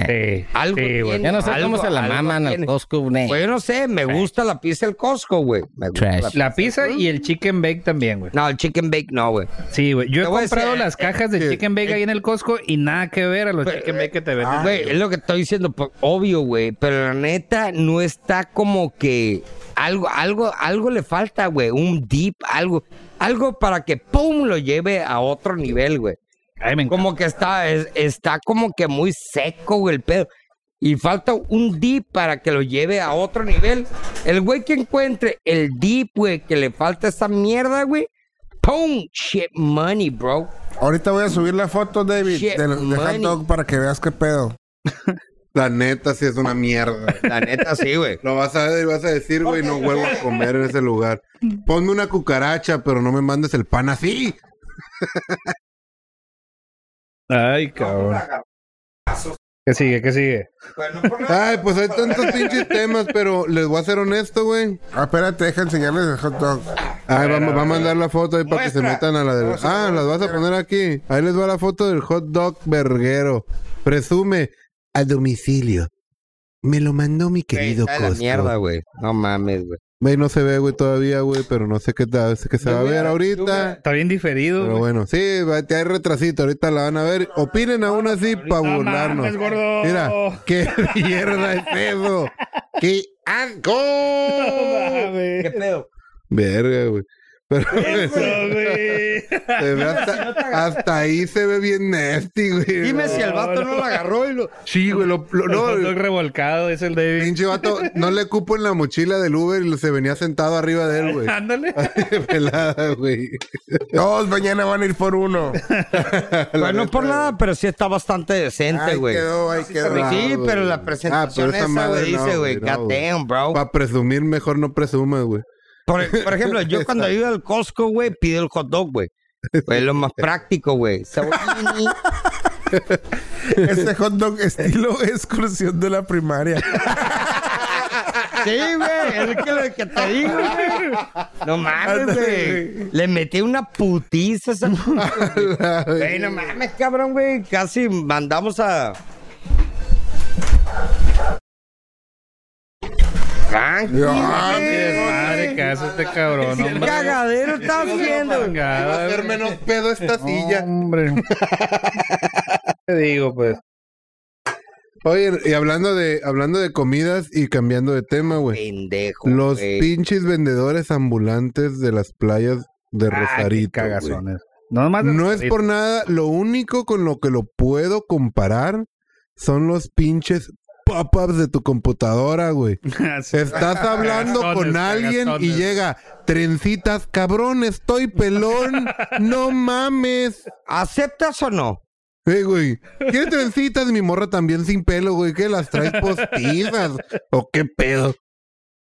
Sí, Algo sí, güey. tiene. Ya no sé Algo- cómo se la algo maman al tiene. Costco, güey. Pues yo no sé, me gusta la pizza del Costco, güey. Me gusta Trash. la- La pizza y el chicken bake también, güey. No, el chicken bake no, güey. Sí, güey. Yo he Te voy a comprado decir, las cajas de eh, chicken bake ahí en el Costco y nada que ver a los Pero, chicken bake que te Ah, venden. Güey, es lo que estoy diciendo, po- obvio, güey. Pero la neta no está como que algo, algo, algo le falta, güey. Un dip, algo, algo para que pum lo lleve a otro nivel, güey. Ay, me encanta. Como que está, es- está como que muy seco, güey, el pedo. Y falta un dip para que lo lleve a otro nivel. El güey que encuentre el dip, güey, que le falta esa mierda, güey. ¡Pum! Shit money, bro. Ahorita voy a subir la foto, David, Shit, del de hot money. dog para que veas qué pedo. La neta sí es una mierda. La neta, sí, güey. Lo vas a ver y vas a decir, güey, no vuelvo a comer en ese lugar. Ponme una cucaracha, pero no me mandes el pan así. Ay, cabrón. ¿Qué sigue? ¿Qué sigue? Ay, pues hay tantos pinches temas, pero les voy a ser honesto, güey. Ah, espérate, deja enseñarles el hot dog. Ay, va, va a mandar la foto ahí para que se metan a la del... Ah, las vas a poner aquí. Ahí les va la foto del hot dog verguero. Presume a domicilio. Me lo mandó mi querido Está de la Costco. mierda, güey. No mames, [laughs] güey. Güey, no se ve, güey, todavía, güey, pero no sé qué tal, sé que se va a ver ahorita. Está bien diferido. Pero güey. bueno, sí, va- te hay retrasito, ahorita la van a ver. Opinen aún así para No burlarnos. mames, gordo. Mira, qué [laughs] mierda es eso. ¡Qué asco! Ah, güey. pedo? Verga, güey. Pero Eso, güey. se ve hasta, hasta ahí se ve bien nasty, güey. Dime si el vato no lo agarró y lo. Sí, güey, lo, lo- El hot no, dog revolcado es el el David. pinche vato no le cupo en la mochila del Uber y se venía sentado arriba de [laughs] él, güey. [laughs] Ándale. Pelada, güey. Todos mañana van a ir por uno. Pues no por nada, pero sí está bastante decente, Ahí güey. quedó, ahí quedó. Sí, güey. pero Ah, la pero presentación esa esa, madre güey, no, dice, güey, güey, no, "God güey. damn, bro. Para presumir, mejor no presumas, güey. Por, por ejemplo, [laughs] yo cuando iba al Costco, güey, pido el hot dog, güey. Pues es lo [laughs] más práctico, güey. Cebollini. Ese hot dog estilo excursión de la primaria. Sí, güey, es que lo que te digo, güey. No mames, güey. Le metí una putiza a esa. Güey, no mames, cabrón, güey. Casi mandamos a. Tranqui, Ya, güey. Madre, ¿qué hace este cabrón, El hombre? cagadero está haciendo. güey. Va a Chingada, hacer menos pedo esta silla. Hombre. [laughs] Te digo, pues. Oye, y hablando de, hablando de comidas y cambiando de tema, güey. Pendejo. Los güey. pinches vendedores ambulantes de las playas de Ah, qué Rosarito. güey. cagazones. No, nomás de No es Rosarito. por nada, lo único con lo que lo puedo comparar son los pinches pop-ups de tu computadora, [laughs] güey. Estás hablando Ah, Cagazones, con alguien cagazones. y llega, trencitas, cabrón, estoy pelón, no mames. ¿Aceptas o no? Eh, güey, ¿qué trencitas? Mi morra también sin pelo, güey, que las traes postizas. ¿O qué pedo?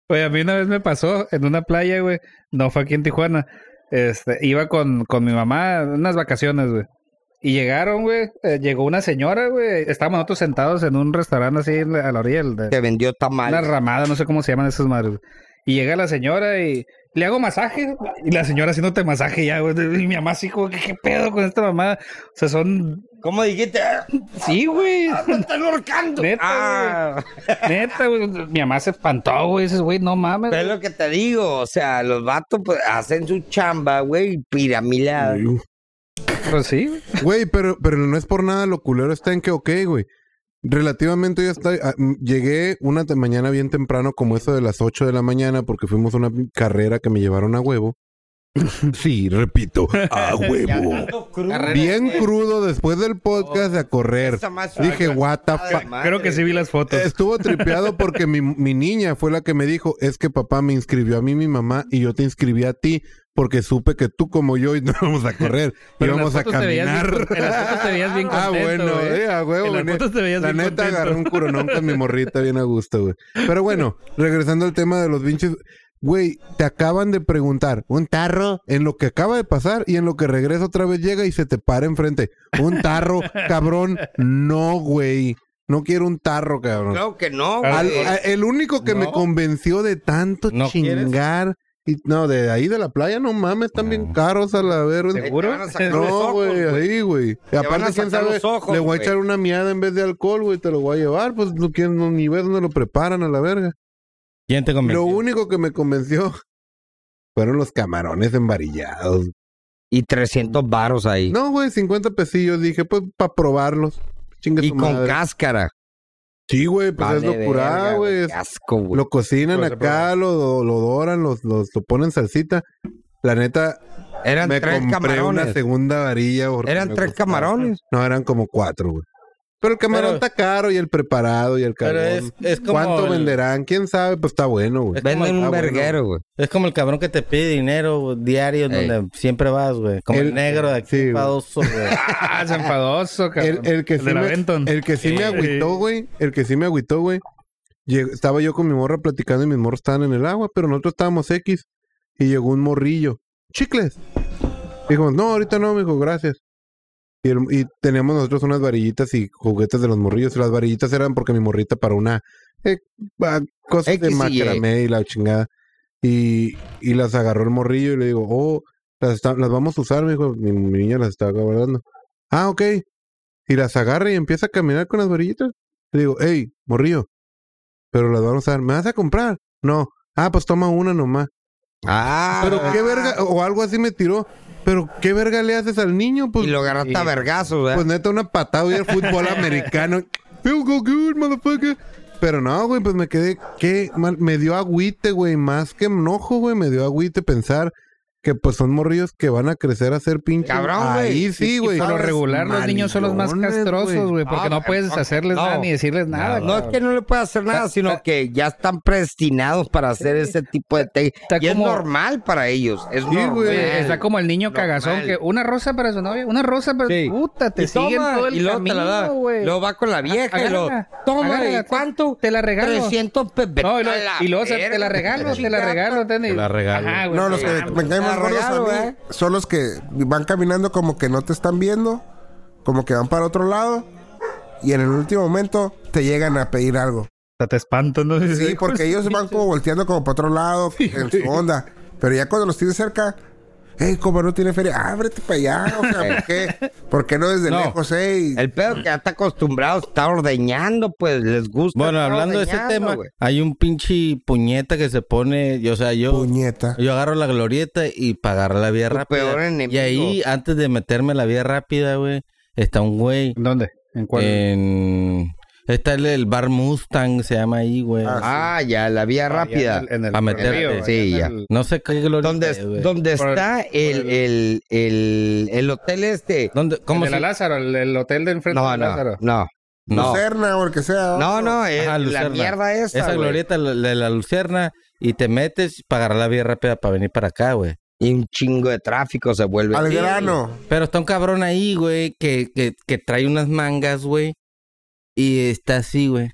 Oye, a mí una vez me pasó en una playa, güey. No fue aquí en Tijuana. Este, iba con, con mi mamá en unas vacaciones, güey. Y llegaron, güey. eh, llegó una señora, güey. Estábamos nosotros sentados en un restaurante así en la- a la orilla del, de- Te vendió una tamal. ramada, no sé cómo se llaman esas madres. güey. Y llega la señora y le hago masaje. Y la señora haciéndote masaje ya, güey. Y mi mamá así como, que, ¿qué pedo con esta mamada? O sea, son... ¿Cómo dijiste? ¡Ah, [laughs] Sí, güey. ¡Me están ahorcando! [laughs] Neta, Ah. Neta, güey. Mi mamá se espantó, güey. Dices, güey, no mames. Pero es lo que te digo, o sea, los vatos pues, hacen su chamba, güey, piramilada. Pues sí, güey. Güey, pero, pero no es por nada lo culero está en que, ok, güey. Relativamente yo estoy, ah, mm, llegué una te- mañana bien temprano, como eso de las 8 de la mañana, porque fuimos a una pi- carrera que me llevaron a huevo. [laughs] Sí, repito, a huevo. [laughs] Bien crudo después del podcast a correr. Esa Oh, más suave. Dije, what the Madre, fuck. madre. Creo que sí vi las fotos. [laughs] Estuvo tripeado porque mi, mi niña fue la que me dijo, es que papá me inscribió a mí, mi mamá, y yo te inscribí a ti, porque supe que tú como yo no íbamos a correr, [laughs] Pero en íbamos las a fotos te veías bien caminar. con- en las fotos te veías bien Ah, contento, bueno, güey. eh, a huevo, En las ne- fotos te veías La bien neta contento. agarré un curonón con mi morrita bien a gusto, güey. Pero bueno, regresando al tema de los pinches, güey, te acaban de preguntar, un tarro, en lo que acaba de pasar y en lo que regresa otra vez llega y se te para enfrente. Un tarro, cabrón, no, güey. No quiero un tarro, cabrón. Claro que no, Al- güey. a- el único que me No. convenció de tanto ¿No chingar. Y, no, de ahí de la playa, no mames, están bien caros a la verga. ¿Seguro? Te van a sacar los No, ojos, güey, güey. ahí, güey. Y van a aparte, quién sacar sabe, los ojos, le voy a güey. echar una miada en vez de alcohol, güey, te lo voy a llevar. Pues no, quién, no, ni ves dónde lo preparan a la verga. ¿Quién te Lo convenció? único que me convenció [laughs] fueron los camarones embarillados. Y 300 varos ahí. No, güey, 50 pesillos. Dije, pues, para probarlos. Chingue y su con madre. cáscara. Sí, güey, pues Vale, es verga, locura, güey. es Qué asco, güey. Lo cocinan Pero se acá, lo, lo doran, los, los, lo ponen salsita. La neta, Eran me tres compré una camarones. segunda varilla. porque Eran me tres gustaba. camarones. No, eran como cuatro, güey. Pero el camarón Pero- está caro y el preparado y el Pero carbón. es, es como ¿Cuánto el- venderán? ¿Quién sabe? Pues está bueno, güey. Es como Venden el- un ah, bueno. verguero, güey. Es como el cabrón que te pide dinero diario Ey. donde siempre vas, güey. Como el, El- negro de aquí, sí, güey. [laughs] padoso, [laughs] güey. [laughs] Ah, es enfadoso, El, cabrón. el que sí de la me, Benton. el que sí me Sí. agüitó, güey. El que sí me agüitó, güey. Lleg- Estaba yo con mi morra platicando y mis morros estaban en el agua, pero nosotros estábamos X. Y llegó un morrillo. ¡Chicles! Dijo, no, ahorita no, mijo, gracias. Y, el- y teníamos nosotros unas varillitas y juguetes de los morrillos. Y las varillitas eran porque mi morrita para una eh, ah, cosa de X y Y. macramé y la chingada. Y, y las agarró el morrillo y le digo, oh, las, está- las vamos a usar, mijo. Mi, mi niña las estaba guardando. Ah, ok. Y las agarra y empieza a caminar con las varillitas. Le digo, hey, morrillo, pero las vamos a usar. ¿Me vas a comprar? No. Ah, pues toma una nomás. Ah, Pero qué verga, o algo así me tiró. Pero qué verga le haces al niño, pues. Y lo agarraste a vergazos, güey. Pues neta, una patada y el fútbol americano. Feel go good, motherfucker. Pero no, güey, pues me quedé, qué mal. Me dio agüite, güey, más que enojo, güey. Me dio agüite pensar que pues son morrillos que van a crecer a ser pinches. Cabrón, güey. Ahí sí, güey. Por lo regular, los niños son los más Maligones, castrosos, güey. Porque No, no puedes no, hacerles no. nada ni decirles nada. No es cabrón. que no le pueda hacer nada, sino que ya están predestinados para hacer ese tipo de te- Está Y es como- normal para ellos. Es güey, normal. Sí, Está como el niño Normal. cagazón que una rosa para su novia, una rosa para... Sí. Puta, te Y siguen toma, todo el y luego te la da. camino, güey. Luego va con la vieja y luego, Agárrala, toma, agárrala, ¿y ¿cuánto? te la regalo. 300 pesos. No, y, lo- A la y luego se- verga, te la regalo, te la chingada. regalo, Te Te la regalo. Ajá, güey. No, los que Ah, me caen está más gordos a regado, mí ¿eh? son los que van caminando como que no te están viendo, como que van para otro lado y en el último momento te llegan a pedir algo. hasta te espantas, ¿no? Sí, pues, porque ellos van como volteando como para otro lado en su onda. Pero ya cuando los tienes cerca, hey, como no tiene feria, ábrete para allá. O sea, ¿por qué? ¿Por qué no [laughs] desde No. lejos, hey? El pedo que ya está acostumbrado, está ordeñando, pues les gusta. Bueno, estar hablando de ese ordeñando, tema, güey. hay un pinche puñeta que se pone, y, o sea, yo Puñeta. yo agarro la glorieta y para agarrar la vía Tu rápida. peor enemigo. Y ahí antes de meterme a la vía rápida, güey, está un güey ¿Dónde? ¿En cuál? Eh, en está el, el bar Mustang se llama ahí, güey. Ah, Ah, ya, la vía Ah, ya rápida. En el, en el- Pa' en el meterte. río, allá Sí, en ya. el- No sé qué glorieta, Donde, güey. donde Por el- está el, el, el, el hotel este. ¿Dónde- cómo el de se la Lázaro, el, el hotel de enfrente No, de no, Lázaro. no. No, Lucerna o el que sea. no, no, es la Ajá, Lucerna. mierda esa. esa güey. glorieta la- la de la Lucierna y te metes para agarrar la vía rápida para venir para acá, güey. Y un chingo de tráfico se vuelve. Al grano. Pero está un cabrón ahí, güey, que, que, que trae unas mangas, güey. Y está así, güey.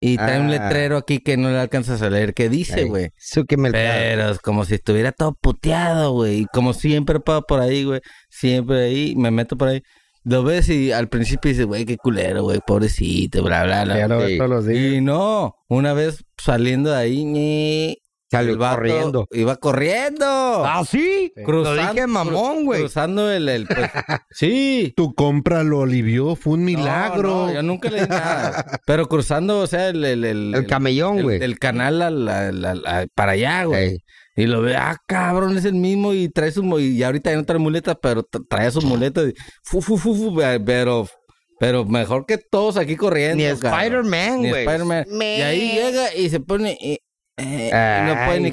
Y trae un Ah. letrero aquí que no le alcanzas a leer qué dice, Ey, güey. Súqueme el pedo. Pero es como si estuviera todo puteado, güey. Y como siempre pago por ahí, güey. Siempre ahí, me meto por ahí. Lo ves y al principio dices, güey, qué culero, güey, pobrecito, bla, bla, Que Ya bla. lo ves Sí. todos los días. Y no, una vez saliendo de ahí, ñe, Salió el vato ¡Oh! corriendo. Iba corriendo. ¿Ah, sí? Cruzando- Lo dije mamón, güey. Cruzando el... el [laughs] pues, sí. Tu compra lo alivió, fue un milagro. No, no, yo nunca le di nada. Pero cruzando, o sea, el... El, el, El camellón, el- güey. el canal al- al- al- al- para allá, güey. Ey. Y lo ve, ah, cabrón, es el mismo y trae su... mu- Y ahorita hay otra muleta, pero tra- trae su muleta. y fu, fu, fu, fu, pe- pero... Pero mejor que todos aquí corriendo. Ni cabrón. Spider-Man, Ni güey. Spider-Man. Y ahí llega y se pone... eh, eh, y no Ay, puede hijo ni de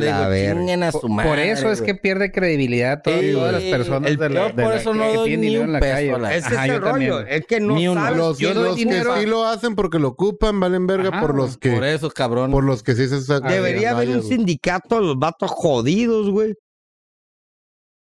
la digo, verga. chinguen a su madre, Por eso es güey. que pierde credibilidad todas, Sí, todas las güey. personas El- de la, yo de por la- eso que- no que doy tienen ni dinero un en la peso calle. a la- Ese Ajá, es yo el rollo. también. Es que no Ni uno. sabes. Los, Yo doy los que dinero a- sí lo hacen porque lo ocupan, valen verga Ajá, por los que Por eso, cabrón. por los que sí se sacan. Debería haber un sindicato de los vatos jodidos, güey.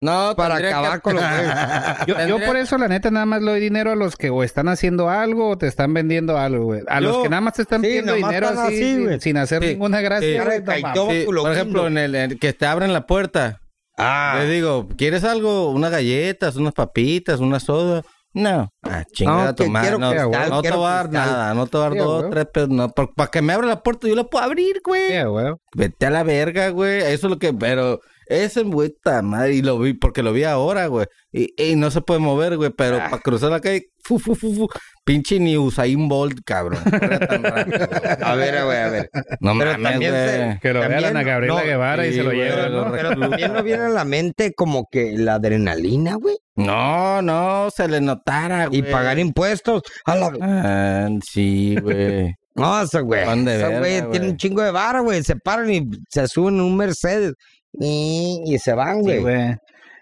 No, Para tendría que- acabar [laughs] con los güeyes. [laughs] Yo, yo por eso, la neta, nada más le doy dinero a los que o están haciendo algo o te están vendiendo algo, güey. A los Yo- que nada más te están sí, pidiendo nomás dinero están así, así, sin- güey. sin, hacer Sí, ninguna gracia. sí. güey, no Cara de mames. caitón. Sí, culo por ejemplo, en guindo. el, en que te abren la puerta, Ah. le digo, ¿quieres algo? ¿Unas galletas, unas papitas, una soda? No. Ah, chingada No, que pues, tu madre, quiero No, cristal, no te quiero voy a dar cristal. nada, no te voy a dar Sí, dos, güey. tres pesos. No, para que me abra la puerta yo la puedo abrir, güey. Sí, güey. Vete a la verga, güey. Eso es lo que... Pero ese güey, ta madre, y lo vi, porque lo vi ahora, güey. Y, y no se puede mover, güey, pero Ah. para cruzar la calle, fu, fu, fu, fu. Pinche ni Usain Bolt, [laughs] cabrón. Corre tan rápido, güey. A ver, güey, a ver. No Pero mames, también se- güey. Que lo También, vean a Gabriela no, Guevara y sí, se lo güey, llevan. lo ¿no? re- Pero también no viene a la mente como que la adrenalina, güey. No, no, se le notara, güey. Y pagar impuestos. A la... Ah, sí, güey. No, ese güey. Son de Ese verga, güey güey. tiene un chingo de vara, güey. Se paran y se suben en un Mercedes. Y, y se van, Sí, güey. güey.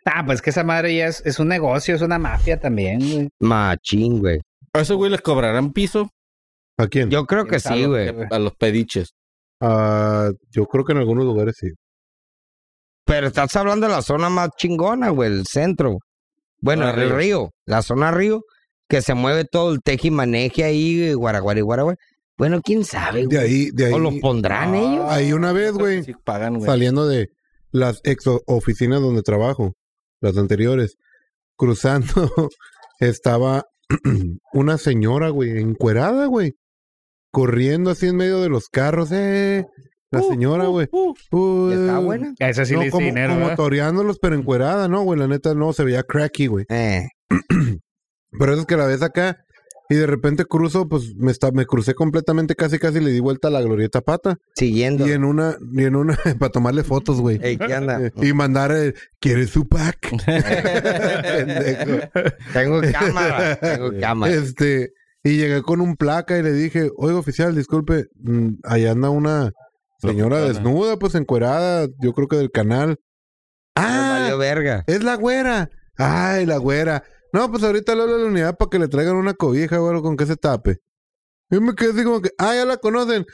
Ah, pues que esa madre ya es, es un negocio, es una mafia también, güey. Machín, güey. [laughs] ¿A esos güey les cobrarán piso? ¿A quién? Yo, Yo creo que sí, güey. A los pediches. Ah, yo creo que en algunos lugares sí. Pero estás hablando de la zona más chingona, güey, el centro. Bueno, Ah, el río. río. la zona río, que se mueve todo el tejimaneje ahí, güey, guaraguari, guaraguari. Bueno, quién sabe, De güey. ahí, de ahí. Ah, ¿O los pondrán ellos? Ahí una vez, güey. Sí pagan, güey. saliendo de las ex o- oficinas donde trabajo, las anteriores, cruzando, [laughs] estaba [clears throat] una señora, güey, encuerada, güey, corriendo así en medio de los carros, eh, la uh, señora, güey. ¿Y Uh, ¿Está buena? A esa sí le No, hice como, dinero, ¿eh? como ¿verdad? toreándolos, pero encuerada, no, güey, la neta no, se veía cracky, güey. Eh, Pero eso es que la ves acá y de repente cruzo, pues me, está, me crucé completamente, casi casi le di vuelta a la glorieta pata. siguiendo. Y en una, y en una, [laughs] para tomarle fotos, güey. Ey, ¿qué onda? Eh, Y mandar el, ¿quieres su pack? Pendejo. [laughs] tengo cámara, tengo cámara. Este, y llegué con un placa y le dije, oiga oficial, disculpe, mm, allá anda una señora Locutora. desnuda, pues encuerada, yo creo que del canal. Me Ah, valió verga. es la güera. Ay, la güera. No, pues ahorita le hablo a la unidad para que le traigan una cobija o algo con que se tape. Yo me quedé así como que, ah, ya la conocen.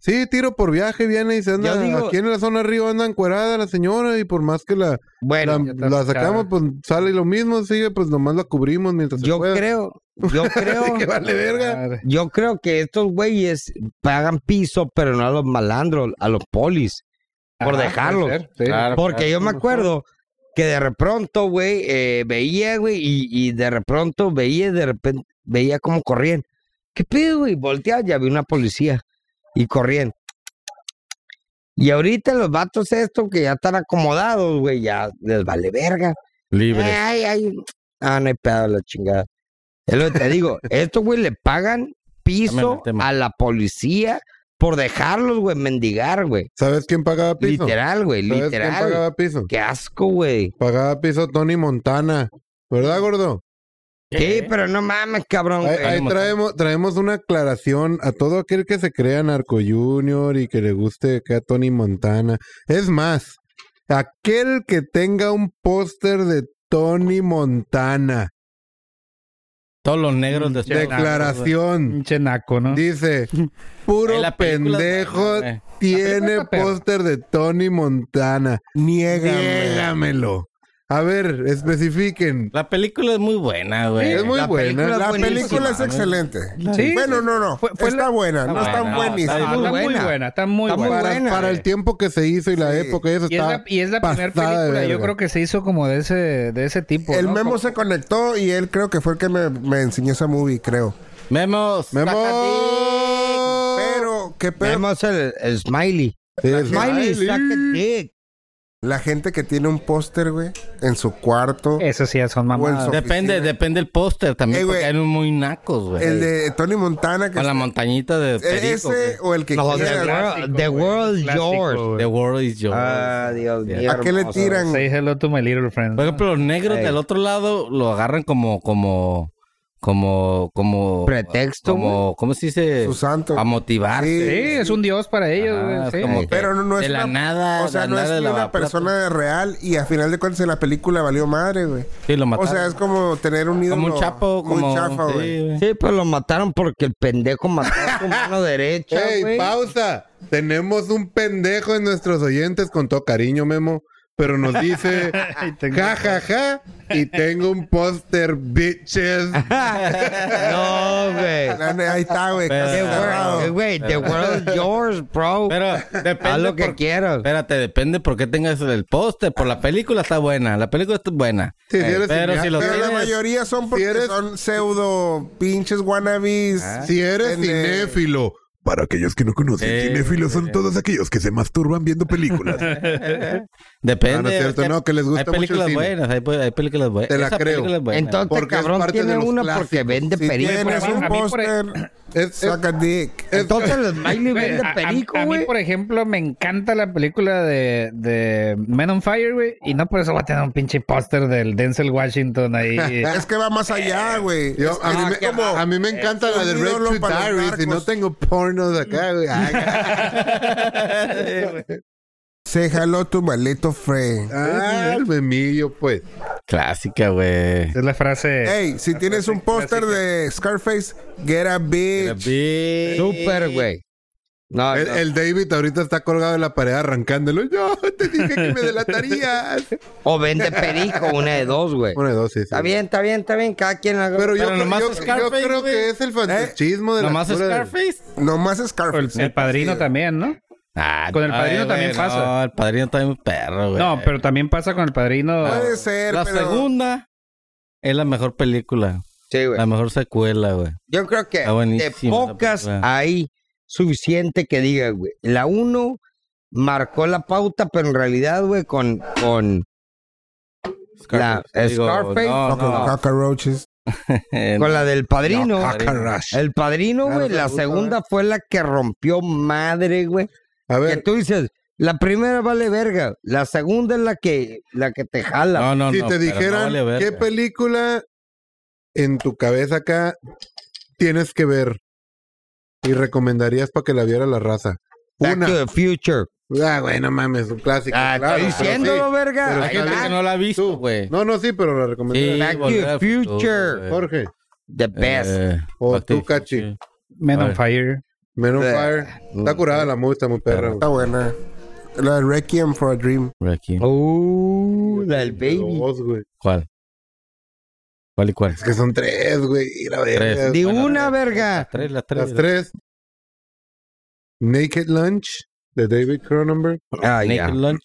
Sí, tiro por viaje, viene y se anda. Yo digo- aquí en la zona de río anda encuerada la señora y por más que la Bueno, la, la sacamos, pues sale lo mismo, sigue, pues nomás la cubrimos mientras se yo pueda. creo, [laughs] yo creo, [laughs] que vale verga. Madre. yo creo que estos güeyes pagan piso, pero no a los malandros, a los polis, por Ajá, dejarlos. puede ser, sí. Porque yo me acuerdo que de repronto, güey, eh, veía, güey, y, y de repronto veía, de repente, veía cómo corrían. ¿Qué pedo, güey? Volteaba, ya vi una policía. y corrían. Y ahorita los vatos estos que ya están acomodados, güey, ya les vale verga. Libre. Ay, ay. Ah, no hay pedo la chingada. Es lo que te digo. Estos, güey, le pagan Cámbiame piso el tema. a la policía por dejarlos, güey, mendigar, güey. ¿Sabes quién pagaba piso? Literal, güey, ¿Sabes quién literal. pagaba piso? Qué asco, güey. Pagaba piso Tony Montana. ¿Verdad, gordo? Sí, pero no mames, cabrón. Ahí, güey. ahí traemos, traemos una aclaración a todo aquel que se crea narco junior y que le guste acá Tony Montana. Es más, aquel que tenga un póster de Tony Montana. Todos los negros de Declaración. Pinche naco, ¿no? Dice, puro Ahí Eh, la película- pendejo Eh. tiene está perra. póster de Tony Montana. Niégame. Niégamelo. A ver, especifiquen. La película es muy buena, güey. Es muy la película buena. es La La buenísima. película es Ah, ¿no? excelente. Sí. Bueno, no, no. Fue- fue está la- buena. No buena, está no, buenísima. está Está muy buena. buena. está muy Está muy buena. para, buena, para eh. el tiempo que se hizo y la Sí. época, eso Y es está la, y es la primera pasada de película, yo verga. creo que se hizo como de ese, de ese tipo. El ¿no? Memo se conectó y él creo que fue el que me, me enseñó esa movie, creo. Memos. ¡Memo! Pero, qué pedo. Vemos el, el smiley. Sí, es- Smiley, Smiley. suck a dick. La gente que tiene un póster, güey, en su cuarto. Eso sí, ya son Buen mamadas. so- Depende, Oficina. depende el póster también, Eh, güey. porque hay unos muy nacos, güey. el de Tony Montana, que Con la es- montañita de perico, ese o el que No, quiera, de güey. The world yours. güey. The world is yours. Ah, Dios Sí. mío. ¿A qué le hermoso. tiran? Say hello to my little friend. Por ejemplo, los negros Ey. del otro lado lo agarran como, como, como, como. Pretexto, Como, ¿cómo se dice? Su santo. A Sí, motivarse. es un dios para ellos, güey. Ah, sí. como que Pero no, no de es la una- nada. O sea, de no la es nada de una lavaplatos. persona real y a final de cuentas en la película valió madre, güey. Sí, lo O mataron. sea, es como tener un ídolo. como un chapo, muy como. chafa, sí, güey. [laughs] Sí, pero lo mataron porque el pendejo mató a su mano derecha, Ey, güey. pausa. Tenemos un pendejo en nuestros oyentes con todo cariño, Memo. Pero nos [laughs] dice, ja, ja, ja, y tengo un póster, bitches. No, güey. La ne- Ahí está, güey. Pero- casi The cerrado. world, güey, the world is yours, bro. Pero Haz depende. lo que por- quieras. Espérate, depende por qué tengas el póster. Por la película está buena. La película está buena. Sí, si eres pero cineasta- si lo Pero la tienes- mayoría son porque eres- son pseudo pinches wannabes. Ah, Si eres Depende. cinéfilo. Para aquellos que no conocen, Eh, cinéfilos son todos aquellos que se masturban viendo películas. Depende. Ah, no es cierto, hay- no, que les gusta Hay mucho el películas cine. buenas, hay, hay películas buenas. Te la Esa creo. película es buena. Entonces, Porque es cabrón, parte de tiene los una clásicos. porque vende Si perico. tienes a mí, un a mí por- [clears throat] póster, Es, es- saca dick. Entonces, el Smiley Güey, vende a- a- perico, a, mí, güey. por ejemplo, me encanta la película de, de Men on Fire, güey. Y no por eso va a tener un pinche póster del Denzel Washington ahí. Es que va más allá, güey. Eh, yo- Es a, que- mí es me, como- a mí me encanta es la de un Red ídolo True para los Diaries y no narcos. tengo pornos acá, [laughs] güey. Ay, Se jaló tu maldito friend. ah, el memillo, pues. [laughs] Clásica, güey. es la frase. Hey, eh, si tienes un póster de Scarface, get a bitch. Súper, güey. No, Ah, El, no. el David ahorita está colgado de la pared arrancándolo. Yo te dije que me [laughs] delatarías. O vende perico, una de dos, güey. Bueno, dos, sí, sí. Está bien, está bien, está bien. Cada quien haga. Pero, yo, Pero nomás yo- yo Scarface, creo güey. que es ¿Eh? el fantasismo de la Nomás cultura del- Scarface. Nomás o el, Scarface. el padrino también, ¿no? Ah, Con el ay, padrino también güey, pasa. No, el padrino también es perro, güey. No, pero también pasa con el padrino. Puede ser, La pero segunda es la mejor película. Sí, güey. La mejor secuela, güey. Yo creo que Está de buenísima la pocas película. hay suficiente que diga, güey. La uno marcó la pauta, pero en realidad, güey, con, con La- Digo, Scarface. no, Cock- no. cockroaches. Con la del padrino. Cacarrash. el padrino, Claro, güey. me la gusta, segunda fue la que rompió madre, güey. A Que ver, tú dices, la primera vale verga. La segunda es la que, la que te jala. No, no, si no, te pero no dijeran vale verga. qué película en tu cabeza acá tienes que ver y recomendarías para que la viera la raza. Back Una. to the Future. Ah, güey, no mames, un clásico. Ah, claro, estoy pero diciéndolo, sí. verga. Pero Ahí Hay está está. gente que no la ha visto, Tú. güey. No, no, sí, pero la recomendaría. Sí, Back to Volver the al futuro, Future. güey. Jorge, The best. Eh, O Back to tú, the Future. Cachi. Men Ay. on Fire. Men on Eh. Fire. Está curada la movie, está muy perra. güey. Está buena. La de Requiem for a Dream. Rocky. Uh, la del baby. Dos, güey. ¿Cuál? ¿Cuál y cuál? Es que son tres, güey. y La verga. Tres. De Bueno, eh, una verga. Las tres, las tres. Las tres. Naked Lunch de David Cronenberg. Ah, eh, Naked ya. Lunch.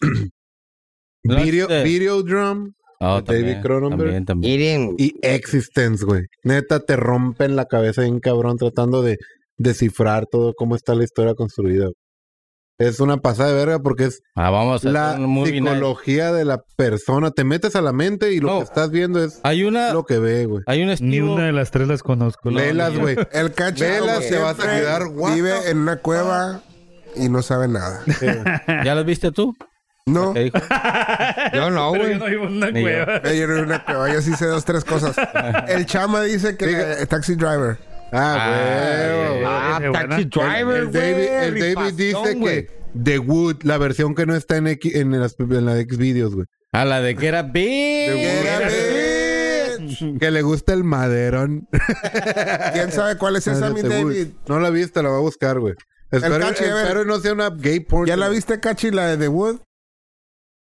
Lunch Video, de- Video Drum Oh, de David también, Cronenberg. También, también. [laughs] Miren, y Existence, güey. Neta, te rompen la cabeza bien cabrón tratando de descifrar todo cómo está la historia construida. Es una pasada de verga porque es Ah, vamos a la hacer un movie night. psicología de la persona. Te metes a la mente y lo No. que estás viendo es Hay una, lo que ve, güey. hay un Ni estilo. una de las tres las conozco. No, Velas, ni- güey. [laughs] El cacho Velas, como te vas a siempre, quedar, what Vive the en una cueva y no sabe nada. ¿Ya las viste tú? No, ¿Qué dijo? Yo no, Pero güey. yo no vivo en una Ni yo. cueva. yo no vive en una cueva, yo sí sé dos, tres cosas. El chama dice que el taxi driver. Ah, güey. güey. Ah, Ese, buena. Taxi Driver, El David, el güey, ripastón, David dice güey. que The Wood, la versión que no está en, X- en, las- en la de Xvideos, güey. A la de que era Big. Get a bitch. Que le gusta el maderón. ¿Quién sabe cuál es esa, mi Ah, The Wood. David? No la viste, la va a buscar, güey. Espero, Cachi, a ver. espero no sea una gay porn. ¿Ya la viste, Cachi, la de The Wood?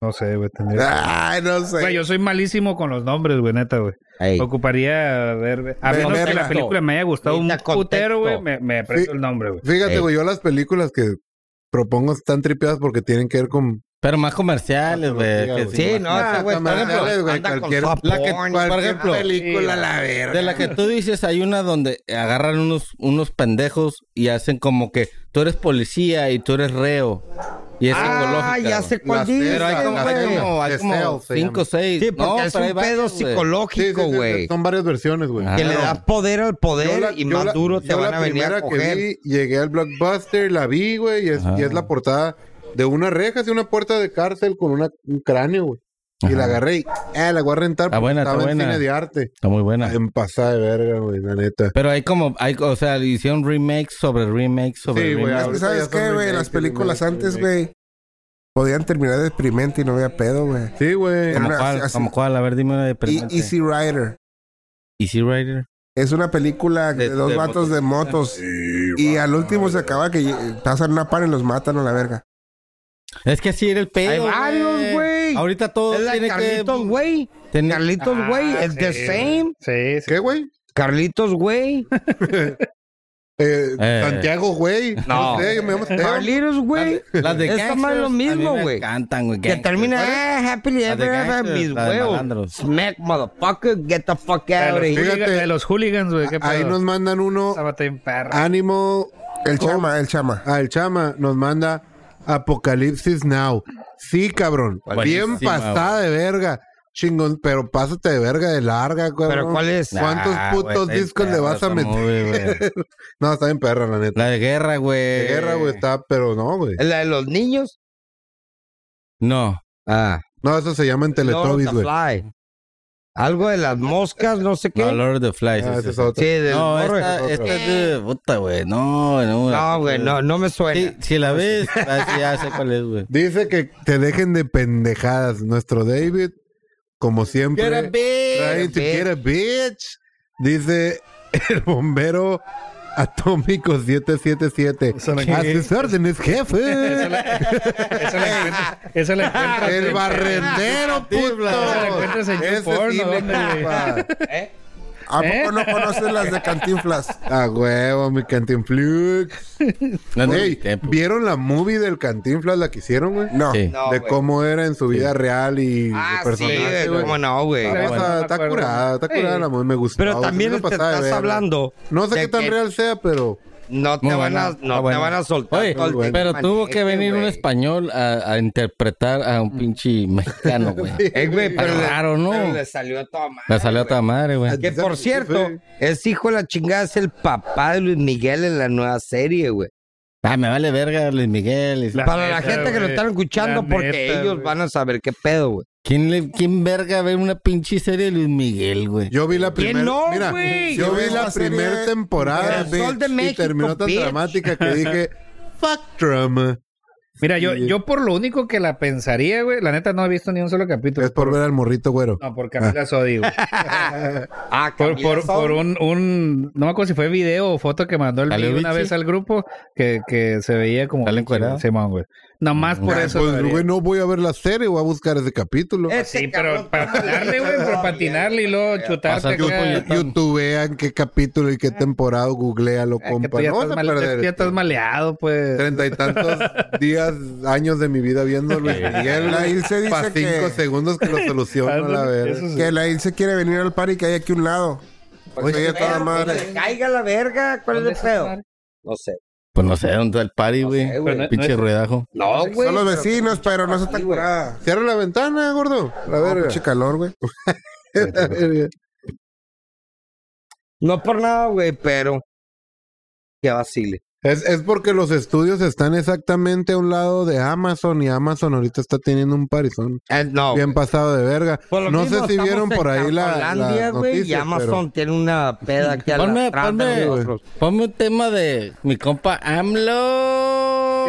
No sé, güey. Ah, tendría- Ay, no Güey, sé. yo soy malísimo con los nombres, güey, neta, güey. Ocuparía ver. A Ve- menos que verla. la película me haya gustado un Necesita putero, güey. contexto. Me, me aprieto el nombre, güey. Fíjate, Eh. Ey. güey, yo las películas que propongo están tripeadas porque tienen que ver con... Pero más comerciales, güey. que Sí, Sí, más- no, ese güey. Ah, comerciales, güey, anda con cualquier- soft la que- porn. Por ejemplo, película, la verga. De la que tú dices, hay una donde agarran unos, unos pendejos y hacen como que tú eres policía y tú eres reo. Y es Ah, psicológica, ya güey. sé cuál Las dice, Pero hay como, La hay serie, güey. como, hay The como Cell se cinco o llama. seis. Sí, porque No, es pero hay un pedo varias, güey. Sí, sí, psicológico, sí, sí, güey. Son varias versiones, güey. Ah, Que le Claro. da poder al poder la- y yo más la- duro te yo van la a venir a primera coger. Ah. que vi, llegué al Blockbuster, la vi, güey, y es, y es la portada de una reja, de una puerta de cárcel con una, un cráneo, güey. Y la agarré y eh, la voy a rentar Está buena, está estaba en buena. cine de arte. Está muy [laughs] buena. En pasada de verga, güey, la neta. Pero hay como, hay, o sea, le hicieron remakes sobre remakes sobre Sí, güey, remakes. Es ahorita que, ya ¿Sabes son qué, güey? remakes, Las películas remakes, antes, güey, podían terminar deprimente y no había pedo, güey. Sí, güey. Era ¿Como una- cuál? así- ¿Como cuál? A ver, dime una de Y presente. Easy Rider. Easy Rider. Es una película de, De- dos de vatos de motos. Y al último se acaba que lle- pasan una par y los matan a la verga. Es que así era el pedo. Hay varios, güey. Ahorita todo Es la tiene Carlitos, que. güey. tener- Carlitos, güey. Ah, Es the sí, same. Sí, sí. ¿Qué, güey? Carlitos, güey. Eh, Eh. Santiago, güey. No. sé, yo me llamo Esteban. Carlitos, güey. [laughs] Las de Esta madre es lo gangsters, mismo, a mí me güey. encantan, güey. Que gangsters. termina, ah, happily ¿Eh? La de ever after, gangsters, mis la de huevos. malandros. Smack, motherfucker, get the fuck out of De los, here. Fíjate. hooligans, de los hooligans, güey. ¿Qué Ahí pedo? nos Ah, mandan uno. Esa batalla en perra. Ánimo. El chama, el chama. Al chama nos manda Apocalipsis Now. Sí, cabrón. Buenísima, Bien pasada de verga. Chingón, pero pásate de verga de larga, cabrón. Pero ¿cuál es? ¿Cuántos Ah, putos güey, discos le vas a esa meter? movie, güey. no, está bien perra, la neta. La de guerra, güey. De guerra, güey, está, pero no, güey. La de los niños. No. Ah. No, eso se llama en Lord Teletubbies, of the güey. Fly. Algo de las moscas, no sé qué. No, Lord of the Flies. Ah, esa es es esa. otra. Sí, del no, morro. esta, esta es de. Puta, güey. No, no. No, güey, no, no me eh, Sí, suena. Si, la ves, así ya sé cuál es, güey. Dice que te dejen de pendejadas. Nuestro David, como siempre. Trying to bitch. get a bitch. Dice el bombero atómico 777. Eso no A sus órdenes, jefe. Esa la encuentras- esa la encuentras El en- barrendero, puto. Esa la encuentras en Ese YouPorn, sí ¿o me dónde, güey? ocupa. ¿A poco ¿Eh? no conoces las de Cantinflas? A huevo, mi Cantinflux. No, no, Ey, tiempo. ¿vieron la movie del Cantinflas, la que hicieron, güey? No. Sí. No, de güey. cómo era en su vida real y Ah, de sí, personaje, güey, güey. cómo no, güey. Está, bueno, no me está acuerdo. curada, está curada Sí. la movie, me gustó. Pero güey, también es te una pasada de estás verga. hablando. No sé de qué tan que real sea, pero No te Muy van a, buena, no muy te buena. van a soltar. Oye, todo el tiempo, pero tuvo que maneje, venir un güey. español a, a interpretar a un pinche mexicano, [laughs] güey. Eh, güey, pero, le- Claro, ¿no? pero le salió a toda madre, La salió a güey. toda madre, güey. Que por cierto, es hijo de la chingada, es el papá de Luis Miguel en la nueva serie, güey. Ah, me vale verga Luis Miguel. y- La- Para la neta, gente que lo güey. están escuchando, La porque neta, ellos güey. van a saber qué pedo, güey. ¿Quién, le, ¿Quién verga ve una pinche serie de Luis Miguel, güey? Yo vi la ¿Quién primera. no, mira, güey? yo vi Yo la la serie primera temporada El Sol de bitch, México, y terminó tan bitch. dramática que [laughs] dije, fuck drama. Mira, yo, Sí. yo por lo único que la pensaría, güey, la neta no he visto ni un solo capítulo. Es por ver al morrito güero. No, por Camila Sodi, güey. Ah, Por, por, por un, un, no me acuerdo si fue video o foto que mandó el ¿Salió video una Vichy? vez al grupo que, que se veía como... ¿Sale encuerado? Simón, güey. Nomás por Ah, eso. lo pues, vería. güey, no voy a ver la serie, voy a buscar ese capítulo. pues Sí, pero para patinarle, güey, por patinarle y luego chutarte. Pasa el acá. tuyo. Ah, Eh, Youtubean qué capítulo y qué temporada, googlealo, Eh. que tú compa. ya, No vas estás a mal- perder. este ya estás maleado, pues. Treinta y tantos [laughs] días, años de mi vida viendo Luis Miguel. La Ilse dice pa' cinco que- segundos que lo soluciono, la Eso verdad. sí. Que la se quiere venir Pues al par y que hay aquí un lado. Pues oye, toda madre. Caiga la verga, ¿cuál es el pedo? No sé. Pues no sé dónde está el party, No güey. sé, güey. Pero no- Pinche no es- ruedajo. No, güey. Son los pero- vecinos, pero no se está Ahí, güey. curada. Cierra la ventana, gordo. La No, verga. pinche calor, güey. La verga. No por nada, güey, pero. Que vacile. [laughs] Es, es porque los estudios están exactamente a un lado de Amazon y Amazon ahorita está teniendo un parizón Eh, no. bien pasado de verga. Por lo No mismo sé si estamos vieron en por ahí la, Cartolandia, la güey, y noticia, Amazon tiene una [laughs] peda aquí a Ponme, la ponme, ponme un tema de mi compa AMLO.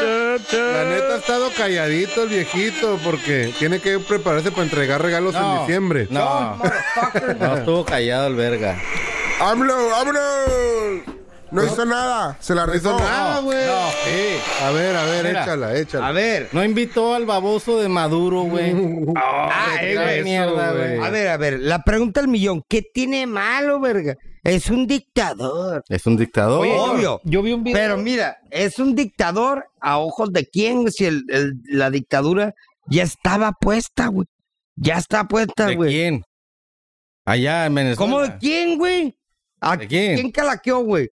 pero la neta ha estado calladito el viejito porque tiene que prepararse para entregar regalos en diciembre. No, no estuvo callado el verga. ¡AMLO! ¡AMLO! No hizo nada. Se la No hizo rizó. nada, Ah, güey. sí. A ver, a ver, Mira. échala, échala. A ver, No invitó al baboso de Maduro, güey. ah, eh, güey, Qué mierda, güey. a ver, a ver, la pregunta del millón, ¿qué tiene malo, verga? Es un dictador. [laughs] Es un dictador. Oye, Obvio. Yo vi un video. Pero mira, es un dictador a ojos de quién, güey? si el- el- la dictadura ya estaba puesta, güey. Ya está puesta, ¿De güey. quién? Allá en Venezuela. ¿Cómo de quién, güey? ¿A ¿De quién? quién calaqueó, güey?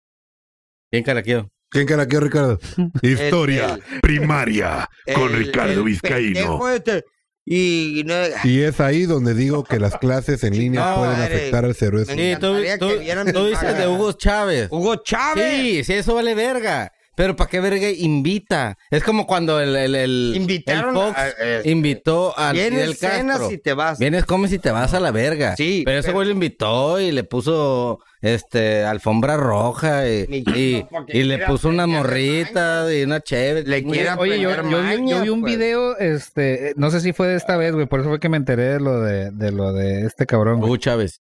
¿Quién caraqueo? ¿Quién [laughs] caraqueó, Ricardo? Historia primaria con El- Ricardo el Vizcaíno. pendejo este. Y no, Y es ahí donde digo que las clases en línea Este. No, pueden madre. afectar al cerebro. Me Sí, tú, encantaría tú- que vieran mi [laughs] tú dices cara. de Hugo Chávez. Hugo Chávez. Sí, sí, eso vale verga. Pero ¿para qué verga invita? Es como cuando el, el, el, Invitaron el Fox a- eh, invitó al Fidel Vienes, Castro. cenas y te vas. Vienes, comes y te vas a la verga. Sí, Pero ese pero- güey lo invitó y le puso este alfombra roja y, Ni- y- porque y le quiera puso una aprender morrita y una chévere. Le Muy- quiera Oye, yo, yo aprender vi- yo mañas, vi un pues. video, este, eh, no sé si fue de esta vez, güey, por eso fue que me enteré de lo de, de lo de este cabrón, güey. Hugo Chávez.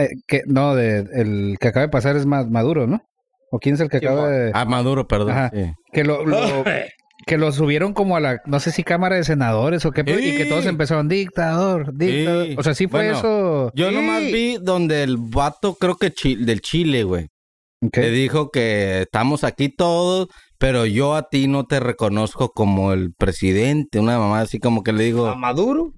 Eh, que, no, de el que acaba de pasar es Ma- Maduro, ¿no? ¿O quién es el que acaba de...? Ah, Maduro, perdón. Eh. Ajá. sí. Que lo, lo- que lo subieron como a la, no sé si Cámara de Senadores o qué, pedo, y que Sí. todos empezaron, dictador, dictador. O sea, sí fue Bueno, eso. Yo Sí. nomás vi donde el vato, creo que chi- del Chile, güey. Ok. Le dijo que estamos aquí todos, pero yo a ti no te reconozco como el presidente. Una mamá así como que le digo. ¿A Maduro?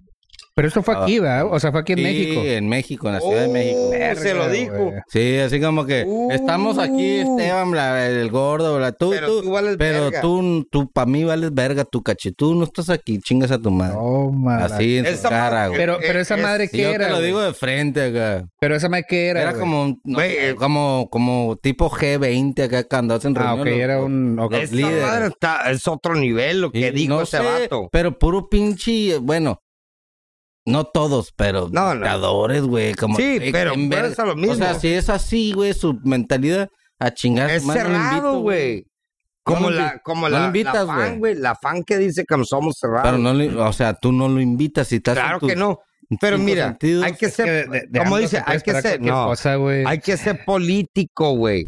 Pero eso fue aquí, ¿verdad? O sea, fue aquí en "Sí, México. En México, en la Ciudad de México. Oh, se lo Verga, dijo. güey. Sí, así como que Uh. estamos aquí, Esteban, bla, el gordo, bla, tú, Pero tú, tú vales pero verga. tú, tú, para mí vales verga, tu cachetú, no estás aquí, chingas a tu madre. No, mala- así en su Esa madre- cara, güey. Pero, pero esa Es- madre Sí, que yo era. te lo güey? digo de frente acá. Pero esa madre que era. Era güey? como, un- no Güey, sé, eh. como, como tipo G20 acá cuando hacen Ah, ok, reuniones. era un. ok. Esta líderes. madre está, es otro nivel lo que Y dijo no ese sé, vato. Pero puro pinche, bueno, no todos, pero No, no. dictadores, güey. como- Sí, eh, pero en ver- vuelves a lo mismo. O sea, si es así, güey, su mentalidad a chingar. a su Es madre, no invito, cerrado, güey. Como No lo la, invi- como no la, lo invitas, la güey. fan, güey. La fan que dice que somos cerrados. Pero no, le- o sea, tú no lo invitas si estás en claro tus que no. Pero cinco mira, sentidos. hay que Es que ser, de- de como ambos dice, se puede hay que esperar ser, cualquier no, cosa, güey. hay que ser político, güey.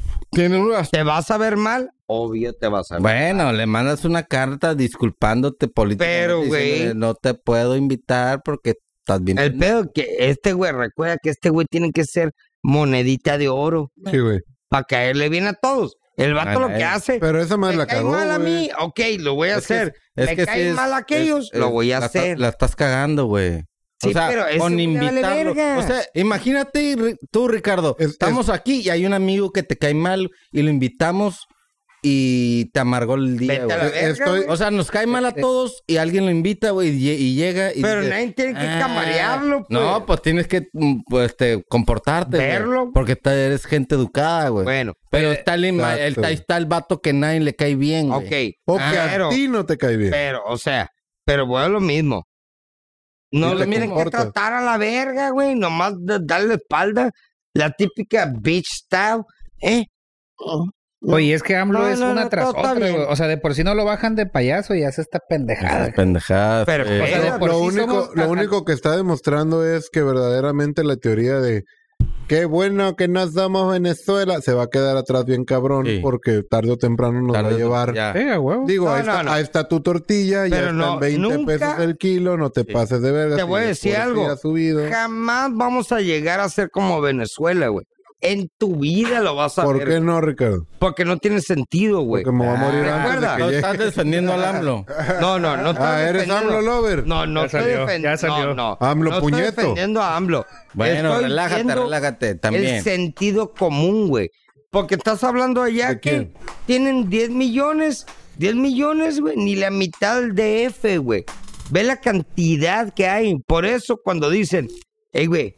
¿Te vas a ver mal? Obvio te vas a ver. Bueno, le mandas una carta disculpándote políticamente. Pero, diciéndole, güey. No te puedo invitar porque estás bien. El pedo que este güey, recuerda que este güey tiene que ser monedita de oro Sí, güey. para caerle bien a todos. El vato Ah, lo no, que eh. hace, Pero esa madre me la cae cagó. mal a güey. mí, ok, lo voy a Es que- hacer. es me que cae sí es- mal a aquellos, es- lo voy a la ta- hacer. La estás cagando, güey. Sí, o sea, pero ese con güey le vale invitarlo. verga. O sea, imagínate Ri- tú, Ricardo, Es- estamos aquí y hay un amigo que te cae mal y lo invitamos y te amargó el día, Vete a la güey. verga, estoy- güey. O sea, nos cae mal a todos y alguien lo invita, güey, y, lle- y llega y Pero dice, nadie tiene que "Ah, camarearlo, pues". No, pues tienes que mm, pues, este, comportarte, güey, Verlo. porque te- eres gente educada, güey. Bueno, pero está el, ima- el- exacto. ahí está el vato que nadie le cae bien, güey. ok. O que pero, a ti no te cae bien. pero, o sea, pero voy a lo mismo. No Sí, lo te tienen que comportas. tratar a la verga, güey. Nomás de- darle la espalda. La típica bitch style. ¿Eh? Oye, es que AMLO No, es no, una no, tras todo está otra, güey. bien. O sea, de por sí no lo bajan de payaso y hace esta Ah, pendejada. Esas pendejadas. Pero, eh. O sea, de Pero por lo sí único, somos- lo único que está demostrando es que verdaderamente la teoría de qué bueno que nos damos Venezuela se va a quedar atrás bien cabrón Sí. porque tarde o temprano nos va Tarde- a llevar. ya. Eh, güey. Digo, No, ahí, no, está, no. ahí está tu tortilla, ya Pero están no, 20 nunca- pesos el kilo, no te pases de verga. Te si voy a el decir puro sí algo. Ha subido. Jamás vamos a llegar a ser como Venezuela, güey. en tu vida lo vas a ¿Por ver. qué no, Ricardo? Porque no tiene sentido, güey. [laughs] Porque me voy a morir Ah, antes de recuerda. que No llegue. estás defendiendo al AMLO. No, no, no. [laughs] estoy Ah, ¿eres defendiendo- AMLO Lover? No, no Ya estoy salió, defen- ya salió. No, no. AMLO No estoy puñeto. defendiendo a AMLO. Bueno, Estoy relájate, viendo relájate El también. sentido común, güey. Porque estás hablando allá ¿De que quién? tienen 10 millones. 10 millones, güey. Ni la mitad del DF, güey. Ve la cantidad que hay. Por eso cuando dicen, hey, güey,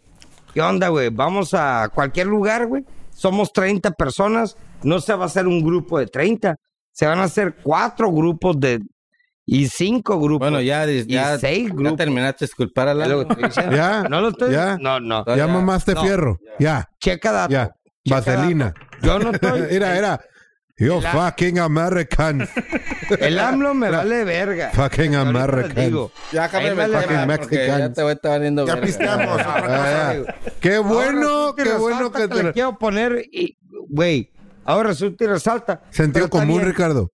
¿qué onda, güey? Vamos a cualquier lugar, güey. Somos 30 personas. No se va a hacer un grupo de 30. Se van a hacer cuatro grupos de... Y cinco grupos. Bueno, ya, dis- Y ya, seis ya grupos. terminaste de disculpar al Es lo AMLO. que estoy diciendo. Ya, No lo estoy. ya. No, no. Ya mamaste No. fierro. Ya, Checa dato. ya. Checa Vaselina. dato. Yo no [laughs] estoy. Era, era. You El a- [laughs] fucking American. El AMLO me vale verga. Fucking Ahorita American. les digo. Ya cámbiame Ahí el vale tema, verga. porque ya te voy a estar valiendo Ya verga. pisteamos. Ah, ya. Qué bueno, Ahora resulta y qué bueno resalta que te... le quiero poner. y- Güey, ahora resulta y resalta. Pero Sentido está común, bien. Ricardo.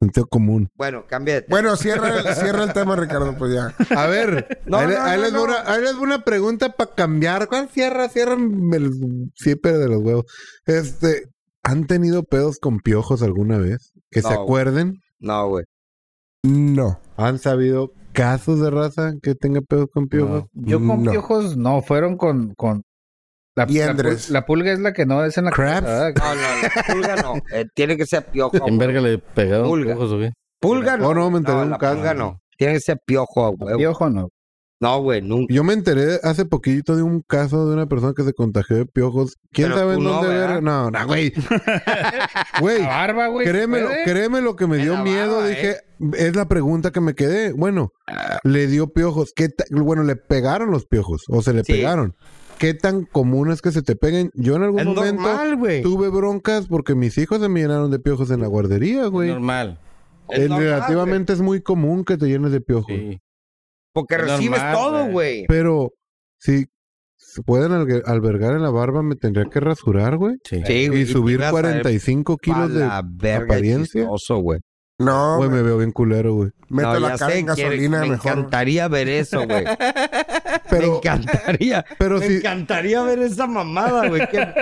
Sentido común. [laughs] Bueno, cambia de tema. Bueno, cierra el, cierra el tema, Ricardo, pues ya. A ver, No, ahí, le- no, ahí no, les va no. Una, ahí les va una pregunta para cambiar. ¿Cuál cierra? Cierran el siempre de los huevos. Este, ¿han tenido pedos con piojos alguna vez? Que se No. acuerden. No, güey. No. ¿Han sabido casos de raza que tenga pedos con piojos? Yo con No. piojos no, fueron con, con la, la, Liendres. pul- la pulga es la que no es en la Crabs. Ah, No, cabeza. no, la pulga no. Eh, tiene que ser piojo. ¿En verga le pegaron Pulga. ojos o qué? Pulga no. Oh, no, me enteré de un la caso. pulga no. Tiene que ser piojo, güey. Piojo no. No, güey, nunca. Yo me enteré hace poquito de un caso de una persona que se contagió de piojos. ¿Quién Pero sabe tú en no, dónde ¿verdad? Ah, ver? No, [laughs] no, güey. Güey, La barba, güey. créeme, lo- puede. créeme lo que me En dio pues, la eh. miedo. barba, dije, es la pregunta que me quedé. Bueno, Ah. le dio piojos. ¿Qué ta- bueno, le pegaron los piojos o se le Sí. pegaron. ¿Qué tan común es que se te peguen? Yo en algún Es momento normal, güey. tuve broncas porque mis hijos se me llenaron de piojos en la guardería, güey. Normal. Es Eh, normal, güey. relativamente es muy común que te llenes de piojos. Sí. Porque es recibes normal, todo, güey. güey. Pero si se pueden algue- albergar en la barba, me tendría que rasurar, güey. Sí. Sí, Y subir te vas a ver 45 pa' kilos de... la verga apariencia. chistoso, güey. [laughs] No, Güey, me veo bien culero, güey. meto No, la ya cara sé, en quiere- gasolina me mejor. encantaría ver eso, [laughs] güey. me Pero, [laughs] pues encantaría. pero me si... encantaría ver esa mamada, güey. [laughs] que-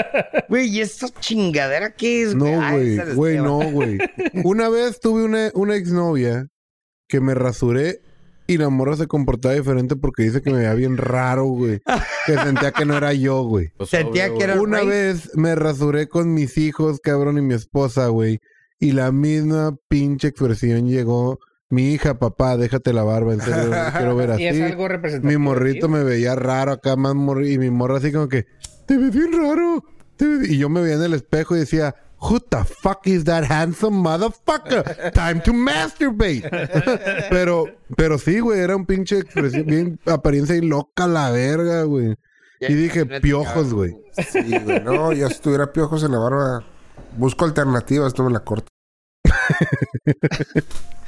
Güey, ¿y esa chingadera qué es, No, Ah, güey, esa es güey, Esteban. no, güey. Una vez tuve una, una exnovia que me rasuré y la morra se comportaba diferente porque dice que me veía bien raro, güey. Que sentía que no era yo, güey. Pues Sentía obvio, que era Una rape. vez me rasuré con mis hijos, cabrón, y mi esposa, güey. Y la misma pinche expresión llegó. Mi hija, papá, déjate la barba, en serio, no quiero ver así. Y es algo representativo. Mi morrito me veía raro acá, más morri- Y mi morra así como que, te ves bien raro. te ves-". Y yo me veía en el espejo y decía, Who the fuck is that handsome motherfucker? Time to masturbate. [laughs] pero, pero sí, güey, era un pinche expresión, bien apariencia y loca la verga, güey. Y dije, piojos, güey. Sí, güey, no, ya si tuviera piojos en la barba, busco alternativas, no me la corto.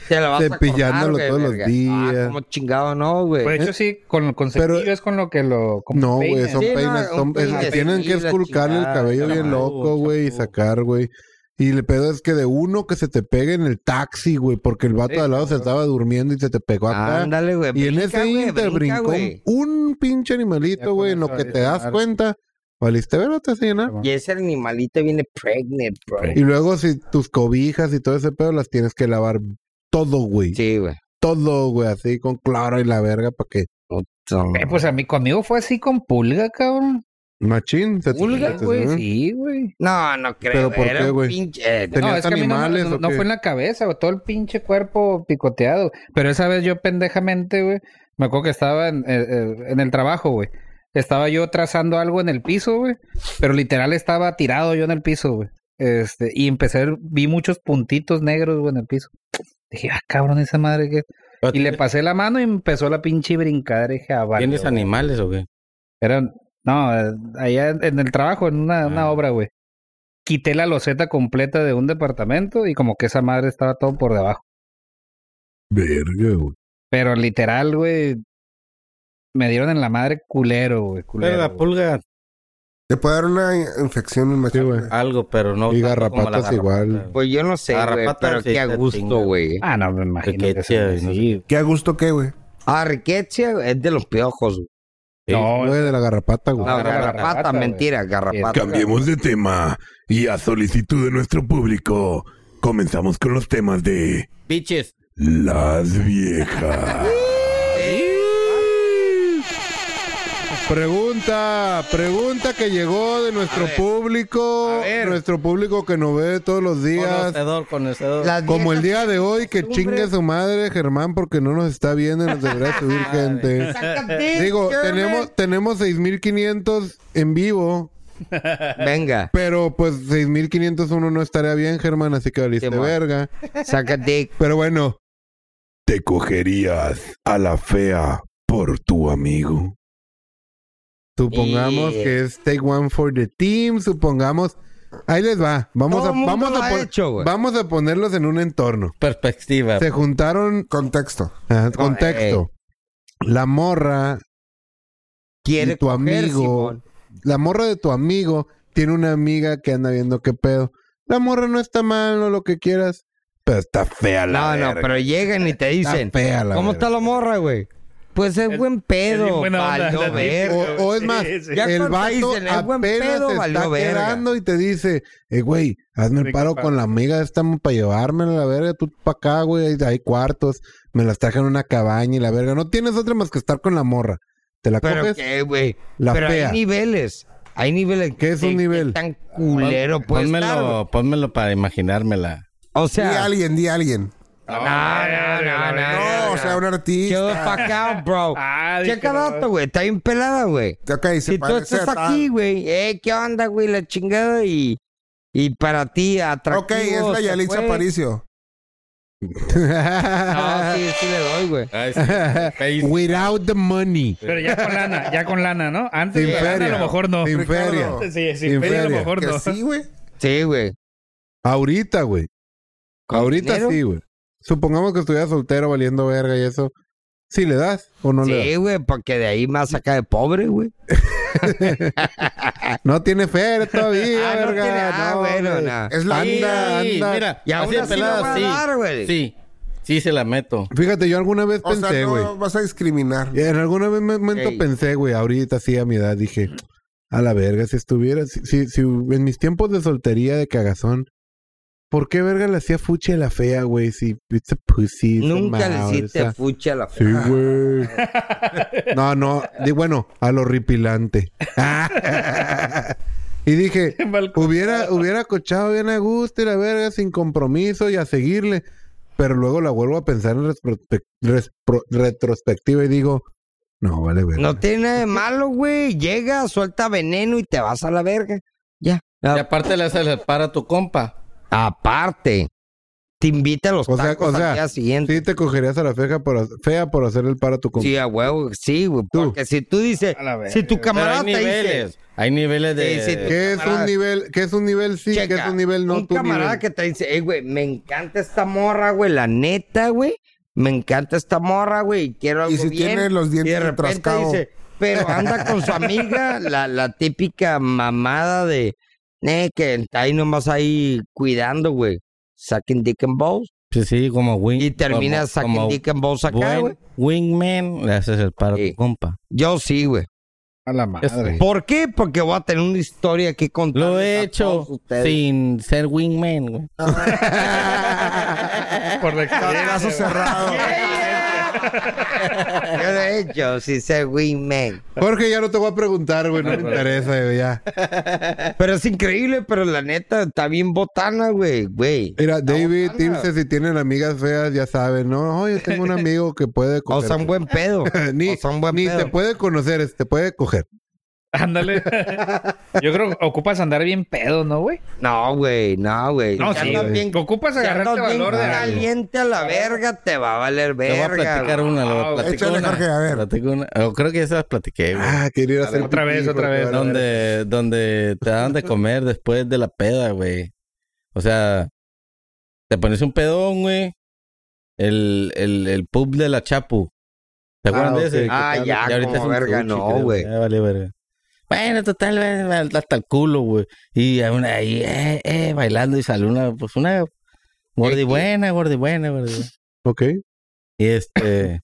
Te la vas a cortar, Cepillándolo güey, todos los verga. Ah, días. como chingado, no, güey. Pues, Por hecho, sí, con, con ¿eh? Pero- cepillo es con lo que lo. con No, güey, peines. son Sí, no, peines. un son- es- peine, tienen que sí, la esculcarle el chingada, cabello bien champú, loco, güey, y champú. sacar, güey. Y el pedo es que de uno que se te pegue en el taxi, güey, porque el vato Sí, de al lado se cabrón. Ah. estaba durmiendo y se te pegó acá. Ándale, güey. y en brinca, ese güey, inter brinca, brincó güey. un pinche Ya animalito, güey, en con lo eso que es te das ganar. cuenta. Valiste, ¿verdad? Te llena. Y ese animalito viene pregnant, bro. Y luego si tus cobijas y todo ese pedo las tienes que lavar todo, güey. Sí, güey. Todo, güey, así con cloro y la verga para que Eh, pues a mí, conmigo fue así con pulga, cabrón. machín se te- Pulga, se te- güey. ¿eh? Sí, güey. No, no creo. ¿Pero güey, por era qué, un güey? pinche- eh, ¿Tenías no, es que a mí no- animales no, o no qué? fue en la cabeza, güey, todo el pinche cuerpo picoteado. Pero esa vez yo pendejamente, güey, me acuerdo que estaba en, eh, eh, en el trabajo, güey. Estaba yo trazando algo en el piso, güey. Pero literal estaba tirado yo en el piso, güey. Este, y empecé, a ver- vi muchos puntitos negros, güey, en el piso. Dije, ah, cabrón, esa madre que... Y le pasé la mano y empezó la pinche brincadera. Dije, ah, vale, ¿Tienes güey. animales o qué? Eran, no, eh, allá en, en el trabajo, en una, una Ah. obra, güey. Quité la loseta completa de un departamento y como que esa madre estaba todo por debajo. Verga, güey. Pero literal, güey, me dieron en la madre culero, güey, Pero culero. la güey. pulga, Te puede dar una in- infección en machín, Sí, güey. güey. algo, pero no. Y tanto como la garrapatas igual. garrapata. Pues yo no sé, güey, Garrapata, pero sí, qué a está gusto, chingado. güey. Ah, no, me imagino que Riquetia, sí, no sé. sí. ¿Qué a gusto qué, güey? Ah, riqueza es de los piojos. güey. No, güey, de la garrapata, güey. No, Garrapata, garrapata, güey. mentira, garrapata. Cambiemos de tema y a solicitud de nuestro público, comenzamos con los temas de Bitches. las viejas. Pregunta, pregunta que llegó de nuestro público, nuestro público que nos ve todos los días. Conocedor, conocedor. Las Como el viejas día de hoy, que chingue su madre, Germán, porque no nos está viendo y nos deberá subir gente. Zacatecas, Digo, Germán. tenemos, tenemos 6.500 en vivo, Venga, pero pues 6.501 no estaría bien, Germán, así que valiste Sí, man. verga. Zacatecas. Pero bueno, ¿Te cogerías a la fea por tu amigo? supongamos Y- que es Take One for the Team, supongamos... Ahí les va. Vamos Todo a, mundo vamos, lo a ha pon- hecho, güey. vamos a ponerlos en un entorno. Perspectiva. Se juntaron Contexto. Ajá, Eh, contexto. La morra, Quiere Y tu coger, amigo. Simón. la morra de tu amigo tiene una amiga que anda viendo qué pedo. La morra no está mal o lo que quieras, pero está fea la No, no, verga. pero llegan y te Está dicen, fea la [laughs] ¿cómo verga. está la morra, güey? Pues es, buen pedo, bien buena onda, valió la tipa. verga. O, o es más, Sí, sí. Ya el cuando vato dicen, "Es apenas buen pedo", se valió está verga. quedando y te dice, eh, güey, hazme el Rico paro pa- con la amiga esta para llevarme a la verga, tú pa' acá, güey, hay- hay cuartos, me las traje en una cabaña y la verga. No tienes otra más que estar con la morra. Te la Pero coges, qué, güey. pues, la Pero fea. hay niveles. Hay niveles. ¿Qué es un de nivel? Tan culero Pues puede estar, güey. Pónmelo, pónmelo para imaginármela. O Di sea, alguien, di alguien. no, no, no, no. No, o sea, un Chill the artista. fuck out, [laughs] bro. Ah, dije, Checa no. dato, güey. Está bien pelada, güey. Ok, se Si tú parece estás a tal. aquí, güey, eh, ¿qué onda, güey? La chingada y, y para ti atractivo. Ok, es la se Yalitza fue. Aparicio. No, sí, sí le doy, güey. Ah. Without the money. Pero ya con lana, ya con lana, ¿no? Antes Sin de lana, a feria. lo mejor no. Sin Ricardo. feria. Sí, sin, sin feria, a lo feria. mejor Que no. sí, güey. Sí, güey. Ahorita, güey. ¿Con Ahorita dinero? sí, güey. Supongamos que estuviera soltero valiendo verga y eso. ¿Sí le das o no le Sí, güey, porque de ahí más acá de pobre, güey. das? No tiene [laughs] feria todavía, Ah, no verga. tiene- ah, no, bueno, güey. nada. Es la anda, anda. Mira, Y y aún así de así lo pelada, voy a sí. dar, güey. Sí. Sí, se la meto. Fíjate, yo alguna vez O sea, Ah, pensé, güey. no vas a discriminar. En algún momento Ey. pensé, güey, ahorita sí a mi edad dije, a la verga, si estuviera, si, si, si en mis tiempos de soltería de cagazón, ¿por qué verga le hacía fuche a la fea, güey? Si it's a pussy. it's a Nunca le mouse, hiciste o sea, fucha a la Sí, güey. [laughs] No, no. Di, bueno, al horripilante. [laughs] y dije, Mal cochado. hubiera, hubiera cochado bien a gusto y la verga sin compromiso y a seguirle. Pero luego la vuelvo a pensar en retrospec- respro- retrospectiva y digo, no, vale, verga. No tiene nada de malo, güey. Llega, suelta veneno y te vas a la verga. Ya. Y aparte le haces el para tu compa. Aparte, te invita a los O sea, tacos o sea, al día siguiente. Sí te cogerías a la feja por, ha- fea por hacer el paro a tu Sí, compa. a huevo, sí, güey. Tú. Porque si tú dices, [laughs] A la verga. si tu Pero camarada hay te dice, niveles. Hay niveles de. Sí, sí, te- ¿Qué es un Camarada. nivel? ¿Qué es un nivel sí? ¿Qué checa, es un nivel no? un tu camarada nivel? que te dice, hey, güey, me encanta esta morra, güey, la neta, güey. Me encanta esta morra, güey, y quiero algo si bien. tiene los dientes y de repente trascado. dice, pero anda con su amiga, la, la típica mamada de, eh, que está ahí nomás ahí cuidando, güey. Sucking dick and balls. Sí, sí, como wing. Y termina como- sucking como dick and balls acá, buen güey. Wingman, le haces el para a Sí. tu compa. Yo sí, güey. A la madre. ¿Por qué? Porque voy a tener una historia que contar. Lo he hecho sin ser wingman, güey. Por la Caso "Ah, experiencia, güey. cerrado. [laughs] Yo lo he hecho sin ser wingman. Jorge, ya no te voy a preguntar, güey. No me No, no. interesa, güey, ya. Pero es increíble, pero la neta está bien botana, güey, güey. Mira, David, botana. Timse, si tienen amigas feas, ya saben, ¿no? Oye, tengo un amigo que puede O coger. sea, un buen pedo. [laughs] ni o sea, un buen ni pedo. te puede conocer, te puede coger. Ándale. Yo creo que ocupas andar bien pedo, ¿no, güey? No, güey, no, güey. No, Si sí, andas güey. bien- Ocupas si agarrarte andas bien valor de algo. caliente a la verga, te va a valer Te voy verga. a platicar güey. una, lo Ah, platico échale, una, Jorge, a ver. platico una. O creo que ya se las platiqué, güey. Ah, quería ir a hacer otra pipí, vez, otra porque vez. vale, ¿Dónde? vale. donde, donde te dan de comer después de la peda, güey. O sea, te pones un pedón, güey. El, el, el pub de la Chapu. ¿Te acuerdan Ah, de ok. ese? Ah, Que- ya, que ahorita como es un verga, sushi, no, creo, güey. Ya vale, verga. Bueno, total, güey, hasta el culo, güey. Y a una ahí, eh, eh, bailando y sale una, pues una gordi buena, gordi buena, gordi buena. Ok. Y este,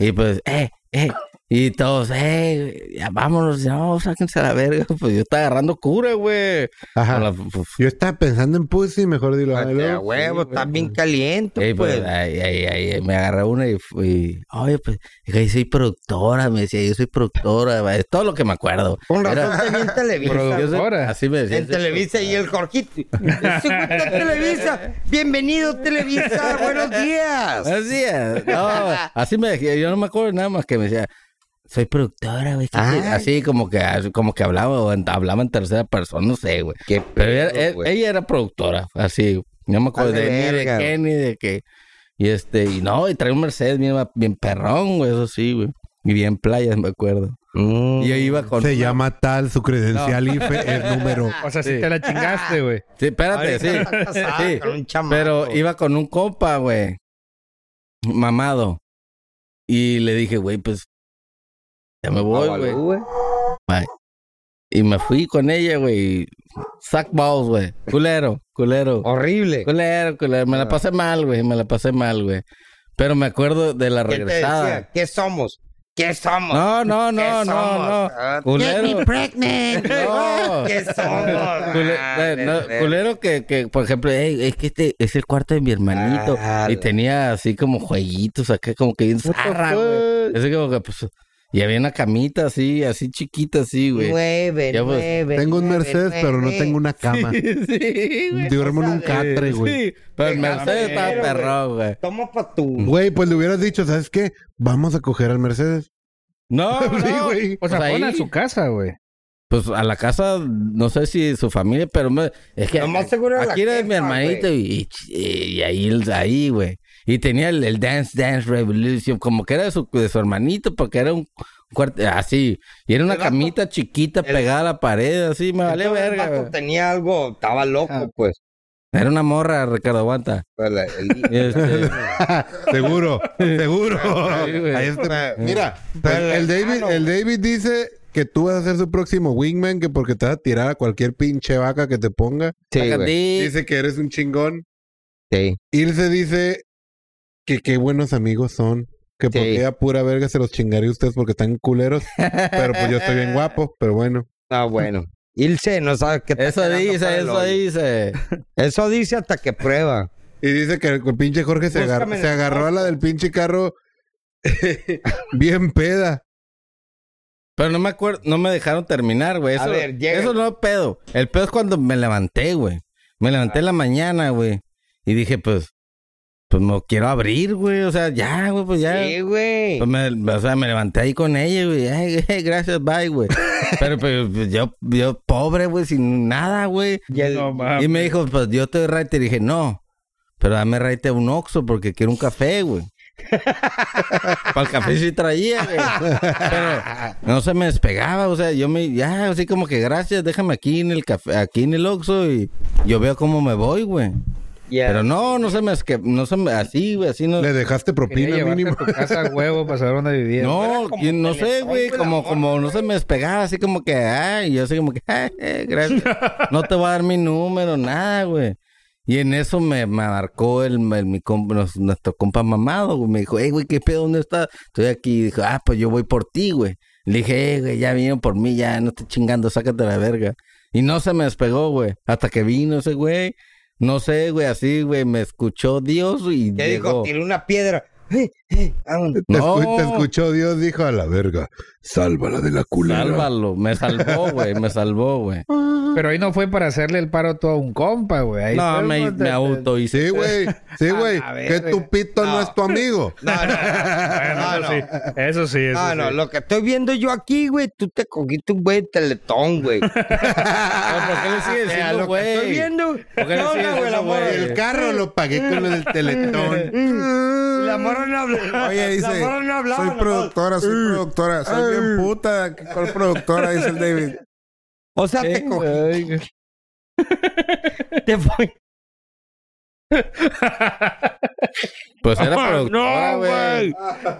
y pues, eh, eh, Y todos, hey, ya vámonos, no, sáquense a la verga. Pues yo estaba agarrando cura, güey. Con Ajá. la- pues, Yo estaba pensando en pussy, mejor dilo. Ah, Ay, luego, a huevo, sí, güey. está bien caliente, Ey, pues. pues, ay, ay, ay, ay, me agarré una y fui. Oye, pues, dije, soy productora, me decía, yo soy productora, va, es todo lo que me acuerdo. Con razón Era- te vi en Televisa. Yo soy- Productora. Así me decía. En soy Televisa y el Jorgito. Ese güey está en Televisa. Bienvenido, [laughs] Televisa. Buenos días. Así es. No, así me decía. Yo no me acuerdo nada más que me decía, soy productora, güey. ¿qué Ah. quieres?" Así como que, como que hablaba, o en- hablaba en tercera persona, no sé, güey. Qué Pero ella, pedo, e- güey. ella era productora, así. No me acuerdo Vale de, ni de verga, qué, ni de qué. Y este, y no, y traía un Mercedes bien, bien perrón, güey, eso sí, güey. Y bien playas, me acuerdo. mm. Y yo iba con. Se llama tal, su credencial IFE es [laughs] número. O sea, si Sí. te la chingaste, güey. Sí, espérate, [laughs] sí. [laughs] Está casada Sí, con un chamaco. Pero iba con un compa, güey. Mamado. Y le dije, güey, pues. Ya me voy, güey. Avalú, güey. Y me fui con ella, güey. Sack balls, güey. Culero, culero. Horrible. Culero, culero. Me la Ah. pasé mal, güey. Me la pasé mal, güey. Pero me acuerdo de la ¿Qué te decía? regresada. ¿Qué somos? ¿Qué somos? No, no, ¿Qué no, somos? no, no. Ah, Culero. Get me pregnant. [laughs] [laughs] No. ¿Qué somos? Cule- Ah, eh, no, de- de- culero que, que, por ejemplo, "Ey, es que este es el cuarto de mi hermanito. Ah, y la- tenía así como jueguitos acá, como que bien zarra, güey. Así como que, pues, y había una camita así, así chiquita, así, güey. Nueve, Ya, pues, nueve, Tengo un nueve, Mercedes, pero no nueve. tengo una cama. Sí, güey. Duermo en un Sí. catre, güey. Sí, pero el Déjame Mercedes estaba ver, güey. perrón, güey. Toma pa' tu... Güey, pues le hubieras dicho, ¿sabes qué? Vamos a coger al Mercedes. No, Sí, no. güey. O sea, Pues ahí- ponla en su casa, güey. Pues a la casa, no sé si su familia, pero me- es que Lo más seguro era la aquí era de mi jefa, hermanito y, y- y ahí, el- ahí, güey. Y tenía el, el Dance Dance Revolution, como que era de su, de su hermanito, porque era un cuarto, así. Y era una El vato- camita chiquita pegada a la pared, así, me vale Entonces, el verga. vato güey. tenía algo, estaba loco, Ah. pues. Era una morra, Ricardo, aguanta. Pero la- el- Este, [laughs] seguro, seguro. Sí, güey. Ahí está. Mira, el, el David, Ah, no, el David dice que tú vas a ser su próximo wingman, que porque te vas a tirar a cualquier pinche vaca que te ponga. Sí, güey. Sacandí. Dice que eres un chingón. Sí. Ilse dice que qué buenos amigos son. Que Sí. porque a pura verga se los chingaría ustedes porque están culeros. pero pues yo estoy bien guapo, pero bueno. Ah, bueno. Ilse no sabe qué está Eso quedando para dice, el eso hoyo. dice. Eso dice hasta que prueba. Y dice que el pinche Jorge se, agar- Búscame en se el agarró a la del pinche carro [laughs] bien peda. Pero no me acuerdo, no me dejaron terminar, güey. A Eso, ver, llega. eso no es pedo. El pedo es cuando me levanté, güey. Me levanté en la mañana, güey. Y dije, pues, pues me quiero abrir, güey. O sea, ya, güey, pues ya. Sí, güey. Pues me- o sea, me levanté ahí con ella, güey. Ay, [laughs] güey, gracias, bye, güey. Pero, pero, pues, yo, yo pobre, güey, sin nada, güey. Y el- No mames. Y me dijo, pues yo te doy raite. Y dije, no, pero dame raite a un oxo porque quiero un [laughs] café, güey. Para el café sí traía, güey. Pero no se me despegaba, o sea, yo me, ya, así como que gracias, déjame aquí en el café, aquí en el oxo y yo veo cómo me voy, güey. y el- Pero no, no se me, esque- no se me, así, güey, así no. Le dejaste Quería propina llevarte mínimo. a tu casa, huevo, para saber dónde vivía. No, como quién- no sé, Teletón, güey, güey, la como, morra, como no se me despegaba, así como que, ay, yo así como que, [laughs] ay, eh, gracias, no te voy a dar mi número, nada, güey. Y en eso me, me marcó el, el- mi compa, nos- nuestro compa mamado, güey, me dijo, hey, güey, ¿qué pedo? ¿Dónde estás? Estoy aquí, y dijo, ah, pues yo voy por ti, güey. Le dije, "Eh, güey, ya vinieron por mí, ya, no te chingando, sácate la verga. Y no se me despegó, güey, hasta que vino ese güey, no sé, güey, así, güey, me escuchó Dios y Ya dijo, llegó. tiró una piedra. Eh, eh, vámonos. Te, No. escu- te escuchó Dios, dijo a la verga. Sálvala de la culera. Sálvalo, me salvó, güey, me salvó, [laughs] güey. Pero ahí no fue para hacerle el paro todo a un compa, güey. Ahí No, fue me, cuando te- me te- auto hice. Sí, [laughs] güey. Sí, A güey. la Que verga. tu pito no. es tu amigo. No, no, Bueno, Ah, no, eso, no, no. Sí. eso sí, eso No, sí. no, lo que estoy viendo yo aquí, güey, tú te cogiste un güey de teletón, güey. ¿Por qué le [laughs] sigue O sea, diciendo, lo que estoy güey? viendo. qué le No, no, sigues güey, la diciendo, morra. güey? El carro lo pagué con lo del [laughs] teletón. La morra no hablaba. Oye, La dice, morra no hablaba. soy nomás. productora, soy productora, soy bien puta. ¿qué- ¿Cuál productora? Dice el David. O sea, [laughs] te cogí. Te fue. [laughs] Pues [laughs] era productora, No, güey. güey.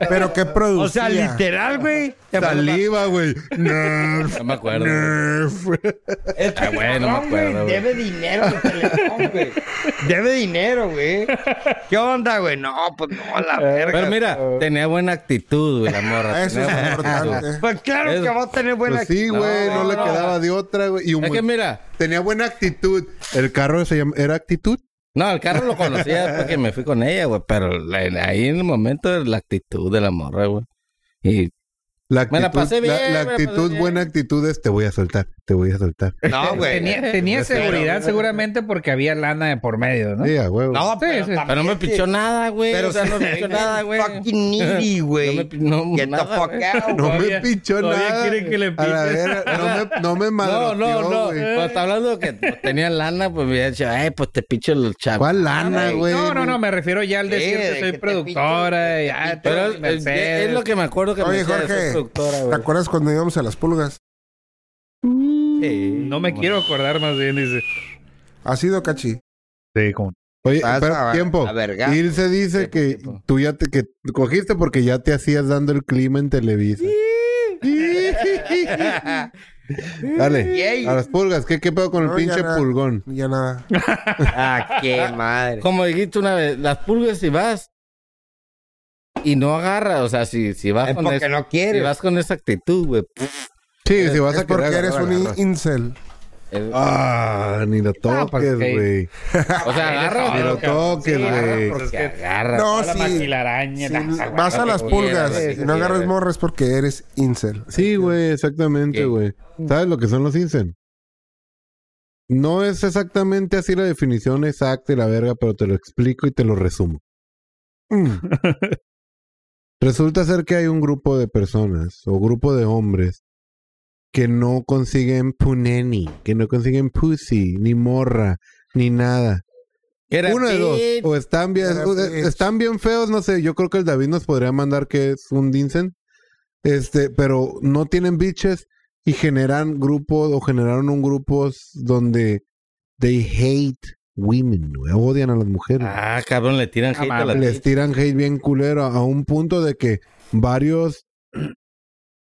Pero qué producía. O sea, literal, güey. Saliva, güey. Nerf. No me acuerdo. Nerf. Este Ah, güey, no me cabrón, güey, acuerdo, güey. Debe dinero, el Teletón, güey. Debe dinero, güey. ¿Qué onda, güey? No, pues no, la verga. Pero mira, tenía buena actitud, güey, la morra. Eso tenía es buena actitud. importante. Pues claro Es- que va a tener buena Pues sí, güey, no, le quedaba de otra, güey. Y un Es que buen- mira, Tenía buena actitud. El carro se llama... ¿Era actitud? no, el carro lo conocía después que me fui con ella, güey. Pero la- ahí en el momento la actitud de la morra, güey. Y La Me actitud, la pasé bien, la- la me la pasé actitud, bien. buena actitud es te voy a soltar, te voy a soltar. [laughs] No, güey. Tenía, tenía seguridad seguramente porque había lana de por medio, ¿no? Sí, a [laughs] huevo. No, pero, sí. Pero no me pichó nada, güey. Pero o sea, no sí, me pichó nada, güey. Fucking needy, [laughs] No güey. me pi- no, Get nada, the fuck güey. out. No me todavía- pichó todavía nada. quieren que le A la piche. verga, no me, no me No, no, madroteó, no. güey. Pero está hablando que [laughs] pues, tenía lana, pues me había dicho, ay, pues te picho el chavo. ¿Cuál lana, güey? No, no, no, me refiero ya al Sí, decir de que soy que te productora y pichas, ah, Pero tengo es, mi es- Mercedes. es lo que me acuerdo que me Oye, decía de Jorge, ser productora, ¿te güey. acuerdas cuando íbamos a las pulgas? Sí. No me quiero acordar más bien, dice. ¿Ha sido cachi? Sí, como... Oye, Pasa, espera, va, tiempo. a verga. Ilse dice Tiempo, que tiempo. tú ya te que cogiste porque ya te hacías dando el clima en Televisa. [laughs] Dale, Yay. a las pulgas. ¿Qué, qué pedo con el No, pinche ya nada. pulgón? Ya nada. Ah, [laughs] qué madre. Como dijiste una vez, las pulgas si vas y no agarras, o sea, si, si vas Es con porque esa, no si quiere. vas con esa actitud, güey. pff, Sí, si vas es a querer porque eres agarrar, un agarras. incel. el- Ah, ni lo Ah, pues, toques, ok. Ah, güey. Ni o sea, lo agarras. toques, güey. porque agarra. No, la sí. maquilaraña. Sí, la- vas a lo las que quieras, pulgas lo que y no agarres quieras. morras porque eres incel. Sí, güey, exactamente, ¿Qué? güey. ¿Sabes lo que son los incen? No es exactamente así la definición exacta y la verga, pero te lo explico y te lo resumo. Mm. Resulta ser que hay un grupo de personas o grupo de hombres que no consiguen puneni, que no consiguen pussy, ni morra, ni nada. Era Uno de dos. bitch. O están bien, Era o de- bitch. están bien feos, no sé. Yo creo que el David nos podría mandar que es un Dinsen. Este, pero no tienen bitches y generan grupos o generaron un grupos donde they hate women, güey, Odian a las mujeres. Ah, cabrón, le tiran hate a la Les tiran hate bien culero a, a un punto de que varios [clears throat]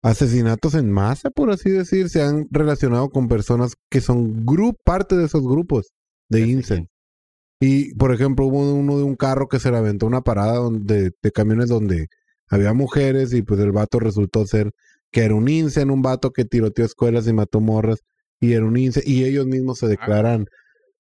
asesinatos en masa, por así decir, se han relacionado con personas que son gru- parte de esos grupos de incel. Y, por ejemplo, hubo uno de un carro que se le aventó una parada donde, de [laughs] camiones donde había mujeres y pues el vato resultó ser que era un incel, un vato que tiroteó escuelas y mató morras y era un incel y ellos mismos se declaran.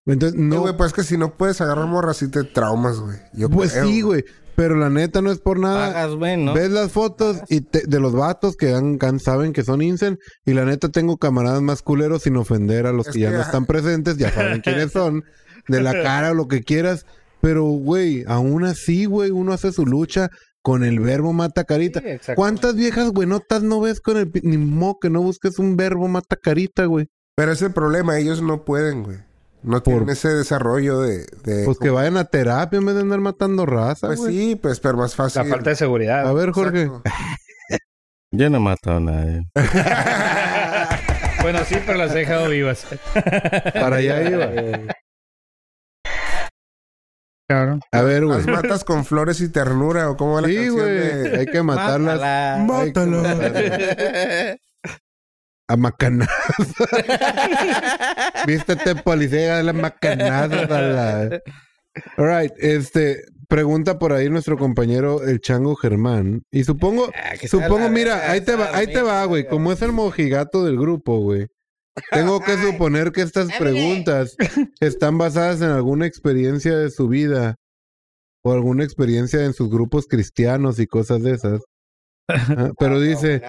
Entonces, no, No, Ah. güey, pues es que si no puedes agarrar morras, sí te traumas, güey. Yo pues creo, sí, güey. Pero la neta no es por nada. Pagas, güey, ¿no? Ves las fotos y te- de los vatos que han, que han- saben que son incel y la neta tengo camaradas más culeros sin ofender a los Es que ya que- no están presentes, ya saben quiénes son, de [laughs] la cara o lo que quieras, pero güey, aún así, güey, uno hace su lucha con el verbo mata carita. Sí, exactamente. ¿Cuántas viejas güenotas no ves con el pi- ni mo que no busques un verbo mata carita, güey? Pero es el problema, ellos no pueden, güey. No tienen ese desarrollo de... de- Pues que vayan a terapia en vez de andar matando raza, Pues güey. sí, pues, pero más fácil. La falta de A seguridad. ver, Jorge. Exacto. Yo no he matado a nadie. Bueno, sí, pero las he dejado vivas. Para [laughs] allá Eh, iba. A ver, güey. [laughs] Las matas con flores y ternura, o cómo va la Sí, canción güey. de... Hay que matarlas. Mátala. Hay que matarlas. A macanazos. [laughs] Vístete policía de las macanazas. a la- All right, este... Pregunta por ahí nuestro compañero el Chango Germán. Y supongo, que sea supongo, la mira, verga, ahí te sea va, la ahí te va, güey. Como es el mojigato del grupo, güey. Tengo que suponer que estas preguntas están basadas en alguna experiencia de su vida o alguna experiencia en sus grupos cristianos y cosas de esas. Ah, Pero dice,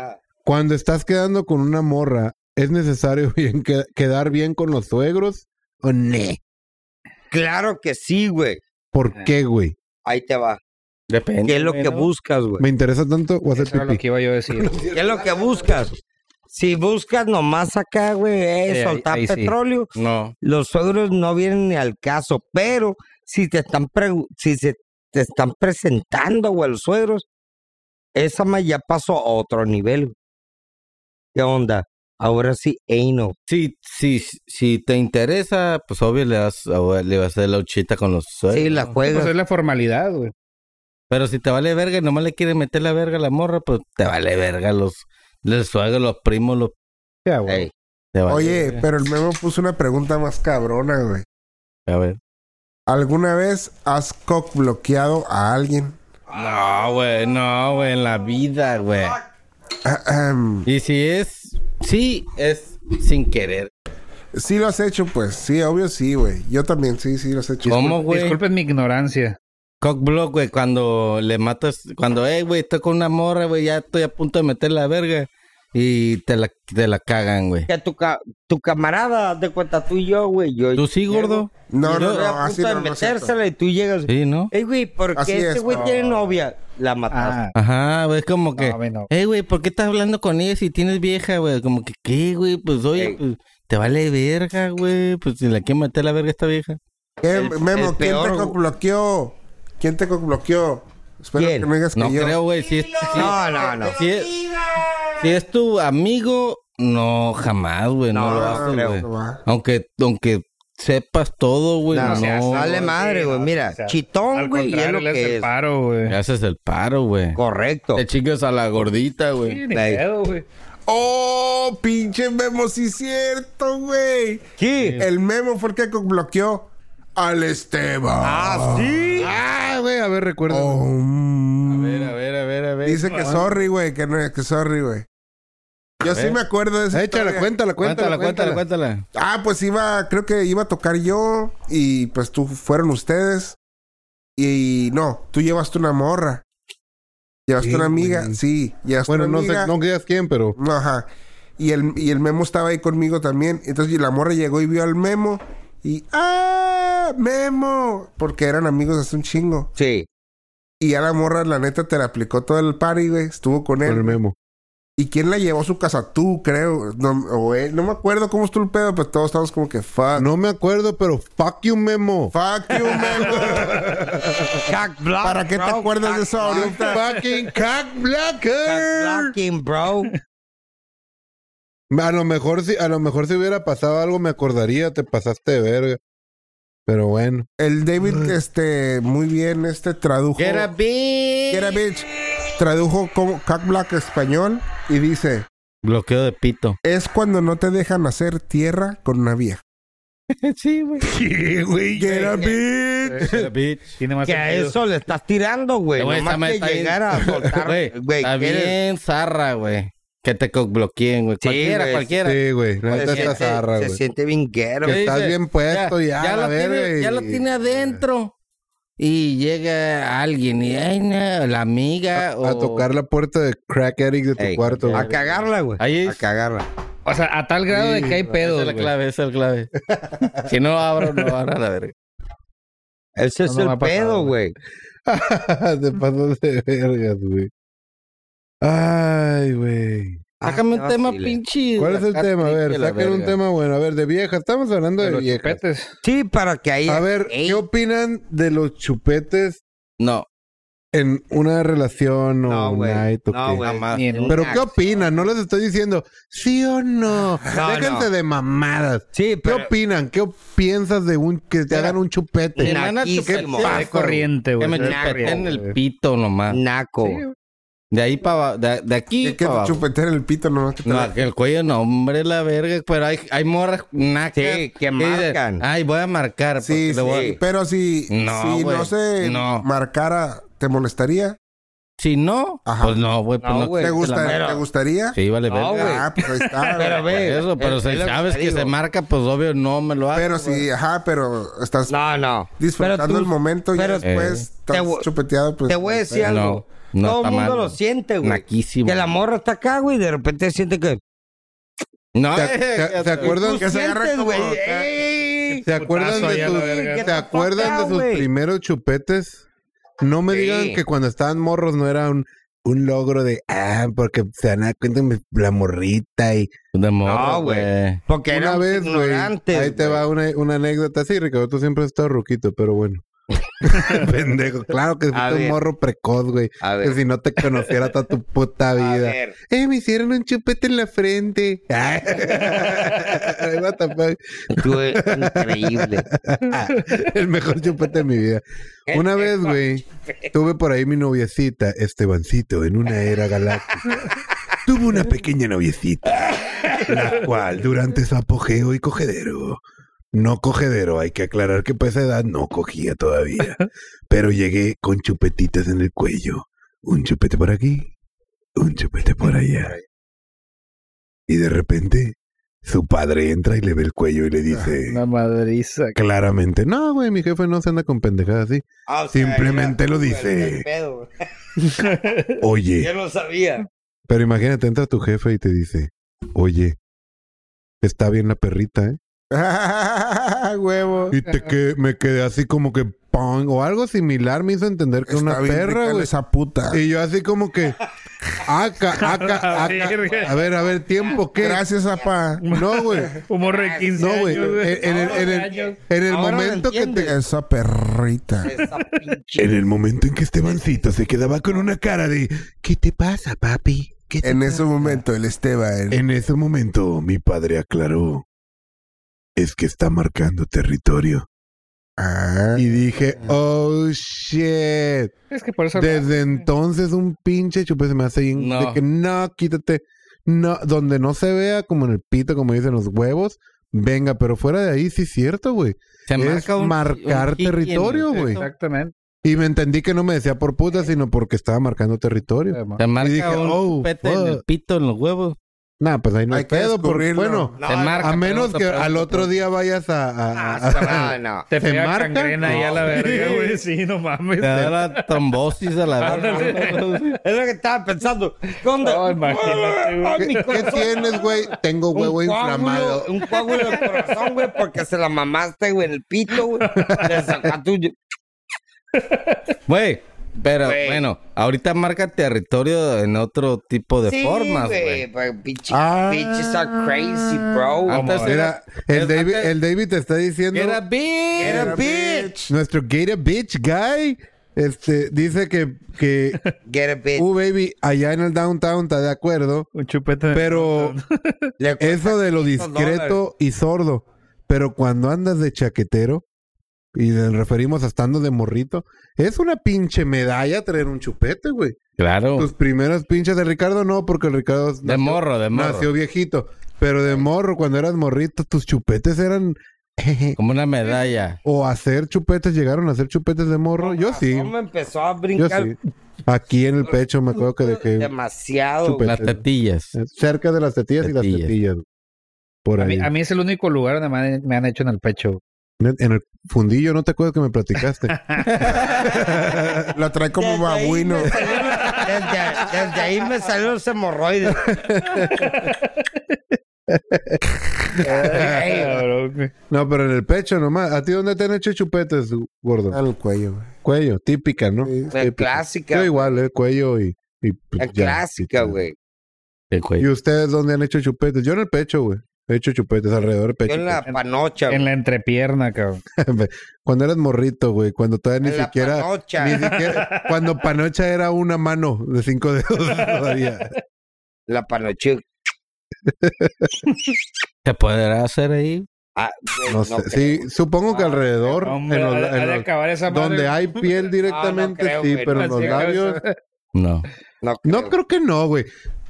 cuando estás quedando con una morra, ¿es necesario [laughs] bien que- quedar bien con los suegros o ne? Claro que sí, güey. Ah, ¿Por qué, güey? Ahí te va. Depende. ¿Qué es lo güey, que ¿no? buscas, güey? ¿Me interesa tanto o hacer Eso era lo que pipí? iba yo a decir. ¿Qué es lo que buscas? Si buscas nomás acá, güey, eh, Sí, ahí- soltar ahí sí. petróleo, No. los suegros no vienen ni al caso, pero si te están pregu- si se te están presentando, güey, los suegros, esa más ya pasó a otro nivel. güey. ¿Qué onda? Ahora sí, no. Si, si, si te interesa, pues obvio le vas, a- le vas a hacer la uchita con los Sí, suegros. la Pues eh, juegas. es la formalidad, güey. Pero si te vale verga y nomás le quieres meter la verga a la morra, pues te vale verga los, los suegros, los primos, los... Ya, güey. Ey, te vale Oye, verga. pero el memo puso una pregunta más cabrona, güey. A ver. ¿Alguna vez has cockbloqueado a alguien? No, güey, no, güey, en la vida, güey. Ahem. Y si es... Sí, es sin querer. sí lo has hecho, pues. Sí, obvio sí, güey. Yo también, sí, sí lo has hecho. ¿Cómo, güey? Disculpen mi ignorancia. Cockblock, güey, cuando le matas, cuando, hey, güey, estoy con una morra, güey, ya estoy a punto de meter la verga y te la, te la cagan, güey. que tu, ca- tu camarada, haz de cuenta tú y yo, güey. Yo ¿Tú sí, gordo? No, no, Yo no, a punto así de no, no es cierto. metérsela y tú llegas. Sí, ¿no? Ey, güey, ¿por Así qué este es, güey no. tiene novia? La mataste. Ah, Ajá, güey, es como que, no, güey, no. hey, güey, ¿por qué estás hablando con ella si tienes vieja, güey? Como que, ¿qué, güey? Pues, oye, Ey. pues, te vale verga, güey, pues, si la quiere meter la verga a esta vieja. ¿Qué, El- Memo, el ¿quién peor, te güey. cockbloqueó? ¿Quién te cockbloqueó? Espero ¿Quién? que no digas que No yo. creo, güey, si es, si- No, no, no. si es, si es tu amigo, no, jamás, güey, no, No, lo no haces, creo. güey. No va. Aunque, aunque sepas todo, güey, No, no. o sea, Dale güey, madre, sí, güey. no, Mira, o sea, chitón, al güey, y es contrario, lo le hace que el es. paro, güey. Le haces el paro, güey. Correcto. Te chingas a la gordita, Sí, güey. ni Ey. pedo, güey. ¡Oh, pinche Memo, sí es cierto, güey! ¿Qué? El Memo fue el que cockbloqueó al Esteban. Ah, sí. Ah, güey, a ver, recuerda. Oh, A mm. ver, a ver, a ver, a ver. Dice que sorry, güey, que no es que sorry, güey. Yo sí ver. me acuerdo de esa Échala, historia. cuéntala, cuéntala, cuéntala, cuéntala, cuéntala. cuéntala. Ah, pues iba, creo que iba a tocar yo y pues tú fueron ustedes. Y no, tú llevaste una morra. Llevaste Sí, una amiga, güey. sí, llevaste Bueno, una no sé, amiga. no digas quién, pero No, Ajá. Y el, y el memo estaba ahí conmigo también. Entonces y la morra llegó y vio al memo. Y ¡ah! ¡Memo! Porque eran amigos hace un chingo. Sí. Y a la morra, la neta, te la aplicó todo el party, güey. Estuvo con con él. el memo. ¿Y quién la llevó a su casa? Tú, creo. No, o él. No me acuerdo cómo estuvo el pedo, pero todos estábamos como que fuck. No me acuerdo, pero fuck you, memo. Fuck [laughs] you, memo. Cock block, ¿Para qué te bro. acuerdas de eso Cock You block, ahorita? fucking cock cock blocker. blocking, bro. A lo mejor si, a lo mejor si hubiera pasado algo me acordaría, te pasaste de verga. Pero bueno. El David, este, muy bien, este tradujo. Get a bitch. Get a bitch. Tradujo como Cock Black a español y dice. Bloqueo de pito. es cuando no te dejan hacer tierra con una vieja. sí, güey. Get a bitch. Get a bitch. Tiene más Eh, Que a sentido. eso le estás tirando, güey. Eh, güey, Nomás esa madre que está bien- llegar a soltar, [laughs] Güey, güey. está que eres- bien zarra, güey. Que te bloqueen, güey. Sí, cualquiera, güey, cualquiera. Sí, güey. La Se neta está siente, zarra, se güey. siente bien guero. Que ¿Qué estás dice? bien puesto ya, a la lo verga. tiene, y- ya lo tiene adentro. Y llega alguien y, ay, no, la amiga. A o... tocar la puerta de Crack Eric de tu Ey, cuarto, güey. A cagarla, güey. Ahí A es. cagarla. O sea, a tal grado de que hay Esa pedos, es la güey. clave, esa es la clave. [laughs] si no abro, no abro la verga. Ese No, es no me el ha pasado, pedo, güey. Te pasas [laughs] de vergas, güey. Ay, güey. Sácame Ah, un tema vacile. pinche. ¿Cuál es el tema? A ver, saquen un tema bueno. A ver, de vieja. Estamos hablando De de los viejas. chupetes. Sí, para que ahí. A ver, Ey, ¿qué opinan de los chupetes No, en una relación o No, güey. night o No, qué? güey. Jamás. Ni en un- Pero Ah, Una ¿qué acción. opinan? No les estoy diciendo sí o [laughs] no. No, Déjense no. de mamadas. Sí, ¿Qué pero. opinan? ¿Qué piensas de un que te Mira, hagan un Mi chupete? na- hermana Naquísimo. chupete- Pasa, De corriente, que güey. me De chupeten corriente, el güey. pico nomás. Naco. Sí, De ahí para de, de aquí Y que para te abajo. chupeten el pito nomás que te No, la- que el cuello no, hombre, la verga. Pero hay, hay morras nacas. Sí, que dicen, marcan. Ay, voy a marcar. Sí, porque le voy a- sí. Pero si, No, si güey. no se No. marcara, ¿te molestaría? Si no, Ajá. pues no, güey. Pues No, no, güey. ¿Te, la gusta- marca. ¿Te gustaría? Sí, vale, No, verga. güey. Ah, pues ahí está. [laughs] Pero güey. ve. Eso, pero es- si es lo que sabes te que digo. se marca, pues obvio no me lo hago. pero sí, ajá, pero estás No, no. disfrutando Pero tú- el momento y pero- después Eh. estás Te voy- chupeteado. Pues, Te voy a decir No, algo. no Todo está el mundo mal. lo siente, güey. Naquísimo. Que la morra está acá, güey, y de repente siente que. No, eh, ¿Te- te- te acuerdan- Que se agarra Sientes, como- güey. ¿Qué ey. ¿Se acuerdan Putazo de allá, sus, la verga. ¿Qué ¿se te acuerdan de pasa, sus güey? primeros chupetes? No me Sí. digan que cuando estaban morros no era un, un logro de ah, porque se dan a cuenta mi- la morrita y De morro, No, güey. güey. Porque una era vez, güey. ignorante. [laughs] Ahí te va una, una anécdota. Sí, Ricardo, tú siempre has estado ruquito, pero bueno. [laughs] Pendejo. Claro que A fuiste un ver. morro precoz, güey. A Que ver. si no te conociera toda tu puta A vida. ver. Eh, me hicieron un chupete en la [laughs] frente. Ay, what the fuck. Estuve [laughs] increíble. El mejor chupete de mi vida. Una vez, güey, tuve por ahí mi noviecita, Estebancito, en una [laughs] era galáctica. Tuvo una pequeña noviecita, la [laughs] cual durante su apogeo y cogedero, no cogedero, hay que aclarar que para esa edad no cogía [laughs] todavía, pero llegué con chupetitas en el cuello, un chupete por aquí, un chupete por allá. Y de repente, su padre entra y le ve el cuello y Ah, le dice Una madriza. Claramente, no, güey, mi jefe no se anda con pendejadas así. Ah, o sea, Simplemente era- lo dice. el pedo, güey. Oye, Yo no sabía. Pero imagínate, entra tu jefe y te dice, oye, está bien la perrita, ¿eh? [laughs] Huevo. Y te que me quedé así como que pong, o algo similar me hizo entender que una Está bien perra, rica güey. Esa puta. Y yo así como que, aca, aca, La aca. verga. A ver, a ver, tiempo, ¿qué? Gracias, apá. No, güey. Un morro Ah, de 15 No, güey. años, güey. En, en el- en el- en el Ahora lo momento que te... entiendes. Esa perrita. Esa pinche. en el momento en que Estebancito se quedaba con una cara de ¿Qué te pasa, papi? ¿Qué te En pasa? ese momento, el Esteban. En ese momento mi padre aclaró, es que está marcando territorio. Ah. Y dije, oh, shit. Es que por eso. Desde entonces un pinche chupé se me hace bien. No. De que no, quítate. No, donde no se vea, como en el pito, como dicen los huevos. Venga, pero fuera de ahí sí es cierto, güey. Se Es marcar kick en el territorio, güey. sexo. Exactamente. Y me entendí que no me decía por puta, sino porque estaba marcando territorio. Se marca dije, un "Oh, pete en el fuck". pito, en los huevos. Nah, pues ahí no Hay hay que pedo, porque descubrirlo. bueno, No, se no, pues. marca. a menos pregunta, que pregunta, al otro pregunta. día vayas a... Ah, a- a- No, no. Te ¿Se pega marca? cangrena ahí a la No, verga, güey. güey. Sí, no mames. Te da la trombosis a [laughs] la verga. Es lo que estaba pensando. ¿Dónde? No, imagínate, güey. Ay, mi ¿Qué, qué [laughs] corazón. tienes, Eh, güey? Tengo Un huevo coágulo, inflamado. Un coágulo de corazón, güey, porque se la mamaste, güey, en el pito, güey. Le sacaste un- Güey, pero Güey. bueno, ahorita marca territorio en otro tipo de formas, güey. Ah, pero Pinche, Ah. Bitches are crazy, bro. Antes Mira, el David, el David te está diciendo... Era bitch. Era bitch. Nuestro Gator Bitch Guy este, dice que, que Get a bitch. uh, baby, allá en el downtown está de acuerdo, Un chupete. pero Le cuesta eso de lo 500 dólares. discreto y sordo. Pero cuando andas de chaquetero, y nos referimos a estando de morrito, es una pinche medalla traer un chupete, güey. Claro. Tus primeras pinches de Ricardo no, porque el Oh. Ricardo De Pues, nació- morro, de morro. nació viejito. Pero de morro, cuando eras morrito, tus chupetes eran... Como una medalla. o hacer chupetes, llegaron a hacer chupetes de morro. Yo sí. me empezó a Yo brincar sí. Aquí en el pecho me acuerdo que dejé demasiado. Chupete. güey. Las tetillas. eh, cerca de las tetillas y las Tetillas. tetillas. Por a, ahí. mí, a mí es el único lugar donde me han, me han hecho en el pecho. En el fundillo, ¿no te acuerdas que [laughs] me platicaste? Lo trae como Desde ahí babuino. me salió- Desde, desde ahí me salió los hemorroides. Ah, Ey, Cabrón, güey. no, pero en el pecho nomás. ¿A ti dónde te han hecho chupetes, gordo? Al cuello, güey. Cuello, típica, ¿no? Sí. La Típica. clásica. pues, Yo igual, el cuello y... y pues, La ya, clásica, y- güey. de cuello. ¿Y ustedes dónde han hecho chupetes? Yo en el pecho, güey. He hecho chupetes alrededor Yo del pecho. en la panocha, güey. En la entrepierna, cabrón. Cuando eras morrito, güey. Cuando todavía ni En la siquiera... panocha. Ni [laughs] siquiera, cuando Panocha era una mano de [laughs] cinco dedos todavía. La panocha. ¿Te podrá hacer ahí? Ah, güey, No sé. sí, supongo que Ah, alrededor, Hombre, en los- ha de- en ha de los- acabar esa madre. donde hay [laughs] piel directamente, creo, sí, güey, pero en Así los que labios. eso- No. No, No creo que no, güey.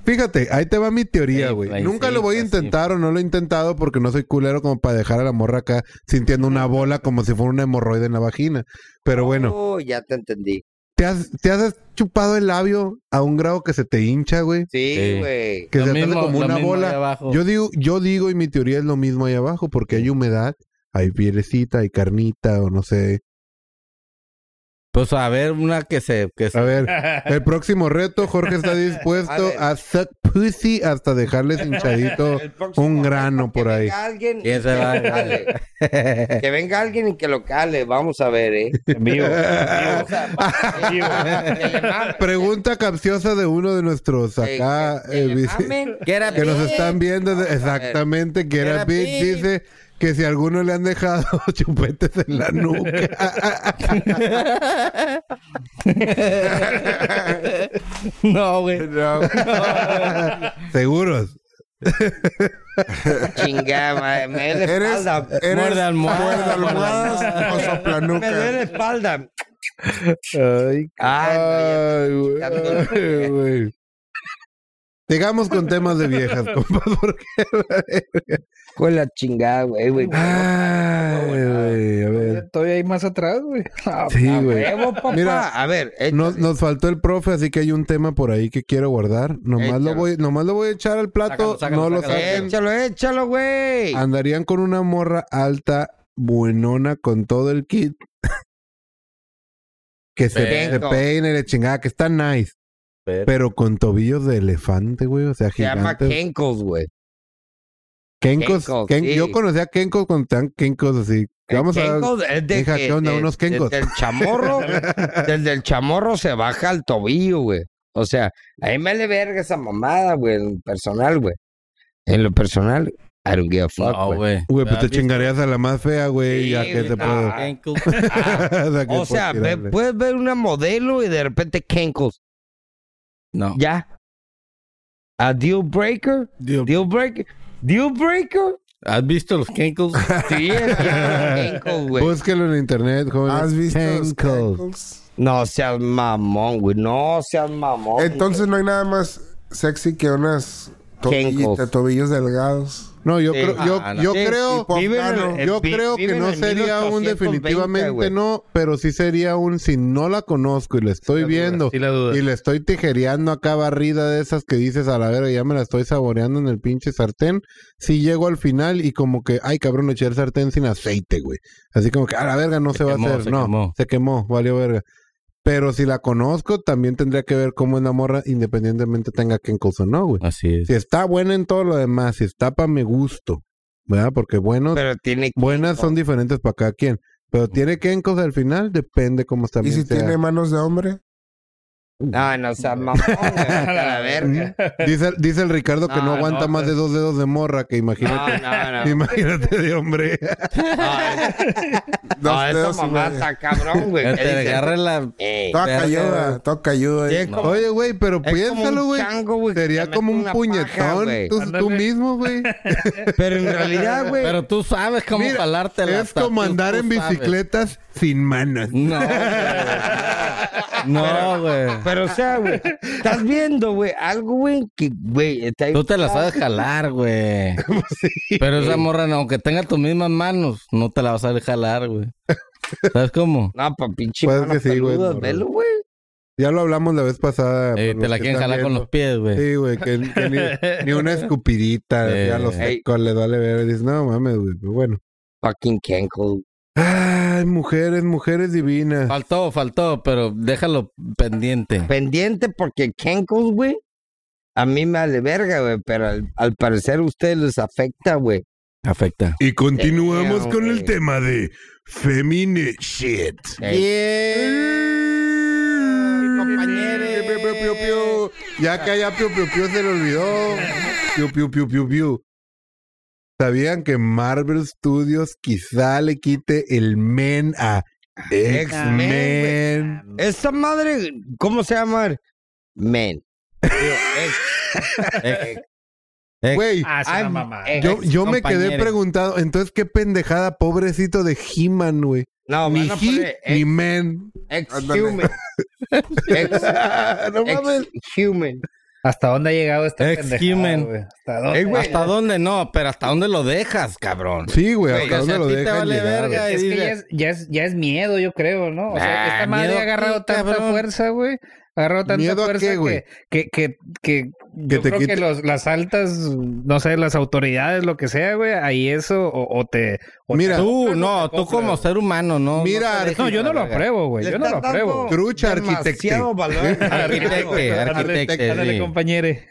Fíjate, ahí te va mi teoría, Sí, güey. ahí Nunca sí, lo voy a pues, intentar o no lo he intentado porque no soy culero como para dejar a la morra acá sintiendo una bola como si fuera una hemorroide en la vagina. Pero bueno, Oh, ya te entendí. ¿te has, te has chupado el labio a un grado que se te hincha, güey? Sí, Sí. güey. Que Lo se te hace mismo- como lo una mismo bola. ahí abajo. Yo digo, yo digo, y mi teoría es lo mismo ahí abajo, porque hay humedad, hay pielecita, hay carnita, o no sé. Pues a ver, una que se. Que se- [laughs] A ver, el próximo reto, Jorge está A dispuesto ver. a suck pussy hasta dejarles hinchadito El próximo un grano reto, por que ahí. Venga alguien, ¿Quién se va? Dale. que venga alguien y que lo cale. Vamos a ver, eh. En vivo. O sea, que le mamen, Pregunta capciosa de uno de nuestros que- acá que- que eh, le dice- mamen, Get a que nos bitch. están viendo. Vamos a ver. Exactamente, que Get era a Big bitch. dice que si a alguno le han dejado chupetes en la nuca. No, güey. No. [laughs] Seguros. Chingada, madre, me duele la Eres, espalda. eres Muerde almohada, muerde almohadas [laughs] o Me duele la soplanucas. espalda. Ay, Ay, güey. Ay, güey. Sigamos con temas de viejas, compas, porque. Con la chingada, güey, güey. Ay, güey, a ver. Estoy ahí más atrás, güey. [laughs] Ah, Sí, güey. Huevo, papá. Mira, a ver, eh, Nos, nos faltó el profe, así que hay un tema por ahí que quiero guardar. Nomás, lo Échalo. voy, nomás lo voy a echar al plato. Sácalo, sácalo, no lo sácalo, saquen. échalo, échalo, güey. Andarían con una morra alta, buenona, con todo el kit. [laughs] que se, se Vengo. peine, le chingada, que está nice. Pero- Pero con tobillos de elefante, güey. O sea, Se llama gigantes. Kenkos, güey. Kenkos. Kenkos, Ken- sí. Yo conocía a Kenkos cuando estaban Kenkos así. El Vamos a Kenkos es de Hija, que- ¿qué onda? de- Unos Kenkos. Desde el [laughs] chamorro, desde el chamorro se baja al tobillo, güey. O sea, a mí me le verga esa mamada, güey, en lo personal, güey. En lo personal, I don't give a fuck, No, Ah, güey. güey. Ah, Güey, pues ¿Has te visto? chingarías a la más fea, güey. Sí, ya que güey, se no. puede. Ankle. o [laughs] sea, que Ah, o puedes sea, ve- tirarle. puedes ver una modelo y de repente Kenkos. [laughs] No. Ya. A deal breaker. Deal breaker. Deal breaker. ¿Has visto los Kenkles? Sí, es que es Kenkos, [laughs] güey. Búsquelo en internet, joven. ¿Has visto los Kenkos. cankles? No seas mamón, güey. No seas mamón. Entonces no hay nada más sexy que unas tobillitas, Cankles. tobillos delgados. No, yo Sí. creo, yo, Ah, no. yo Sí, creo, tipo Viven en- afgano. eh, yo vi- creo que viven no en sería un 1820, definitivamente güey. no, pero sí sería un si no la conozco y la estoy viendo Sí, la duda. y le estoy tijereando acá barrida de esas que dices a la verga ya me la estoy saboreando en el pinche sartén, si llego al final y como que ay cabrón le eché el sartén sin aceite, güey. Así como que a la verga no se, Se va quemó, a hacer, se no, quemó. se quemó, valió verga. Pero si la conozco, también tendría que ver cómo es la morra, independientemente tenga Kenkles o no, güey. Así es. Si está buena en todo lo demás, si está para mi gusto, ¿verdad? Porque buenos, Pero tiene que. buenas son diferentes para cada quien. Pero tiene kenkos al final, depende cómo está. ¿Y si tiene manos [laughs] de hombre? No, no seas mamón, güey. Vete a [laughs] la verga. dice, dice el Ricardo que no, No, aguanta no, más pues- de dos dedos de morra, que No, imagínate. no, [laughs] no. Imagínate de hombre. No, Dos no esa dedos y mamá medio. está cabrón, güey. Ya ¿Qué Te dices? agarra la... Ey, Toca Verga, ayuda, güey. toca ayuda. eh. sí, es como- Oye, güey, pero es como piénsalo, un güey. chango, güey, que Sería te como mete un una paja, puñetón güey. tú, Ándale. tú mismo, güey. Pero en realidad, güey. Pero tú sabes cómo Mira, jalártela. Es como andar en bicicletas sin manos. No, güey. [laughs] No, güey. Pero, o sea, güey, estás viendo, güey, algo, güey, que, güey, está ahí. Tú te la sabes [laughs] jalar, güey. Pero esa morra, no, aunque tenga tus mismas manos, no te la vas a saber jalar, güey. ¿Sabes [laughs] cómo? No, pa' pinche Pues mano que sí, güey, peluda, no, velo, güey. Ya lo hablamos la vez pasada. por Ah, Eh, te los la que quieren están jalar con viendo. los pies, güey. Sí, güey, que, que ni, ni una escupidita, Eh. ya los Ey. secos les vale ver. Dices, no mames, güey, pero bueno. Fucking Kenko. Ay, mujeres, mujeres divinas. Faltó, faltó, pero déjalo pendiente. Pendiente porque Kenko, güey, a mí me vale verga, güey, pero al, al parecer a ustedes les afecta, güey. Afecta. Y continuamos Damn, con güey. el tema de Femine Shit. Ey, Piu, piu, piu, piu. Ya que allá piu, piu, piu, se le olvidó. Piu, piu, piu, piu, piu. ¿Sabían que Marvel Studios quizá le quite el men a X-Men, X-Men? Esa madre, ¿cómo se llama? Men. Digo, [laughs] ex, X. Güey, Ah, es una I'm- mamá. eh, yo, yo me quedé compañero. preguntado, entonces qué pendejada, pobrecito de He-Man, güey. no, pues, eh, Ni van a poner he, ni men. ex, Ándale. human. [laughs] ex, no mames. ex human. ¿Hasta dónde ha llegado este Ex human. güey? ¿Hasta dónde? Ey, güey, ¿Hasta dónde no? Pero ¿hasta dónde lo dejas, cabrón? Sí, güey, Güey, hasta o dónde sea, a lo ti te dejan vale llegar. verga. güey? Es que dice- ya es, ya, es, ya es miedo, yo creo, ¿no? O sea, Ah, esta madre miedo ha agarrado qué, tanta cabrón. fuerza, güey. Ha agarrado tanta ¿Miedo a fuerza qué, güey? que, que, que, que yo te creo quite- que los, las altas, no sé, las autoridades, lo que sea, güey, ahí eso o, o te... o Mira, te- Tú, no no, te tú compras. como ser humano, no. Mira, te dejes No, yo no lo la verga. apruebo, güey. Yo no lo apruebo. Trucha, Demasiado valor. Arquitecte, arquitecte. Ándale, [laughs] sí. compañere.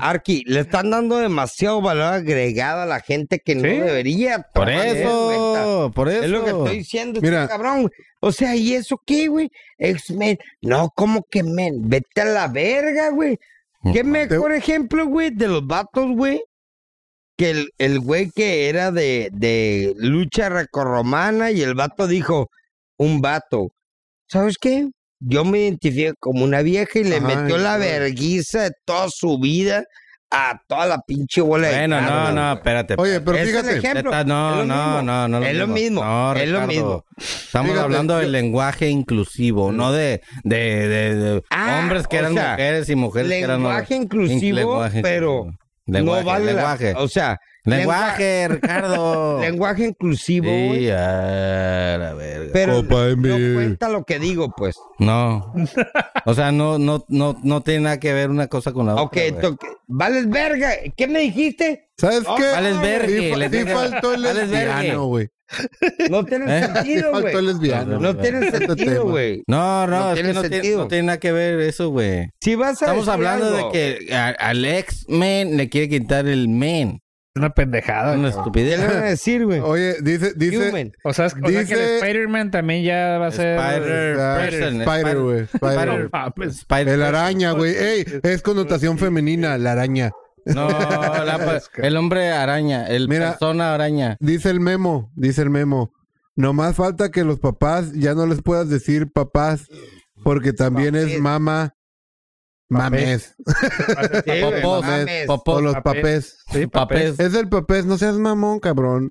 Arqui, le están dando demasiado valor agregado a la gente que no Sí. debería. Por tomar en cuenta. eso, por eso. Es lo que estoy diciendo, Mira. Mira, cabrón. O sea, ¿y eso qué, güey? X-Men. No, ¿cómo que men? Vete a la verga, güey. ¿Qué mejor ejemplo, güey, de los vatos, güey? que el, el güey que era de, de lucha recorromana y el vato dijo, un vato, ¿sabes qué? Yo me identifico como una vieja y le Ay, metió la güey. verguiza de toda su vida a toda la pinche bola de Bueno, no, cabras, no, güey. espérate. Oye, pero Ese es el fíjate. ejemplo. Neta, no, Es lo no, mismo. no, no. Es lo mismo. No, es lo Ricardo. mismo. Estamos Fíjate, hablando del yo- lenguaje inclusivo, no de, de, de- de Ah, hombres que o eran sea, mujeres y mujeres que eran hombres. Lenguaje inclusivo, Lenguaje pero inclusivo. lenguaje, no vale la- lenguaje. o sea, lenguaje, [laughs] Ricardo. lenguaje Oh. Sí, eh, inclusivo, güey, a la verga. pero Copa no- MBA. no cuenta lo que digo, pues. No. O sea, no, no, no, no tiene nada que ver una cosa con la Ok, Ah, otra. to- güey. vales verga. ¿Qué me dijiste? ¿Sabes qué? vales verga, Sí fa- le sí dije- faltó el vales verga. lesbiano, güey. No tiene [laughs] ¿Eh? Sí sentido, faltó el güey. lesbiano. No tiene Este sentido, tema. güey. No, no, No es tiene que no, tiene- sentido. no tiene nada que ver eso, güey. Si vas a Estamos decir hablando algo- de que a- al ex men le quiere quitar el men. Una pendejada. Una cabrón. ¿Qué le estupidez. van a decir, güey? Oye, dice, dice Human. O sea, es- o sea que Dice- el Spider-Man también ya va a ser. Spider- Ah, Person, Spider, güey. Spider. No mames. Spider- El araña, güey. Ey, es connotación femenina, la araña. No, [laughs] la- el hombre araña, el Mira. persona araña. Dice el memo, dice el memo. Nomás falta que los papás ya no les puedas decir papás, porque también es mamá. Mames. Sí, güey, Popos, eh, mames. O popos, los papés. Sí, papel. papés. Es el papés, no seas mamón, cabrón.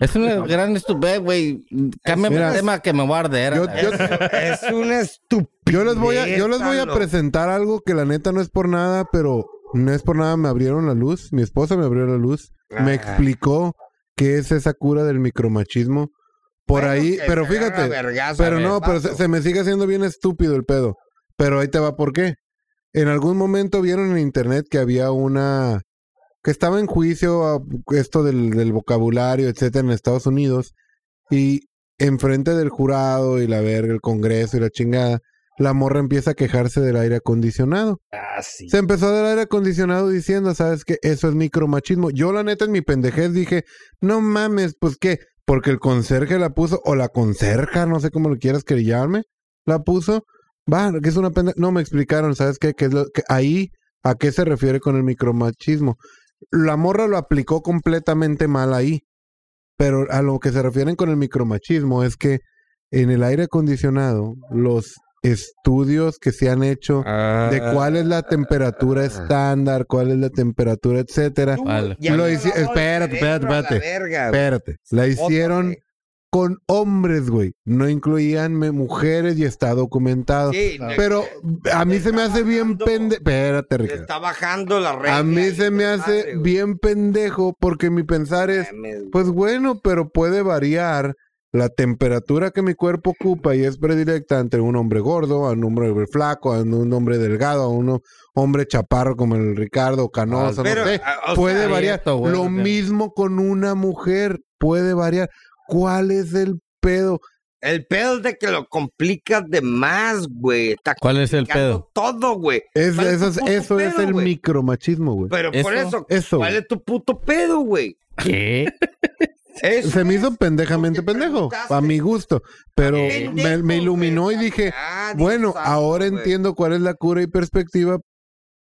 Es una gran estupidez, güey. Cámbiame Mira, el tema que me guarde. Yo, yo- Es una estupidez. yo les voy a, yo les voy a loco. presentar algo que la neta no es por nada, pero no es por nada, me abrieron la luz. Mi esposa me abrió la luz. Ah. Me explicó qué es esa cura del micromachismo. Por Bueno, ahí, que pero se agarra fíjate. vergazo, Pero güey, no, pero se, vato. se me sigue haciendo bien estúpido el pedo. Pero ahí te va por qué. En algún momento vieron en internet que había una que estaba en juicio a esto del, del vocabulario, etcétera, en Estados Unidos y enfrente del jurado y la verga, el Congreso y la chingada, la morra empieza a quejarse del aire acondicionado. Ah, sí. Se empezó a dar aire acondicionado diciendo, ¿sabes qué? Eso es micromachismo. Yo, la neta, en mi pendejez dije, no mames, pues qué, porque el conserje la puso, o la conserja, no sé cómo lo quieras que llame, la puso. Va, que es una pendeja. No me explicaron, ¿sabes qué? Que es lo que ahí, ¿a qué se refiere con el micromachismo? La morra lo aplicó completamente mal ahí. Pero a lo que se refieren con el micromachismo es que en el aire acondicionado, los estudios que se han hecho Ah, de cuál es la temperatura estándar, cuál es la temperatura, etcétera. Tú Vale. ya Lo me hici- lavó el espérate, espérate, cerebro a la espérate. verga, güey. Espérate, la hicieron con hombres, güey. No incluían me- mujeres y está documentado. Sí, le- Pero a mí le se me está hace bien bajando- pendejo. Espérate, le Ricardo. está bajando la regla. A mí se me hace bien pendejo porque mi pensar es, pues bueno, pero puede variar la temperatura que mi cuerpo ocupa y es predilecta entre un hombre gordo, a un hombre flaco, a un hombre delgado, a un hombre chaparro como el Ricardo Canosa, Pero, no sé. a- o puede sea, variar. cierto, güey, Lo o sea. mismo con una mujer, puede variar. ¿Cuál es el pedo? El pedo es de que lo complicas de más, güey. Está ¿Cuál es el complicando Todo, güey. Es- ¿Cuál es eso tu es, puto eso es pedo, el güey? micromachismo, güey. Pero por Eso- eso, eso, ¿cuál güey. es tu puto pedo, güey? ¿Qué? Eso Se me hizo pendejamente Porque pendejo, preguntaste. a mi gusto, pero Pendejo, me, me iluminó güey. y dije, Ah, Dios bueno, santo, ahora güey. entiendo cuál es la cura y perspectiva,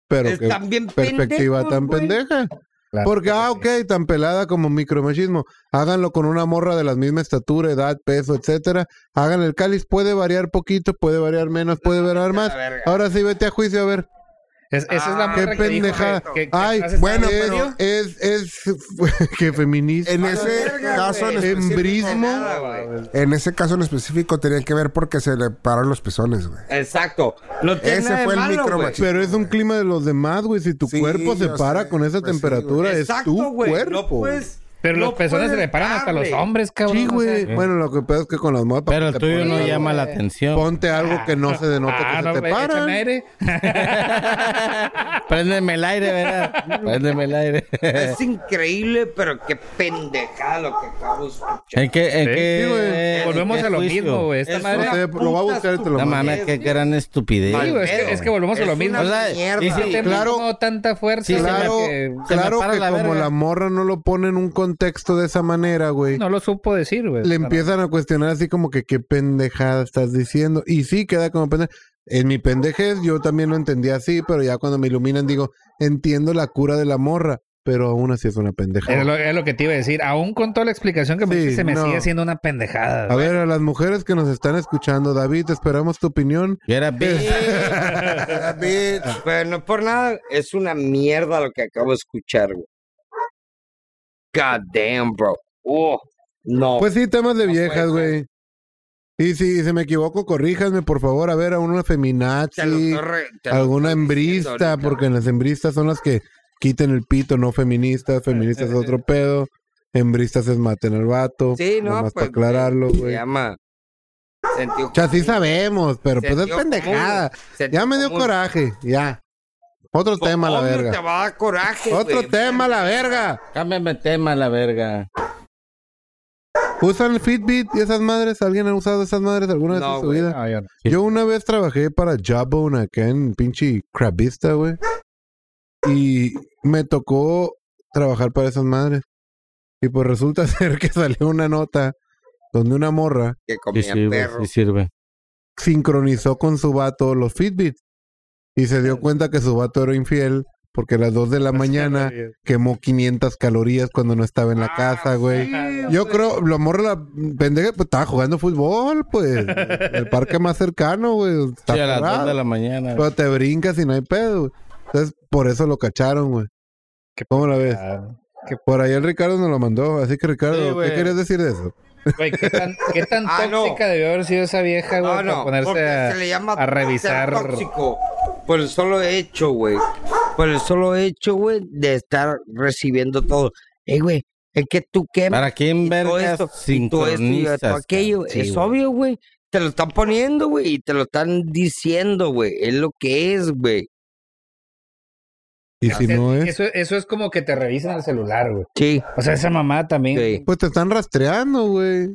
pero Es qué también perspectiva pendejos, tan güey. pendeja. Claro. Porque, ah, ok, tan pelada como micromachismo. Háganlo con una morra de la misma estatura, edad, peso, etcétera. Hagan el cáliz, puede variar poquito, puede variar menos, puede variar más. verga. Ahora sí, vete a juicio a ver. Es- esa es la Ah, Qué morra que dijo pendejada. que- que- Ay, que- bueno, ¿En pero serio? es, es, que feminista. En A la ese verga, caso en güey. específico. Embrismo. Nada, güey. En ese caso en específico tenía que ver porque se le pararon los pezones, güey. Exacto. No tiene Ese nada de fue el malo, güey. micromachismo. Pero es un clima de los demás, güey. Si tu Sí, cuerpo se yo para sé, con esa pues sí, temperatura, es Exacto, tu güey. cuerpo. No puedes. Pero no las personas se puedes le paran hasta los darle. hombres, cabrón. Sí, o sea, güey. eh. Bueno, lo que pasa es que con las modas... Pero el te tuyo pones no algo. llama la atención. Ponte algo que no se denote Ah, que no, se te güey, échame para. [laughs] aire. [laughs] Préndeme el aire, ¿verdad? Préndeme el aire. Es increíble, pero qué pendejada lo que acabo de escuchar. ¿En qué? ¿En Sí, qué? güey. en Volvemos qué a lo juicio? mismo, güey. Esta Es madre. una No sé, lo voy a puta buscar y te lo No mando. mames, qué gran estupidez. Sí, güey, es, pedo. que, es que volvemos a Es lo mismo. una O sea, mierda. y si Este te- Claro. mismo tanta fuerza. Sí, o sea, Claro, que se me claro para que la como verga. la morra no lo pone en un contexto de esa manera, güey. No pues, lo supo decir, güey. le empiezan a cuestionar así como que qué pendejada estás diciendo. Y sí, queda como pendeja. En mi pendejez yo también lo entendía así, pero ya cuando me iluminan digo, entiendo la cura de la morra. pero aún así es una pendeja. Es lo, es lo que te iba a decir. Aún con toda la explicación que me Sí, diste, se me no. sigue siendo una pendejada. A ver, a las mujeres que nos están escuchando, David, esperamos tu opinión. Get a bitch. [laughs] Pero no por nada, es una mierda lo que acabo de escuchar, güey. God damn, bro. Oh, no. Pues sí, temas de viejas, güey. Y si se me equivoco, corríjanme, por favor, a ver, a una Te lo feminazi, estoy re- te lo alguna estoy diciendo hembrista, ahorita. porque las hembristas son las que quiten el pito, no feministas, feministas es otro pedo, hembristas es maten al vato, Sí, no, nomás pues, para aclararlo, Se güey. llama. Sentido O sea, sí sabemos, pero pues es Sentido común, pendejada. güey. Sentido Ya me dio común. coraje, ya. Otro Pues, tema a la obvio Te verga. va a dar coraje. Otro güey. tema a la verga. Cámbiame el tema, la verga. ¿Usan el Fitbit y esas madres? ¿Alguien ha usado esas madres alguna vez No, en su güey. vida? No, yo no. Yo una vez trabajé para Jabón acá en pinche Crabista, güey. Y me tocó trabajar para esas madres. Y pues resulta [laughs] ser que salió una nota donde una morra Que Sí comía sirve, perro. sí sirve. sincronizó con su vato los Fitbits. Y se dio cuenta que su vato era infiel porque a las 2 de la mañana quemó 500 calorías cuando no estaba en Ah, la casa, güey. Yo creo, la morra, la pendeja, pues estaba jugando fútbol, pues. el parque más cercano, güey. Está Sí, a las cerrado. dos de la mañana. Pero te brincas y no hay pedo, güey. Entonces, por eso lo cacharon, güey. Qué ¿Cómo la ves? Ah, Por ahí el Ricardo nos lo mandó. Así que, Sí, Ricardo, güey. ¿qué querías decir de eso? Güey, qué tan, qué tan Ah, no. tóxica debió haber sido esa vieja, güey, Ah, No, para no, porque ponerse a, se le llama a revisar. ser tóxico por el solo hecho, güey. Por el solo hecho, güey, de estar recibiendo todo. Ey, güey, es que tú quemas ¿Para quién todo verga esto, y todo esto y sincronizas? todo aquello. Sí, es güey. obvio, güey. Te lo están poniendo, güey, y te lo están diciendo, güey. Es lo que es, güey. Y O si sea, no es, Eso, eso es como que te revisan el celular, güey. Sí, O sea, esa mamá también. sí. pues te están rastreando, güey.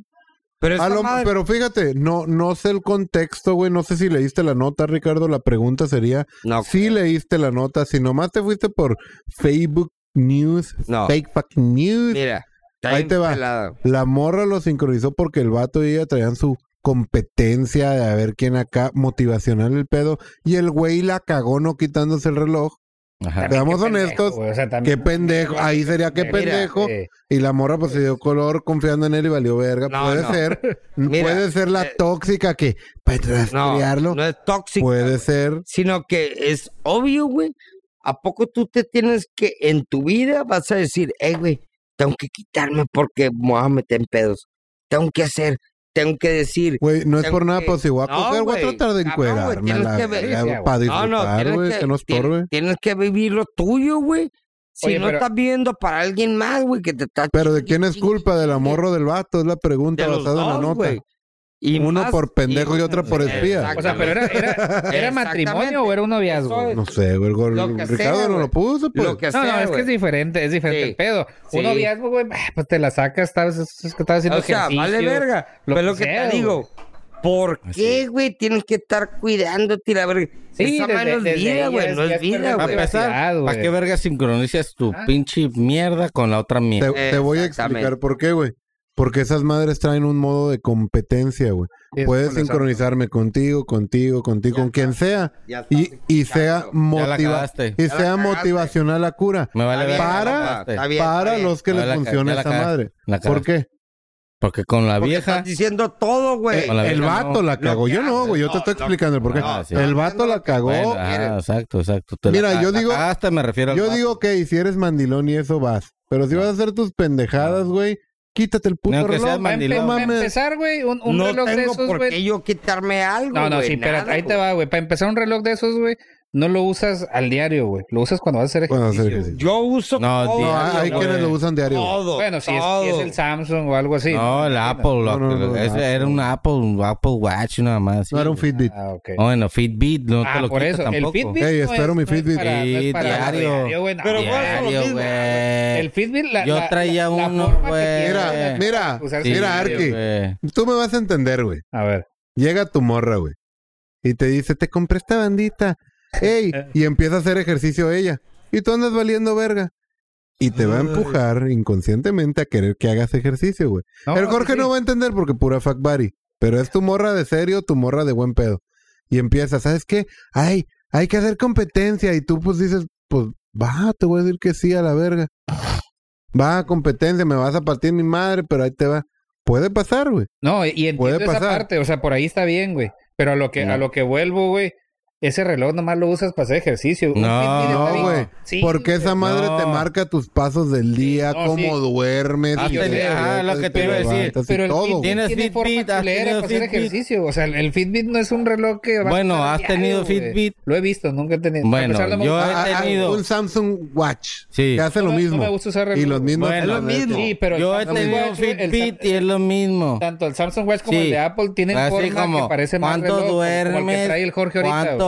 Pero A esa lo- madre- Pero fíjate, no, no sé el contexto, güey. No sé si leíste la nota, Ricardo. La pregunta sería No, si leíste la nota. Si nomás te fuiste por Facebook News, no. fake fucking news. Mira, está Ahí bien te va. pelada. La morra lo sincronizó porque el vato y ella traían su competencia de a ver quién acá, motivacional el pedo, y el güey la cagó no quitándose el reloj. Ajá. Seamos Qué pendejo, honestos, güey, o sea, qué también- pendejo, ahí sería qué Mira, pendejo, eh, y la morra pues se dio color confiando en él y valió verga. No, puede no. ser, [laughs] Mira, puede ser la eh, tóxica que para rastrearlo, No, no es tóxico. puede ser. sino que es obvio, güey. ¿A poco tú te tienes que, en tu vida, vas a decir, hey, güey, tengo que quitarme porque me voy a meter en pedos? Tengo que hacer, tengo que decir. Güey, no es Tengo por nada, que- pues si voy a No, coger, voy a güey, tratar de cabrón, güey, encuerarme tienes que ver- para No, no, disfrutar, tienes güey, que no tien- estorbe. tienes que vivir lo tuyo, güey. Si Oye, no pero- estás viviendo para alguien más, güey, que te está. Pero ¿de quién es chingui, culpa? ¿Del chingui, amorro o del vato? Es la pregunta De los basada en la dos, nota. güey. Y Uno más- por pendejo y otra por espía. O sea, pero era, era, [laughs] era matrimonio o era un noviazgo. Eso güey? es. No sé, güey. el gol- Lo que Ricardo sea, no güey. lo puso, pues. Lo que No, sea, no, es que güey. es diferente, es diferente Sí. el pedo. Sí. Un noviazgo, güey, pues te la sacas, estabas, es que estabas haciendo O sea, ejercicio. vale verga. lo pero que lo que sea, te güey. digo, ¿por qué, güey, tienes que estar cuidándote y la verga? Sí, Esa desde- madre no es desde vida, ella güey, es- no ya es es vida, perfecta. Para güey. privacidad, empezar, ¿para güey. qué verga sincronizas tu Ah. pinche mierda con la otra Te, mierda? te voy a Exactamente. explicar por qué, güey. Porque esas madres traen un modo de competencia, güey. Sí, es Puedes con los sincronizarme contigo, contigo, contigo, con quien sea. Ya está, Y, y sea, Ya la motiva cagaste. y la sea cagaste. motivacional la cura. Me vale Está bien, verga. para- compa, está bien, está Para bien. los que Ya la les ca- funciona ya la esa cagaste. madre. La ¿Por cagaste. qué? Porque con la Porque vieja. estás diciendo todo, güey. Eh, Con la el verga, no. vato la cagó. que Yo no, haces, güey. Yo no, te estoy lo- explicando el por qué. no, sí. El vato la cagó. Bueno, ajá, exacto, exacto. Te Mira, la- yo la digo- cagaste, me refiero al Yo vato. digo, ok, si eres mandilón y eso vas. Pero si vas a hacer tus pendejadas, güey, quítate el puto Ni aunque reloj. seas Para empe- mandilón. No para mames. empezar, güey, un, un no reloj de tengo esos, por qué güey. yo quitarme algo, No, no, güey, sí, pero nada, ahí te güey. va, güey. Para empezar un reloj de esos, güey, no lo usas al diario, güey. Lo usas cuando vas a hacer Cuando ejercicio. hacer ejercicio. Yo uso No, todo, No, diario, hay güey. quienes lo usan diario. güey. todo, Bueno, si es, si es todo. el Samsung o algo así. No, el Apple. No, lo- no, no, ese Apple. era un Apple, un Apple Watch, nada más. No era un Fitbit. Fitbit. Ah, ok. Bueno, Fitbit, no te Ah, lo por quita eso. El tampoco. Fitbit. Ey, no es- espero mi no es Fitbit. para- no Sí, es para diario. güey, no, Pero, diario. bueno, Diario, güey. El Fitbit, la, Yo la- traía la uno, forma que güey. Ah, tiene eh, Mira, de- mira, usar Sí, mira, sentido, Arqui. güey. Tú me vas a entender, güey. A ver. Llega tu morra, güey. Y te dice, te compré esta bandita. [laughs] Ey, y empieza a hacer ejercicio ella. Y tú andas valiendo verga. Y te va a empujar inconscientemente a querer que hagas ejercicio, güey. el Jorge sí, no sí. va a entender porque pura fuck buddy. Pero es tu morra de serio, tu morra de buen pedo. Y empieza, ¿sabes qué? Ay, hay que hacer competencia. Y tú pues dices, pues Va, te voy a decir que sí a la verga. Va, competencia, me vas a partir mi madre, pero ahí te va. Puede pasar, güey. No, y- y Puede entiendo esa pasar. parte, o sea, por ahí está bien, güey. Pero a lo que, a lo que vuelvo, güey, ese reloj nomás lo usas para hacer ejercicio. Un No, Fitbit está no, bien- güey. Sí, Porque esa madre te No. marca tus pasos del día, no, cómo sí. duermes. Has y tenido- te ajá, lo levantas, que te iba a decir. levantas y Pero el todo, Fitbit güey. Tienes tiene forma Fitbit, has culera tenido para hacer Fitbit. ejercicio. O sea, el Fitbit no es un reloj que va a Bueno, estar has tenido güey. Fitbit. Lo he visto, nunca he tenido. Bueno, A pesar de- yo he Ah, ah, ah, tenido- un Samsung Watch. Sí. Que hace No lo me- no mismo. me gusta usar reloj. y los mismos. Bueno, colores. lo mismo. Sí, pero Yo he el Samsung tenido Watch, el Fitbit Sam- y es lo mismo. Tanto el Samsung Watch como Sí. el de Apple tienen Así forma que como, parece más ¿cuánto reloj, como- duermes? como el que trae el Jorge ahorita. güey. ¿Cuánto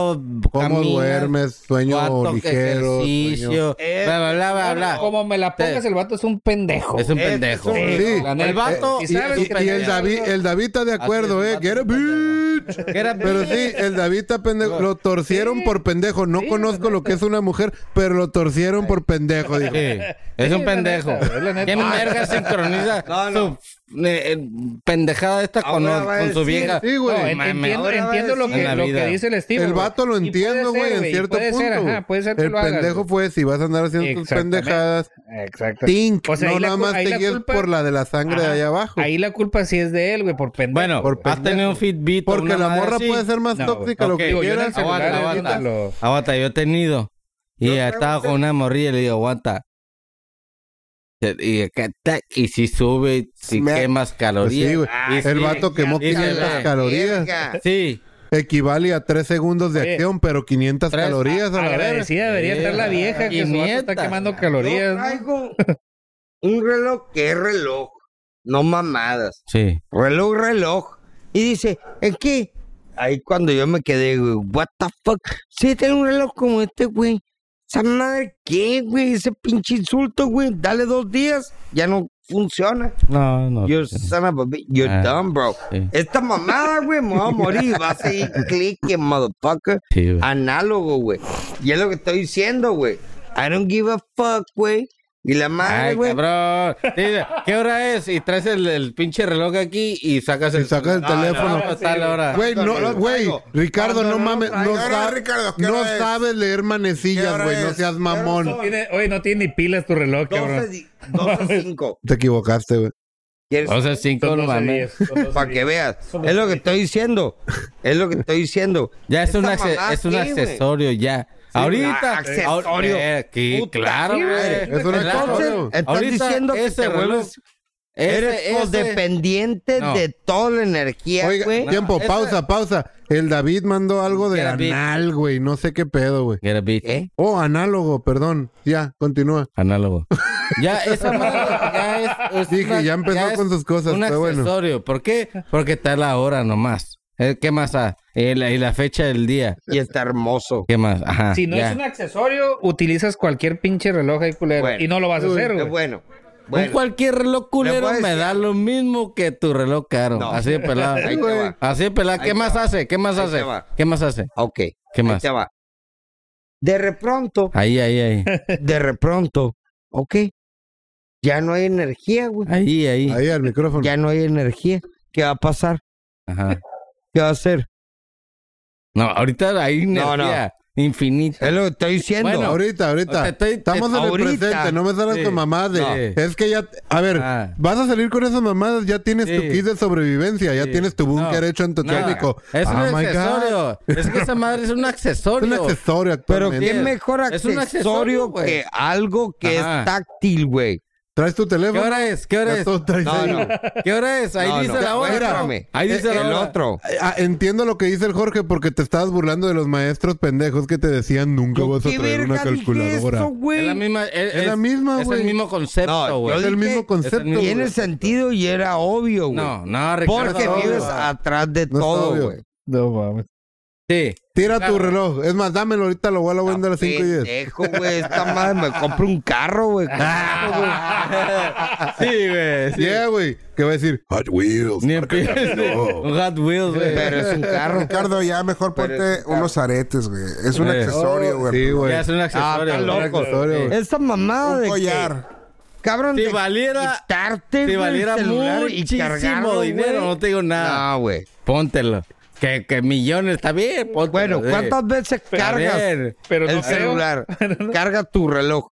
¿Cómo caminas? duermes? Sueño ¿Cuánto ligero. sueño- Eh, ejercicio? Bla, bla, bla, bla, bla. Como me la pongas, el vato es un pendejo. Es un güey. pendejo. Sí. La neta. El vato Y y, sabes- Y, y el, David, eh, el David está de acuerdo, Así es, ¿eh? vato, Get a pendejo. [laughs] bitch. Get a bitch. Pero sí, el David está pendejo. Lo torcieron por pendejo. No conozco lo que es una mujer, pero lo torcieron por pendejo. Dijo. Es un la pendejo. neta, es la neta. ¿Quién verga [laughs] sincroniza su eh, eh, pendejada esta con, Ahora va a con su decir, vieja? Sí, No, güey. en- Mames, entiendo, ahora va a entiendo lo, decir. que, En la lo que vida. dice el Steve. El güey. vato lo Y entiendo, puede ser, güey, en cierto puede punto. Ser, ajá, puede ser que el lo hagas, pendejo güey. fue si vas a andar haciendo tus Exactamente. pendejadas. Exacto. Tink, O sea, ahí no la nada cu- más ahí te la guías culpa- por la de la sangre de Ajá. allá abajo. Ahí la culpa sí es de él, güey, por pendejo. Bueno, güey. has tenido un Fitbit. o Porque una la madre morra así. puede ser más No, güey. tóxica lo Ok, que Digo, yo en el quieras. celular, Aguanta, eh, aguanta. lo- Aguanta, yo he tenido. Y estaba con una morrilla y le digo, aguanta. Y acá, tac, y si sube, si Smack. quemas Pues sí, calorías. güey. Ah, el sí. vato quemó Y se 500 ve. calorías. Sí, Equivale a 3 segundos de Oye, acción, pero 500 tres- calorías a la verga. Agradecida debería estar la vieja que su vato está Quinientas. quemando Yo calorías. ¿no? traigo un reloj que es reloj, no mamadas. sí. Reloj, reloj. Y dice, ¿es qué? Ahí cuando yo me quedé, güey, what the fuck? Sí, tiene un reloj como este, güey. ¿Esa madre qué, güey? Ese pinche insulto, güey. Dale dos días, ya no funciona. No, no. You're son of a bitch. You're Ah, dumb, bro. sí. Esta mamada, güey, me va a morir. Va a seguir clique, motherfucker. Sí, güey. Análogo, güey. Y es lo que estoy diciendo, güey. I don't give a fuck, güey. Y la madre, Ay, güey. cabrón. Dice, ¿Qué hora es? Y traes el, el pinche reloj aquí y sacas el, Y sacas el teléfono. No, no, tal hora. Güey, no, Cuando lo güey, traigo. Ricardo, Cuando no lo mames, traigo. no, ¿Qué sab- Ricardo? ¿Qué no hora es? sabes leer ¿Qué manecillas, hora güey, no es? seas mamón. Tiene- Oye, no tiene ni pilas tu reloj, cabrón. 12, 12 5. [laughs] Te equivocaste, güey. ¿Quieres? O sea, cinco, Son no 12 mames. días, son 12 Para que días. veas. Es lo que estoy diciendo. Es lo que estoy diciendo. [laughs] Ya es Esa un, acce- mamá, es un sí, güey. accesorio, ya. ahorita. ah, accesorio. ahor- eh, aquí, Puta, claro, sí, güey. güey. Es un accesorio. Claro. Estás Ahorita diciendo que ese te reloj- vuelves- ese- Eres ese- codependiente No. de toda la energía, Oiga, güey. tiempo, ese- pausa, pausa. El David mandó algo de Get a bitch. anal, güey, no sé qué pedo, güey. Get a bitch. ¿Eh? Oh, análogo, perdón. Ya, continúa. Análogo. Ya esa madre ya es, es Dije, una- ya empezó es con sus cosas, Un pero bueno. accesorio. ¿Por qué? Porque está la hora nomás. Eh, ¿Qué más? ah? Eh, la- y la fecha del día. Y está hermoso. ¿Qué más? Ah, Ajá. Si no ya. es un accesorio, utilizas cualquier pinche reloj ahí culero. Bueno. y no lo vas a hacer, Qué güey. bueno. Un Bueno, cualquier reloj ¿Le culero puedes me decir da lo mismo que tu reloj caro. No. Así de pelado. [laughs] Ahí te va. Así de pelado. Ahí ¿Qué te más va. hace? ¿Qué más Ahí hace? te va. ¿Qué más hace? ok. ¿Qué Ahí más? te va. De repronto, Ahí, ahí, ahí. de repronto, ok. Ya no hay energía, güey. [laughs] Ahí, ahí. Ahí al micrófono. Ya no hay energía. ¿Qué va a pasar? Ajá. ¿Qué va a hacer? No, ahorita hay No, no. energía infinita. Es lo que estoy diciendo. Bueno, Ahorita, ahorita. Te- te- Estamos en ahorita. el presente, no me salgas Sí. con mamadas de. No. Es que ya. A ver, Ah. vas a salir con esas mamadas, ya tienes tu Sí. kit de sobrevivencia, ya Sí. tienes tu búnker No. hecho antitónico. No, es un Ah, Oh, my God. accesorio. Es que esa madre es un Es un accesorio. accesorio Pero actualmente. qué Es- mejor es un accesorio, accesorio, güey. que algo que Ajá. es táctil, güey. Traes tu ¿Qué teléfono. hora es? ¿Qué hora Ya es? todo traes No, ahí. no. ¿Qué hora es? Ahí No, dice no. la hora. Espérame. E, Ahí dice el, la hora. otro. Ah, entiendo lo que dice el Jorge porque te estabas burlando de los maestros pendejos que te decían nunca vas a ¿Qué traer una verga dije calculadora. eso, Es güey? la misma. Es, Es la misma, es güey. el mismo No, concepto, yo güey. es el dije- mismo concepto. mismo- güey. Tiene sentido y era obvio, güey. No, no, Ricardo. Porque no, vives güey. atrás de No es todo, obvio. güey. No mames. Sí. Tira tu reloj. Es más, dámelo ahorita, lo voy a la vender a las 5 y 10. Ah, Pendejo, güey. Esta madre me compra un carro, [laughs] güey. Sí, güey. sí. Yeah, güey. ¿Qué va a decir? Hot Wheels. Ni empieces. Un Hot Wheels, güey. Pero es un carro. Ricardo, ya mejor Pero ponte es un unos aretes, güey. Es un Eh. accesorio, güey. Sí, güey. Ya es Ah, un accesorio. está güey. loco. accesorio, güey. Esta mamada Un de collar. que, cabrón, Si de valiera, quitarte, si güey, el valiera celular y muchísimo cargarlo, dinero, güey. no te digo nada. No, güey. Póntelo. Que, que millones, está bien. ponte, Bueno, sí. ¿cuántas veces Pero a A cargas ver, Pero el no creo- [laughs] celular? Carga tu reloj.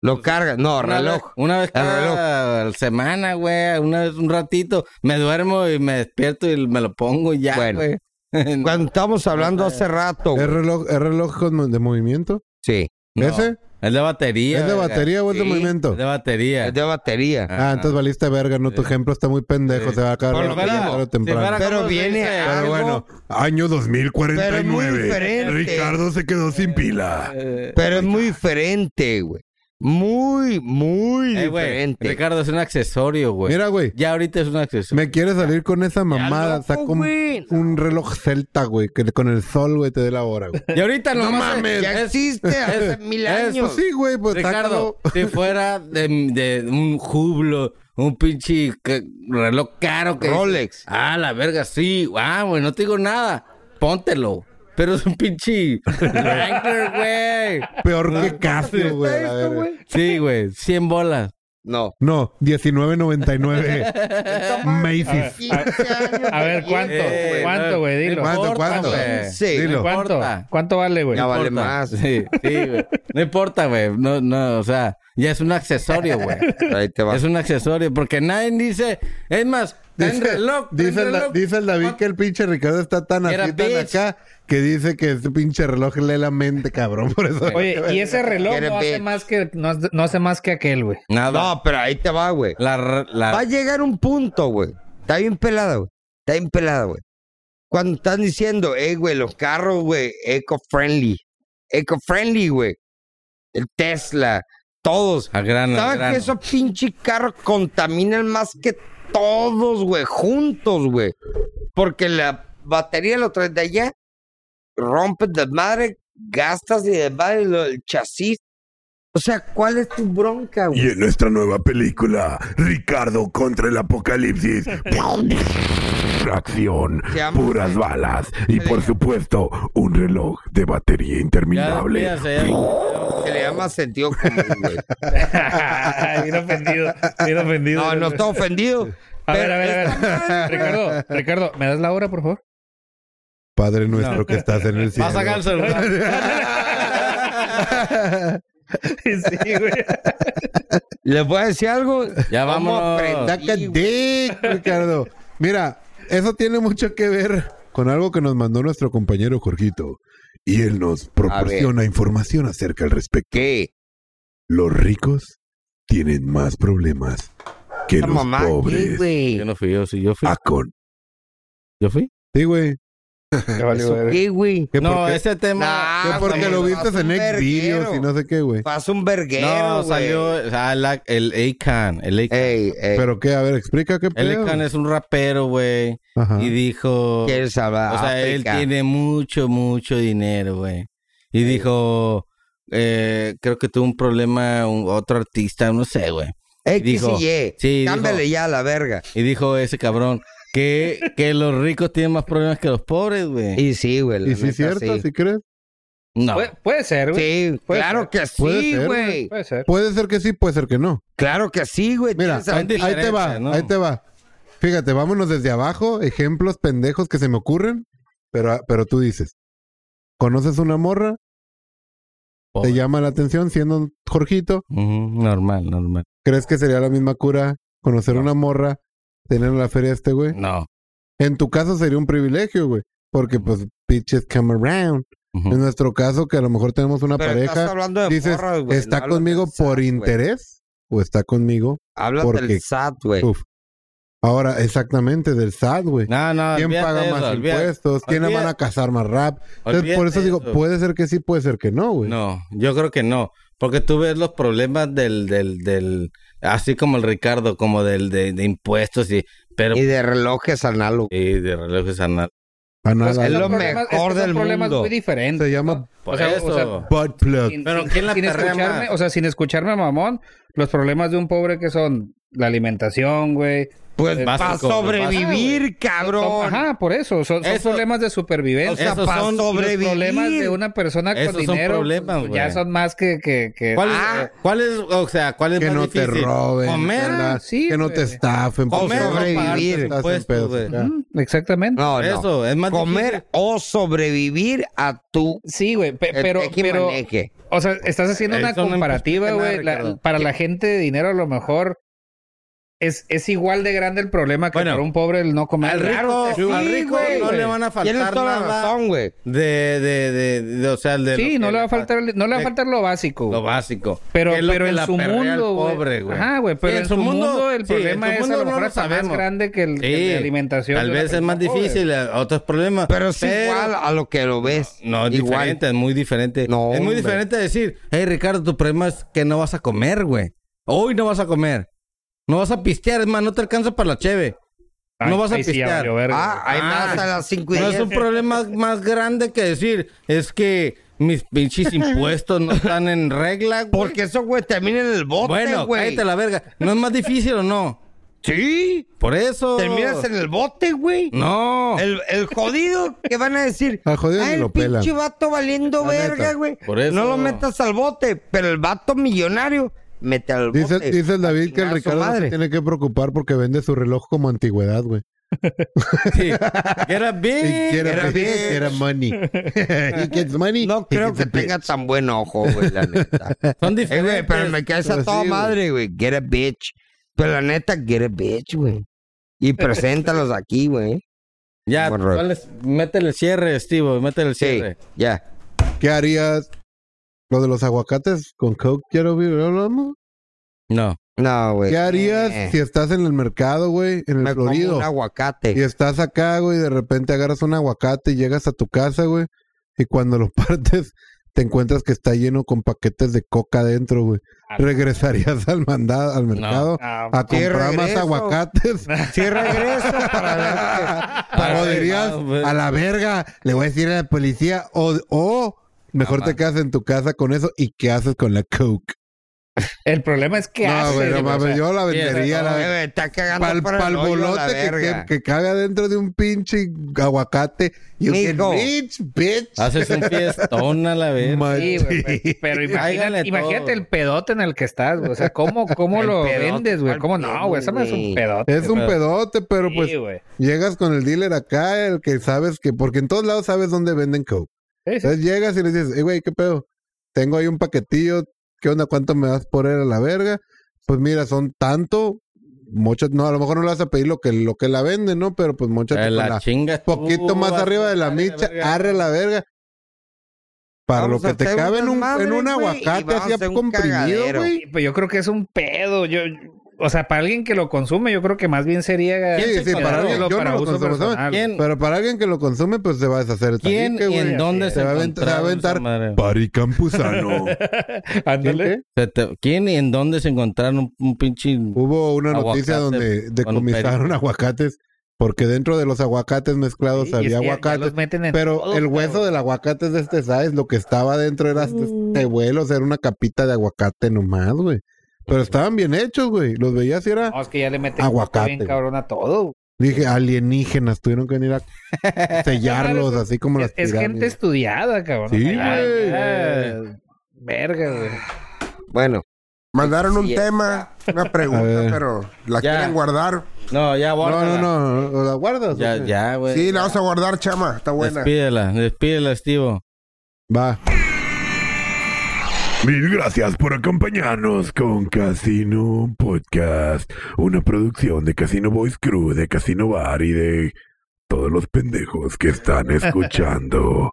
Lo carga. No, Pues, una reloj. vez- Una vez El cada semana, güey. Una vez un ratito. Me duermo y me despierto y me lo pongo y ya, pues. Bueno. güey. [laughs] Cuando estábamos hablando hace rato. ¿Es güey. reloj, es reloj con- de movimiento? Sí. No, ¿Ese? Es de batería. ¿Es de verga. batería o es de Sí. movimiento? Es de batería. Es de batería. Ah, entonces valiste verga, no, tu ejemplo está muy pendejo, se va a acabar Por la lo pila menos, tarde o si temprano. fuera Pero como se viene dice, algo- Pero bueno, Año Pero es muy 2049. diferente. Ricardo se quedó sin pila. eh, Pero es muy diferente, güey. Muy, muy eh, güey, diferente. Ricardo, es un accesorio, güey. mira, güey, Ya ahorita es un accesorio. me quiere salir con esa mamada. loco, Saco un, güey. un reloj celta, güey, que con el sol, güey, te dé la hora, güey. Y ahorita No nomás- mames, ya es- existe hace mil Eso años. sí, güey, pues Ricardo, sácalo. [laughs] si fuera de, de un jublo, un pinche ca- reloj caro que... Rolex. Ah, la verga, sí. Ah, güey, no te digo nada. Póntelo. Pero es un pinche [laughs] Wrangler, güey. Peor que Casio, güey. a la verga. Sí, güey. 100 bolas. No. No, 19.99. Macy's. [laughs] [laughs] A ver, ¿cuánto? Eh, ¿Cuánto, güey? no Dilo. ¿Cuánto, importa, cuánto? güey. Sí. Dilo. ¿Cuánto? importa. ¿Cuánto vale, güey? Ya No vale importa. más. Sí, sí, güey. No importa, güey. No, no, o sea, ya es un [laughs] accesorio, güey. Ahí te va. Es un accesorio, porque nadie dice, es más, está en reloj, está dice, en el, da- reloj. dice el David que el pinche Ricardo está tan Era así, tan bitch. acá, que dice que este pinche reloj lee la mente, cabrón. [laughs] Por eso. Oye, y ese reloj Get no a hace bitch. más que, no, hace- no hace más que aquel, güey. [laughs] Nada. No, pero ahí te va, güey. La, r- la- Va a llegar un punto, güey. Está bien pelada, güey. Está bien pelada, güey. Cuando están diciendo, eh, güey, los carros, güey, eco-friendly. Eco-friendly, güey. El Tesla, todos. a grano, a ¿Saben grano. que esos pinches carros contaminan más que todos, güey? Juntos, güey. Porque la batería lo traes de allá, rompes de madre, gastas y de madre lo- el chasis. O sea, ¿cuál es tu bronca, güey? Y en nuestra nueva película, Ricardo contra el apocalipsis. Acción, Se llama- puras balas y por supuesto un reloj de batería Ya, interminable. ya, ya, ya. Se le llama sentido común, güey. bien ofendido, bien ofendido. No, no está ofendido. A ver, pero a ver, a está mal, ver. Ricardo, Ricardo, ¿me das la hora, por [laughs] favor? Padre nuestro que estás en el Va cielo. a sacar el celular. sí, güey. [laughs] Les voy a decir algo. Ya ¿Cómo vámonos. aprendí, Saca güey? dick, Ricardo. Mira, eso tiene mucho que ver con algo que nos mandó nuestro compañero Jorgito. Y él nos proporciona información acerca al respecto. ¿Qué? Los ricos tienen más problemas que Esta los mamá, ¿qué, pobres. Yo güey? no fui yo, sí, yo fui. Ah, con- Yo fui. Sí, güey. Te vale, ¿Eso güey. ¿Qué, güey? Que No, porque, ese tema. Nah, que ah, porque güey, lo viste vas en un Next Videos y verguero. no sé qué, güey. Pasa un verguero, no, güey. salió o sea, la- el Akon. El Akon. Ey, ey. Pero qué, a ver, explica qué El pedo. Akon es un rapero, güey. Ah. Ajá. Y dijo. ¿Quieres hablar? O sea, él África? tiene mucho, mucho dinero, güey. Y dijo, eh, creo que tuvo un problema un, otro artista, no sé, güey. X dijo- y Y. sí, Cámbiale dijo- ya a la verga. Y dijo ese cabrón que, que los ricos tienen más problemas que los pobres, güey. Y sí, güey. la ¿Y si neta, es cierto? Sí, ¿Si crees? No. Puede, puede ser, güey. Sí, Puede claro ser. que Puede sí, ser, güey. Puede ser. Puede ser que sí, puede ser que no. Claro que sí, güey. Mira, Tienes a- ahí, ahí te va, diferencias, ¿no? ahí te va. Fíjate, vámonos desde abajo, ejemplos pendejos que se me ocurren, pero, pero tú dices, ¿conoces una morra? Pobre. ¿Te llama la atención siendo un Jorgito? Ujú, normal, normal. ¿Crees que sería la misma cura conocer una morra, tener en la feria a este güey? No. En tu caso sería un privilegio, güey, porque pues bitches come around. Ujú. En nuestro caso, que a lo mejor tenemos una pero estás pareja, hablando de dices, morras, güey, ¿está no hablas conmigo del por SAT, güey. interés o está conmigo? Hablas ¿Por qué? del SAT, güey. Uf. Ahora, exactamente, del SAT, güey. No, no. ¿Quién olvídate paga de más eso, olvídate- impuestos? ¿Quién la olvídate- van a casar más rap? Entonces, por olvídate eso digo, de puede ser que sí, puede ser que no, güey. No, yo creo que no. Porque tú ves los problemas del, del, del, así como el Ricardo, como del, de, de impuestos y, pero, Y de relojes análogos. y de relojes anal. A Pues nada. es son lo problemas- mejor son del problemas mundo. muy diferentes. Se llama Por O sea, eso. o sea, butt plug. Sin- Pero sin- ¿quién la sin perrea escucharme, más? o sea, sin escucharme mamón, los problemas de un pobre que son la alimentación, güey. Pues Eh, para básico, sobrevivir, cabrón. Ajá, por eso. Son, son Eso- problemas de O sea, supervivencia. Esos para son los Los sobrevivir. problemas de una persona con Esos son dinero problemas, pues, ya güey. son más que... que, que- ¿Cuál es, Ah. cuál es- o sea, cuál es Que más no te difícil? roben. Comer, ¿verdad? Ah, sí, que no güey. te estafen. por comer, o favor. pagar sobrevivir. tus Estás en impuestos, pedos, güey. ya. Ujú, Exactamente. No, no. Eso, es más Comer o sobrevivir a tu Sí, güey, pe- Eh, pero, tejimaneje. pero, o sea, estás haciendo Eh, una eso no comparativa, implica nada, güey, la- Ricardo. para la gente de dinero a lo mejor es, es igual de grande el problema que Bueno, para un pobre el no comer. Al rico, Claro que sí, al rico güey. no le van a Tienes faltar toda la nada razón, güey. de, de, de, de- o sea, de Sí, lo no que le va a faltar, no le va a de- faltar lo básico. güey. lo básico. Pero, Que es lo pero que en la su perrea al mundo, güey. pobre, güey. Ajá, güey, pero Sí, en, su mundo, el sí, en problema su es mundo a lo no lo mejor hasta más sabemos. grande que el, que el Sí, de alimentación. Tal de la vez es más persona pobre. difícil, eh, otros problemas. Pero es igual a lo que lo ves. No, es Igual. diferente, es muy diferente. No, es muy hombre. diferente decir, hey Ricardo, tu problema es que no vas a comer, güey. Hoy no vas a comer. No vas a pistear, es más, no te alcanza para la cheve. Ay, no vas a ahí sí ya pistear. valió verga, Ah, ahí Ah, más a las 5 y No es 10. un problema más grande que decir, es que mis [laughs] pinches impuestos no están en regla, güey. Porque eso, güey, termina en el bote, bueno, güey. cállate la verga. ¿No es más difícil o no? Sí, Por eso. terminas en el bote, güey. No. El, el jodido que van a [laughs] decir, Al jodido "Ah, ni el lo pelan". pinche vato valiendo La neta. verga, güey. Por eso. No lo metas al bote, pero el vato millonario, mete al bote. Dice, dice el David que Chingar el a su Ricardo no madre. se tiene que preocupar porque vende su reloj como antigüedad, güey. Sí. [laughs] Get a big. Y quiere Eh, era era, bitch. [laughs] money. [laughs] He gets money. No he creo gets que a bitch. tenga tan buen ojo, güey, la [laughs] neta. Son Eh, diferentes. güey, pero me caes Pero a sí, toda güey. madre, güey. Get a bitch. Pero la neta, get a bitch, güey. Y [laughs] preséntalos aquí, güey. Ya, Buen rollo. ¿cuál es? métele el cierre, Steve, métele el Sí, cierre. ya. ¿Qué harías? Lo de los aguacates con Coke, quiero vivir, hablamos. No. No, güey. ¿Qué harías Eh. si estás en el mercado, güey, en el Me como Florido? un aguacate. Y estás acá, güey, y de repente agarras un aguacate y llegas a tu casa, güey, y cuando lo [laughs] partes te encuentras que está lleno con paquetes de coca dentro, güey. ¿Regresarías al mandado, al mercado Ah, a Ah, Sí, comprar más regreso. aguacates? Si regreso para ver o sí, dirías, no, pues. a la verga, le voy a decir a la policía, o, o mejor te quedas en tu casa con eso y qué haces con la coke. [laughs] El problema es que No, haces, güey, no güey, o sea, mames, yo la sí, vendería. que- la- Oye, eh, güey, está cagando Pal, por el hoyo, la palbolote que, verga. que, que cabe adentro de un pinche aguacate. You get Mijo. rich, bitch. pues, Haces un fiestón a la vez. Ma- Sí, [laughs] [laughs] güey, sí. pe- pero Cáigale imagínate, todo. imagínate el pedote en el que estás, güey. O sea, ¿cómo, cómo El lo pedote, vendes, güey? ¿cuál ¿Cómo no, güey? Eso no es güey? un pedote. Es un pedote, pero pues Sí, güey. llegas con el dealer acá, el que sabes que, porque en todos lados sabes dónde venden coke. Sí, sí. Entonces llegas y le dices, hey, güey, ¿qué pedo? Tengo ahí un paquetillo, ¿qué onda? ¿Cuánto me vas por él a la verga? Pues mira, son tanto, muchas, no, a lo mejor no le vas a pedir lo que, lo que la venden, ¿no? Pero pues muchas Eh, la chingas tú, poquito Uh, más vas a arriba de la darle micha, verga. arre la verga. Para Vamos lo a que te hacer cabe en unas un, madres, en un güey, y aguacate vamos a así hacer un comprimido, cagadero. güey. Sí, Pues yo creo que es un pedo. Yo, o sea, para alguien que lo consume, yo creo que más bien sería. Sí, sí, para alguien- darlo yo no para lo uso consumo, ¿sabes? personal. ¿Quién? Pero para alguien que lo consume, pues se va a deshacer. el ¿Quién tabique, y güey. en dónde se se va a avent- se va a encontraron esa aventar. madre? Pari [laughs] Campuzano. Ándale. ¿Quién, Se te- ¿Quién y en dónde se encontraron un, un pinche... Hubo una noticia Aguacate donde con un decomisaron [laughs] perico. aguacates porque dentro de los aguacates mezclados Sí, y había es que ya aguacates. los meten en Pero todo, el hueso cabrón. del aguacate es de este size. Lo que estaba dentro era este, este vuelo. o sea, era una capita de aguacate nomás, güey. Pero estaban bien hechos, güey. Los veías y era... No, es que ya le meten Aguacate, bien güey. cabrón a todo. Dije, alienígenas. Tuvieron que venir a [laughs] sellarlos así como las Es, es gente pirámides. estudiada, cabrón. Sí, O sea, güey. ya- ya- Verga, güey. Bueno, Mandaron un Sí, tema, una A pregunta, ver. pero la Ya. quieren guardar. No, ya, No, guárdala. no, no. no, ¿La guardas? Ya, o qué? ya, güey. Sí, la vamos a guardar, chama. Está buena. Despídela, despídela, Estivo. Va. Mil gracias por acompañarnos con Casino Podcast, una producción de Casino Boys Crew, de Casino Bar y de todos los pendejos que están escuchando.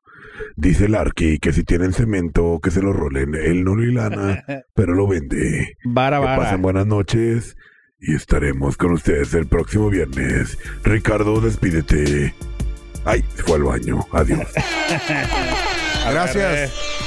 Dice Larky que si tienen cemento, que se lo rolen. Él no lo hilana, pero lo vende. Vara, Que pasen buenas noches y estaremos con ustedes el próximo viernes. Ricardo, despídete. Ay, se fue al baño. Adiós. Gracias.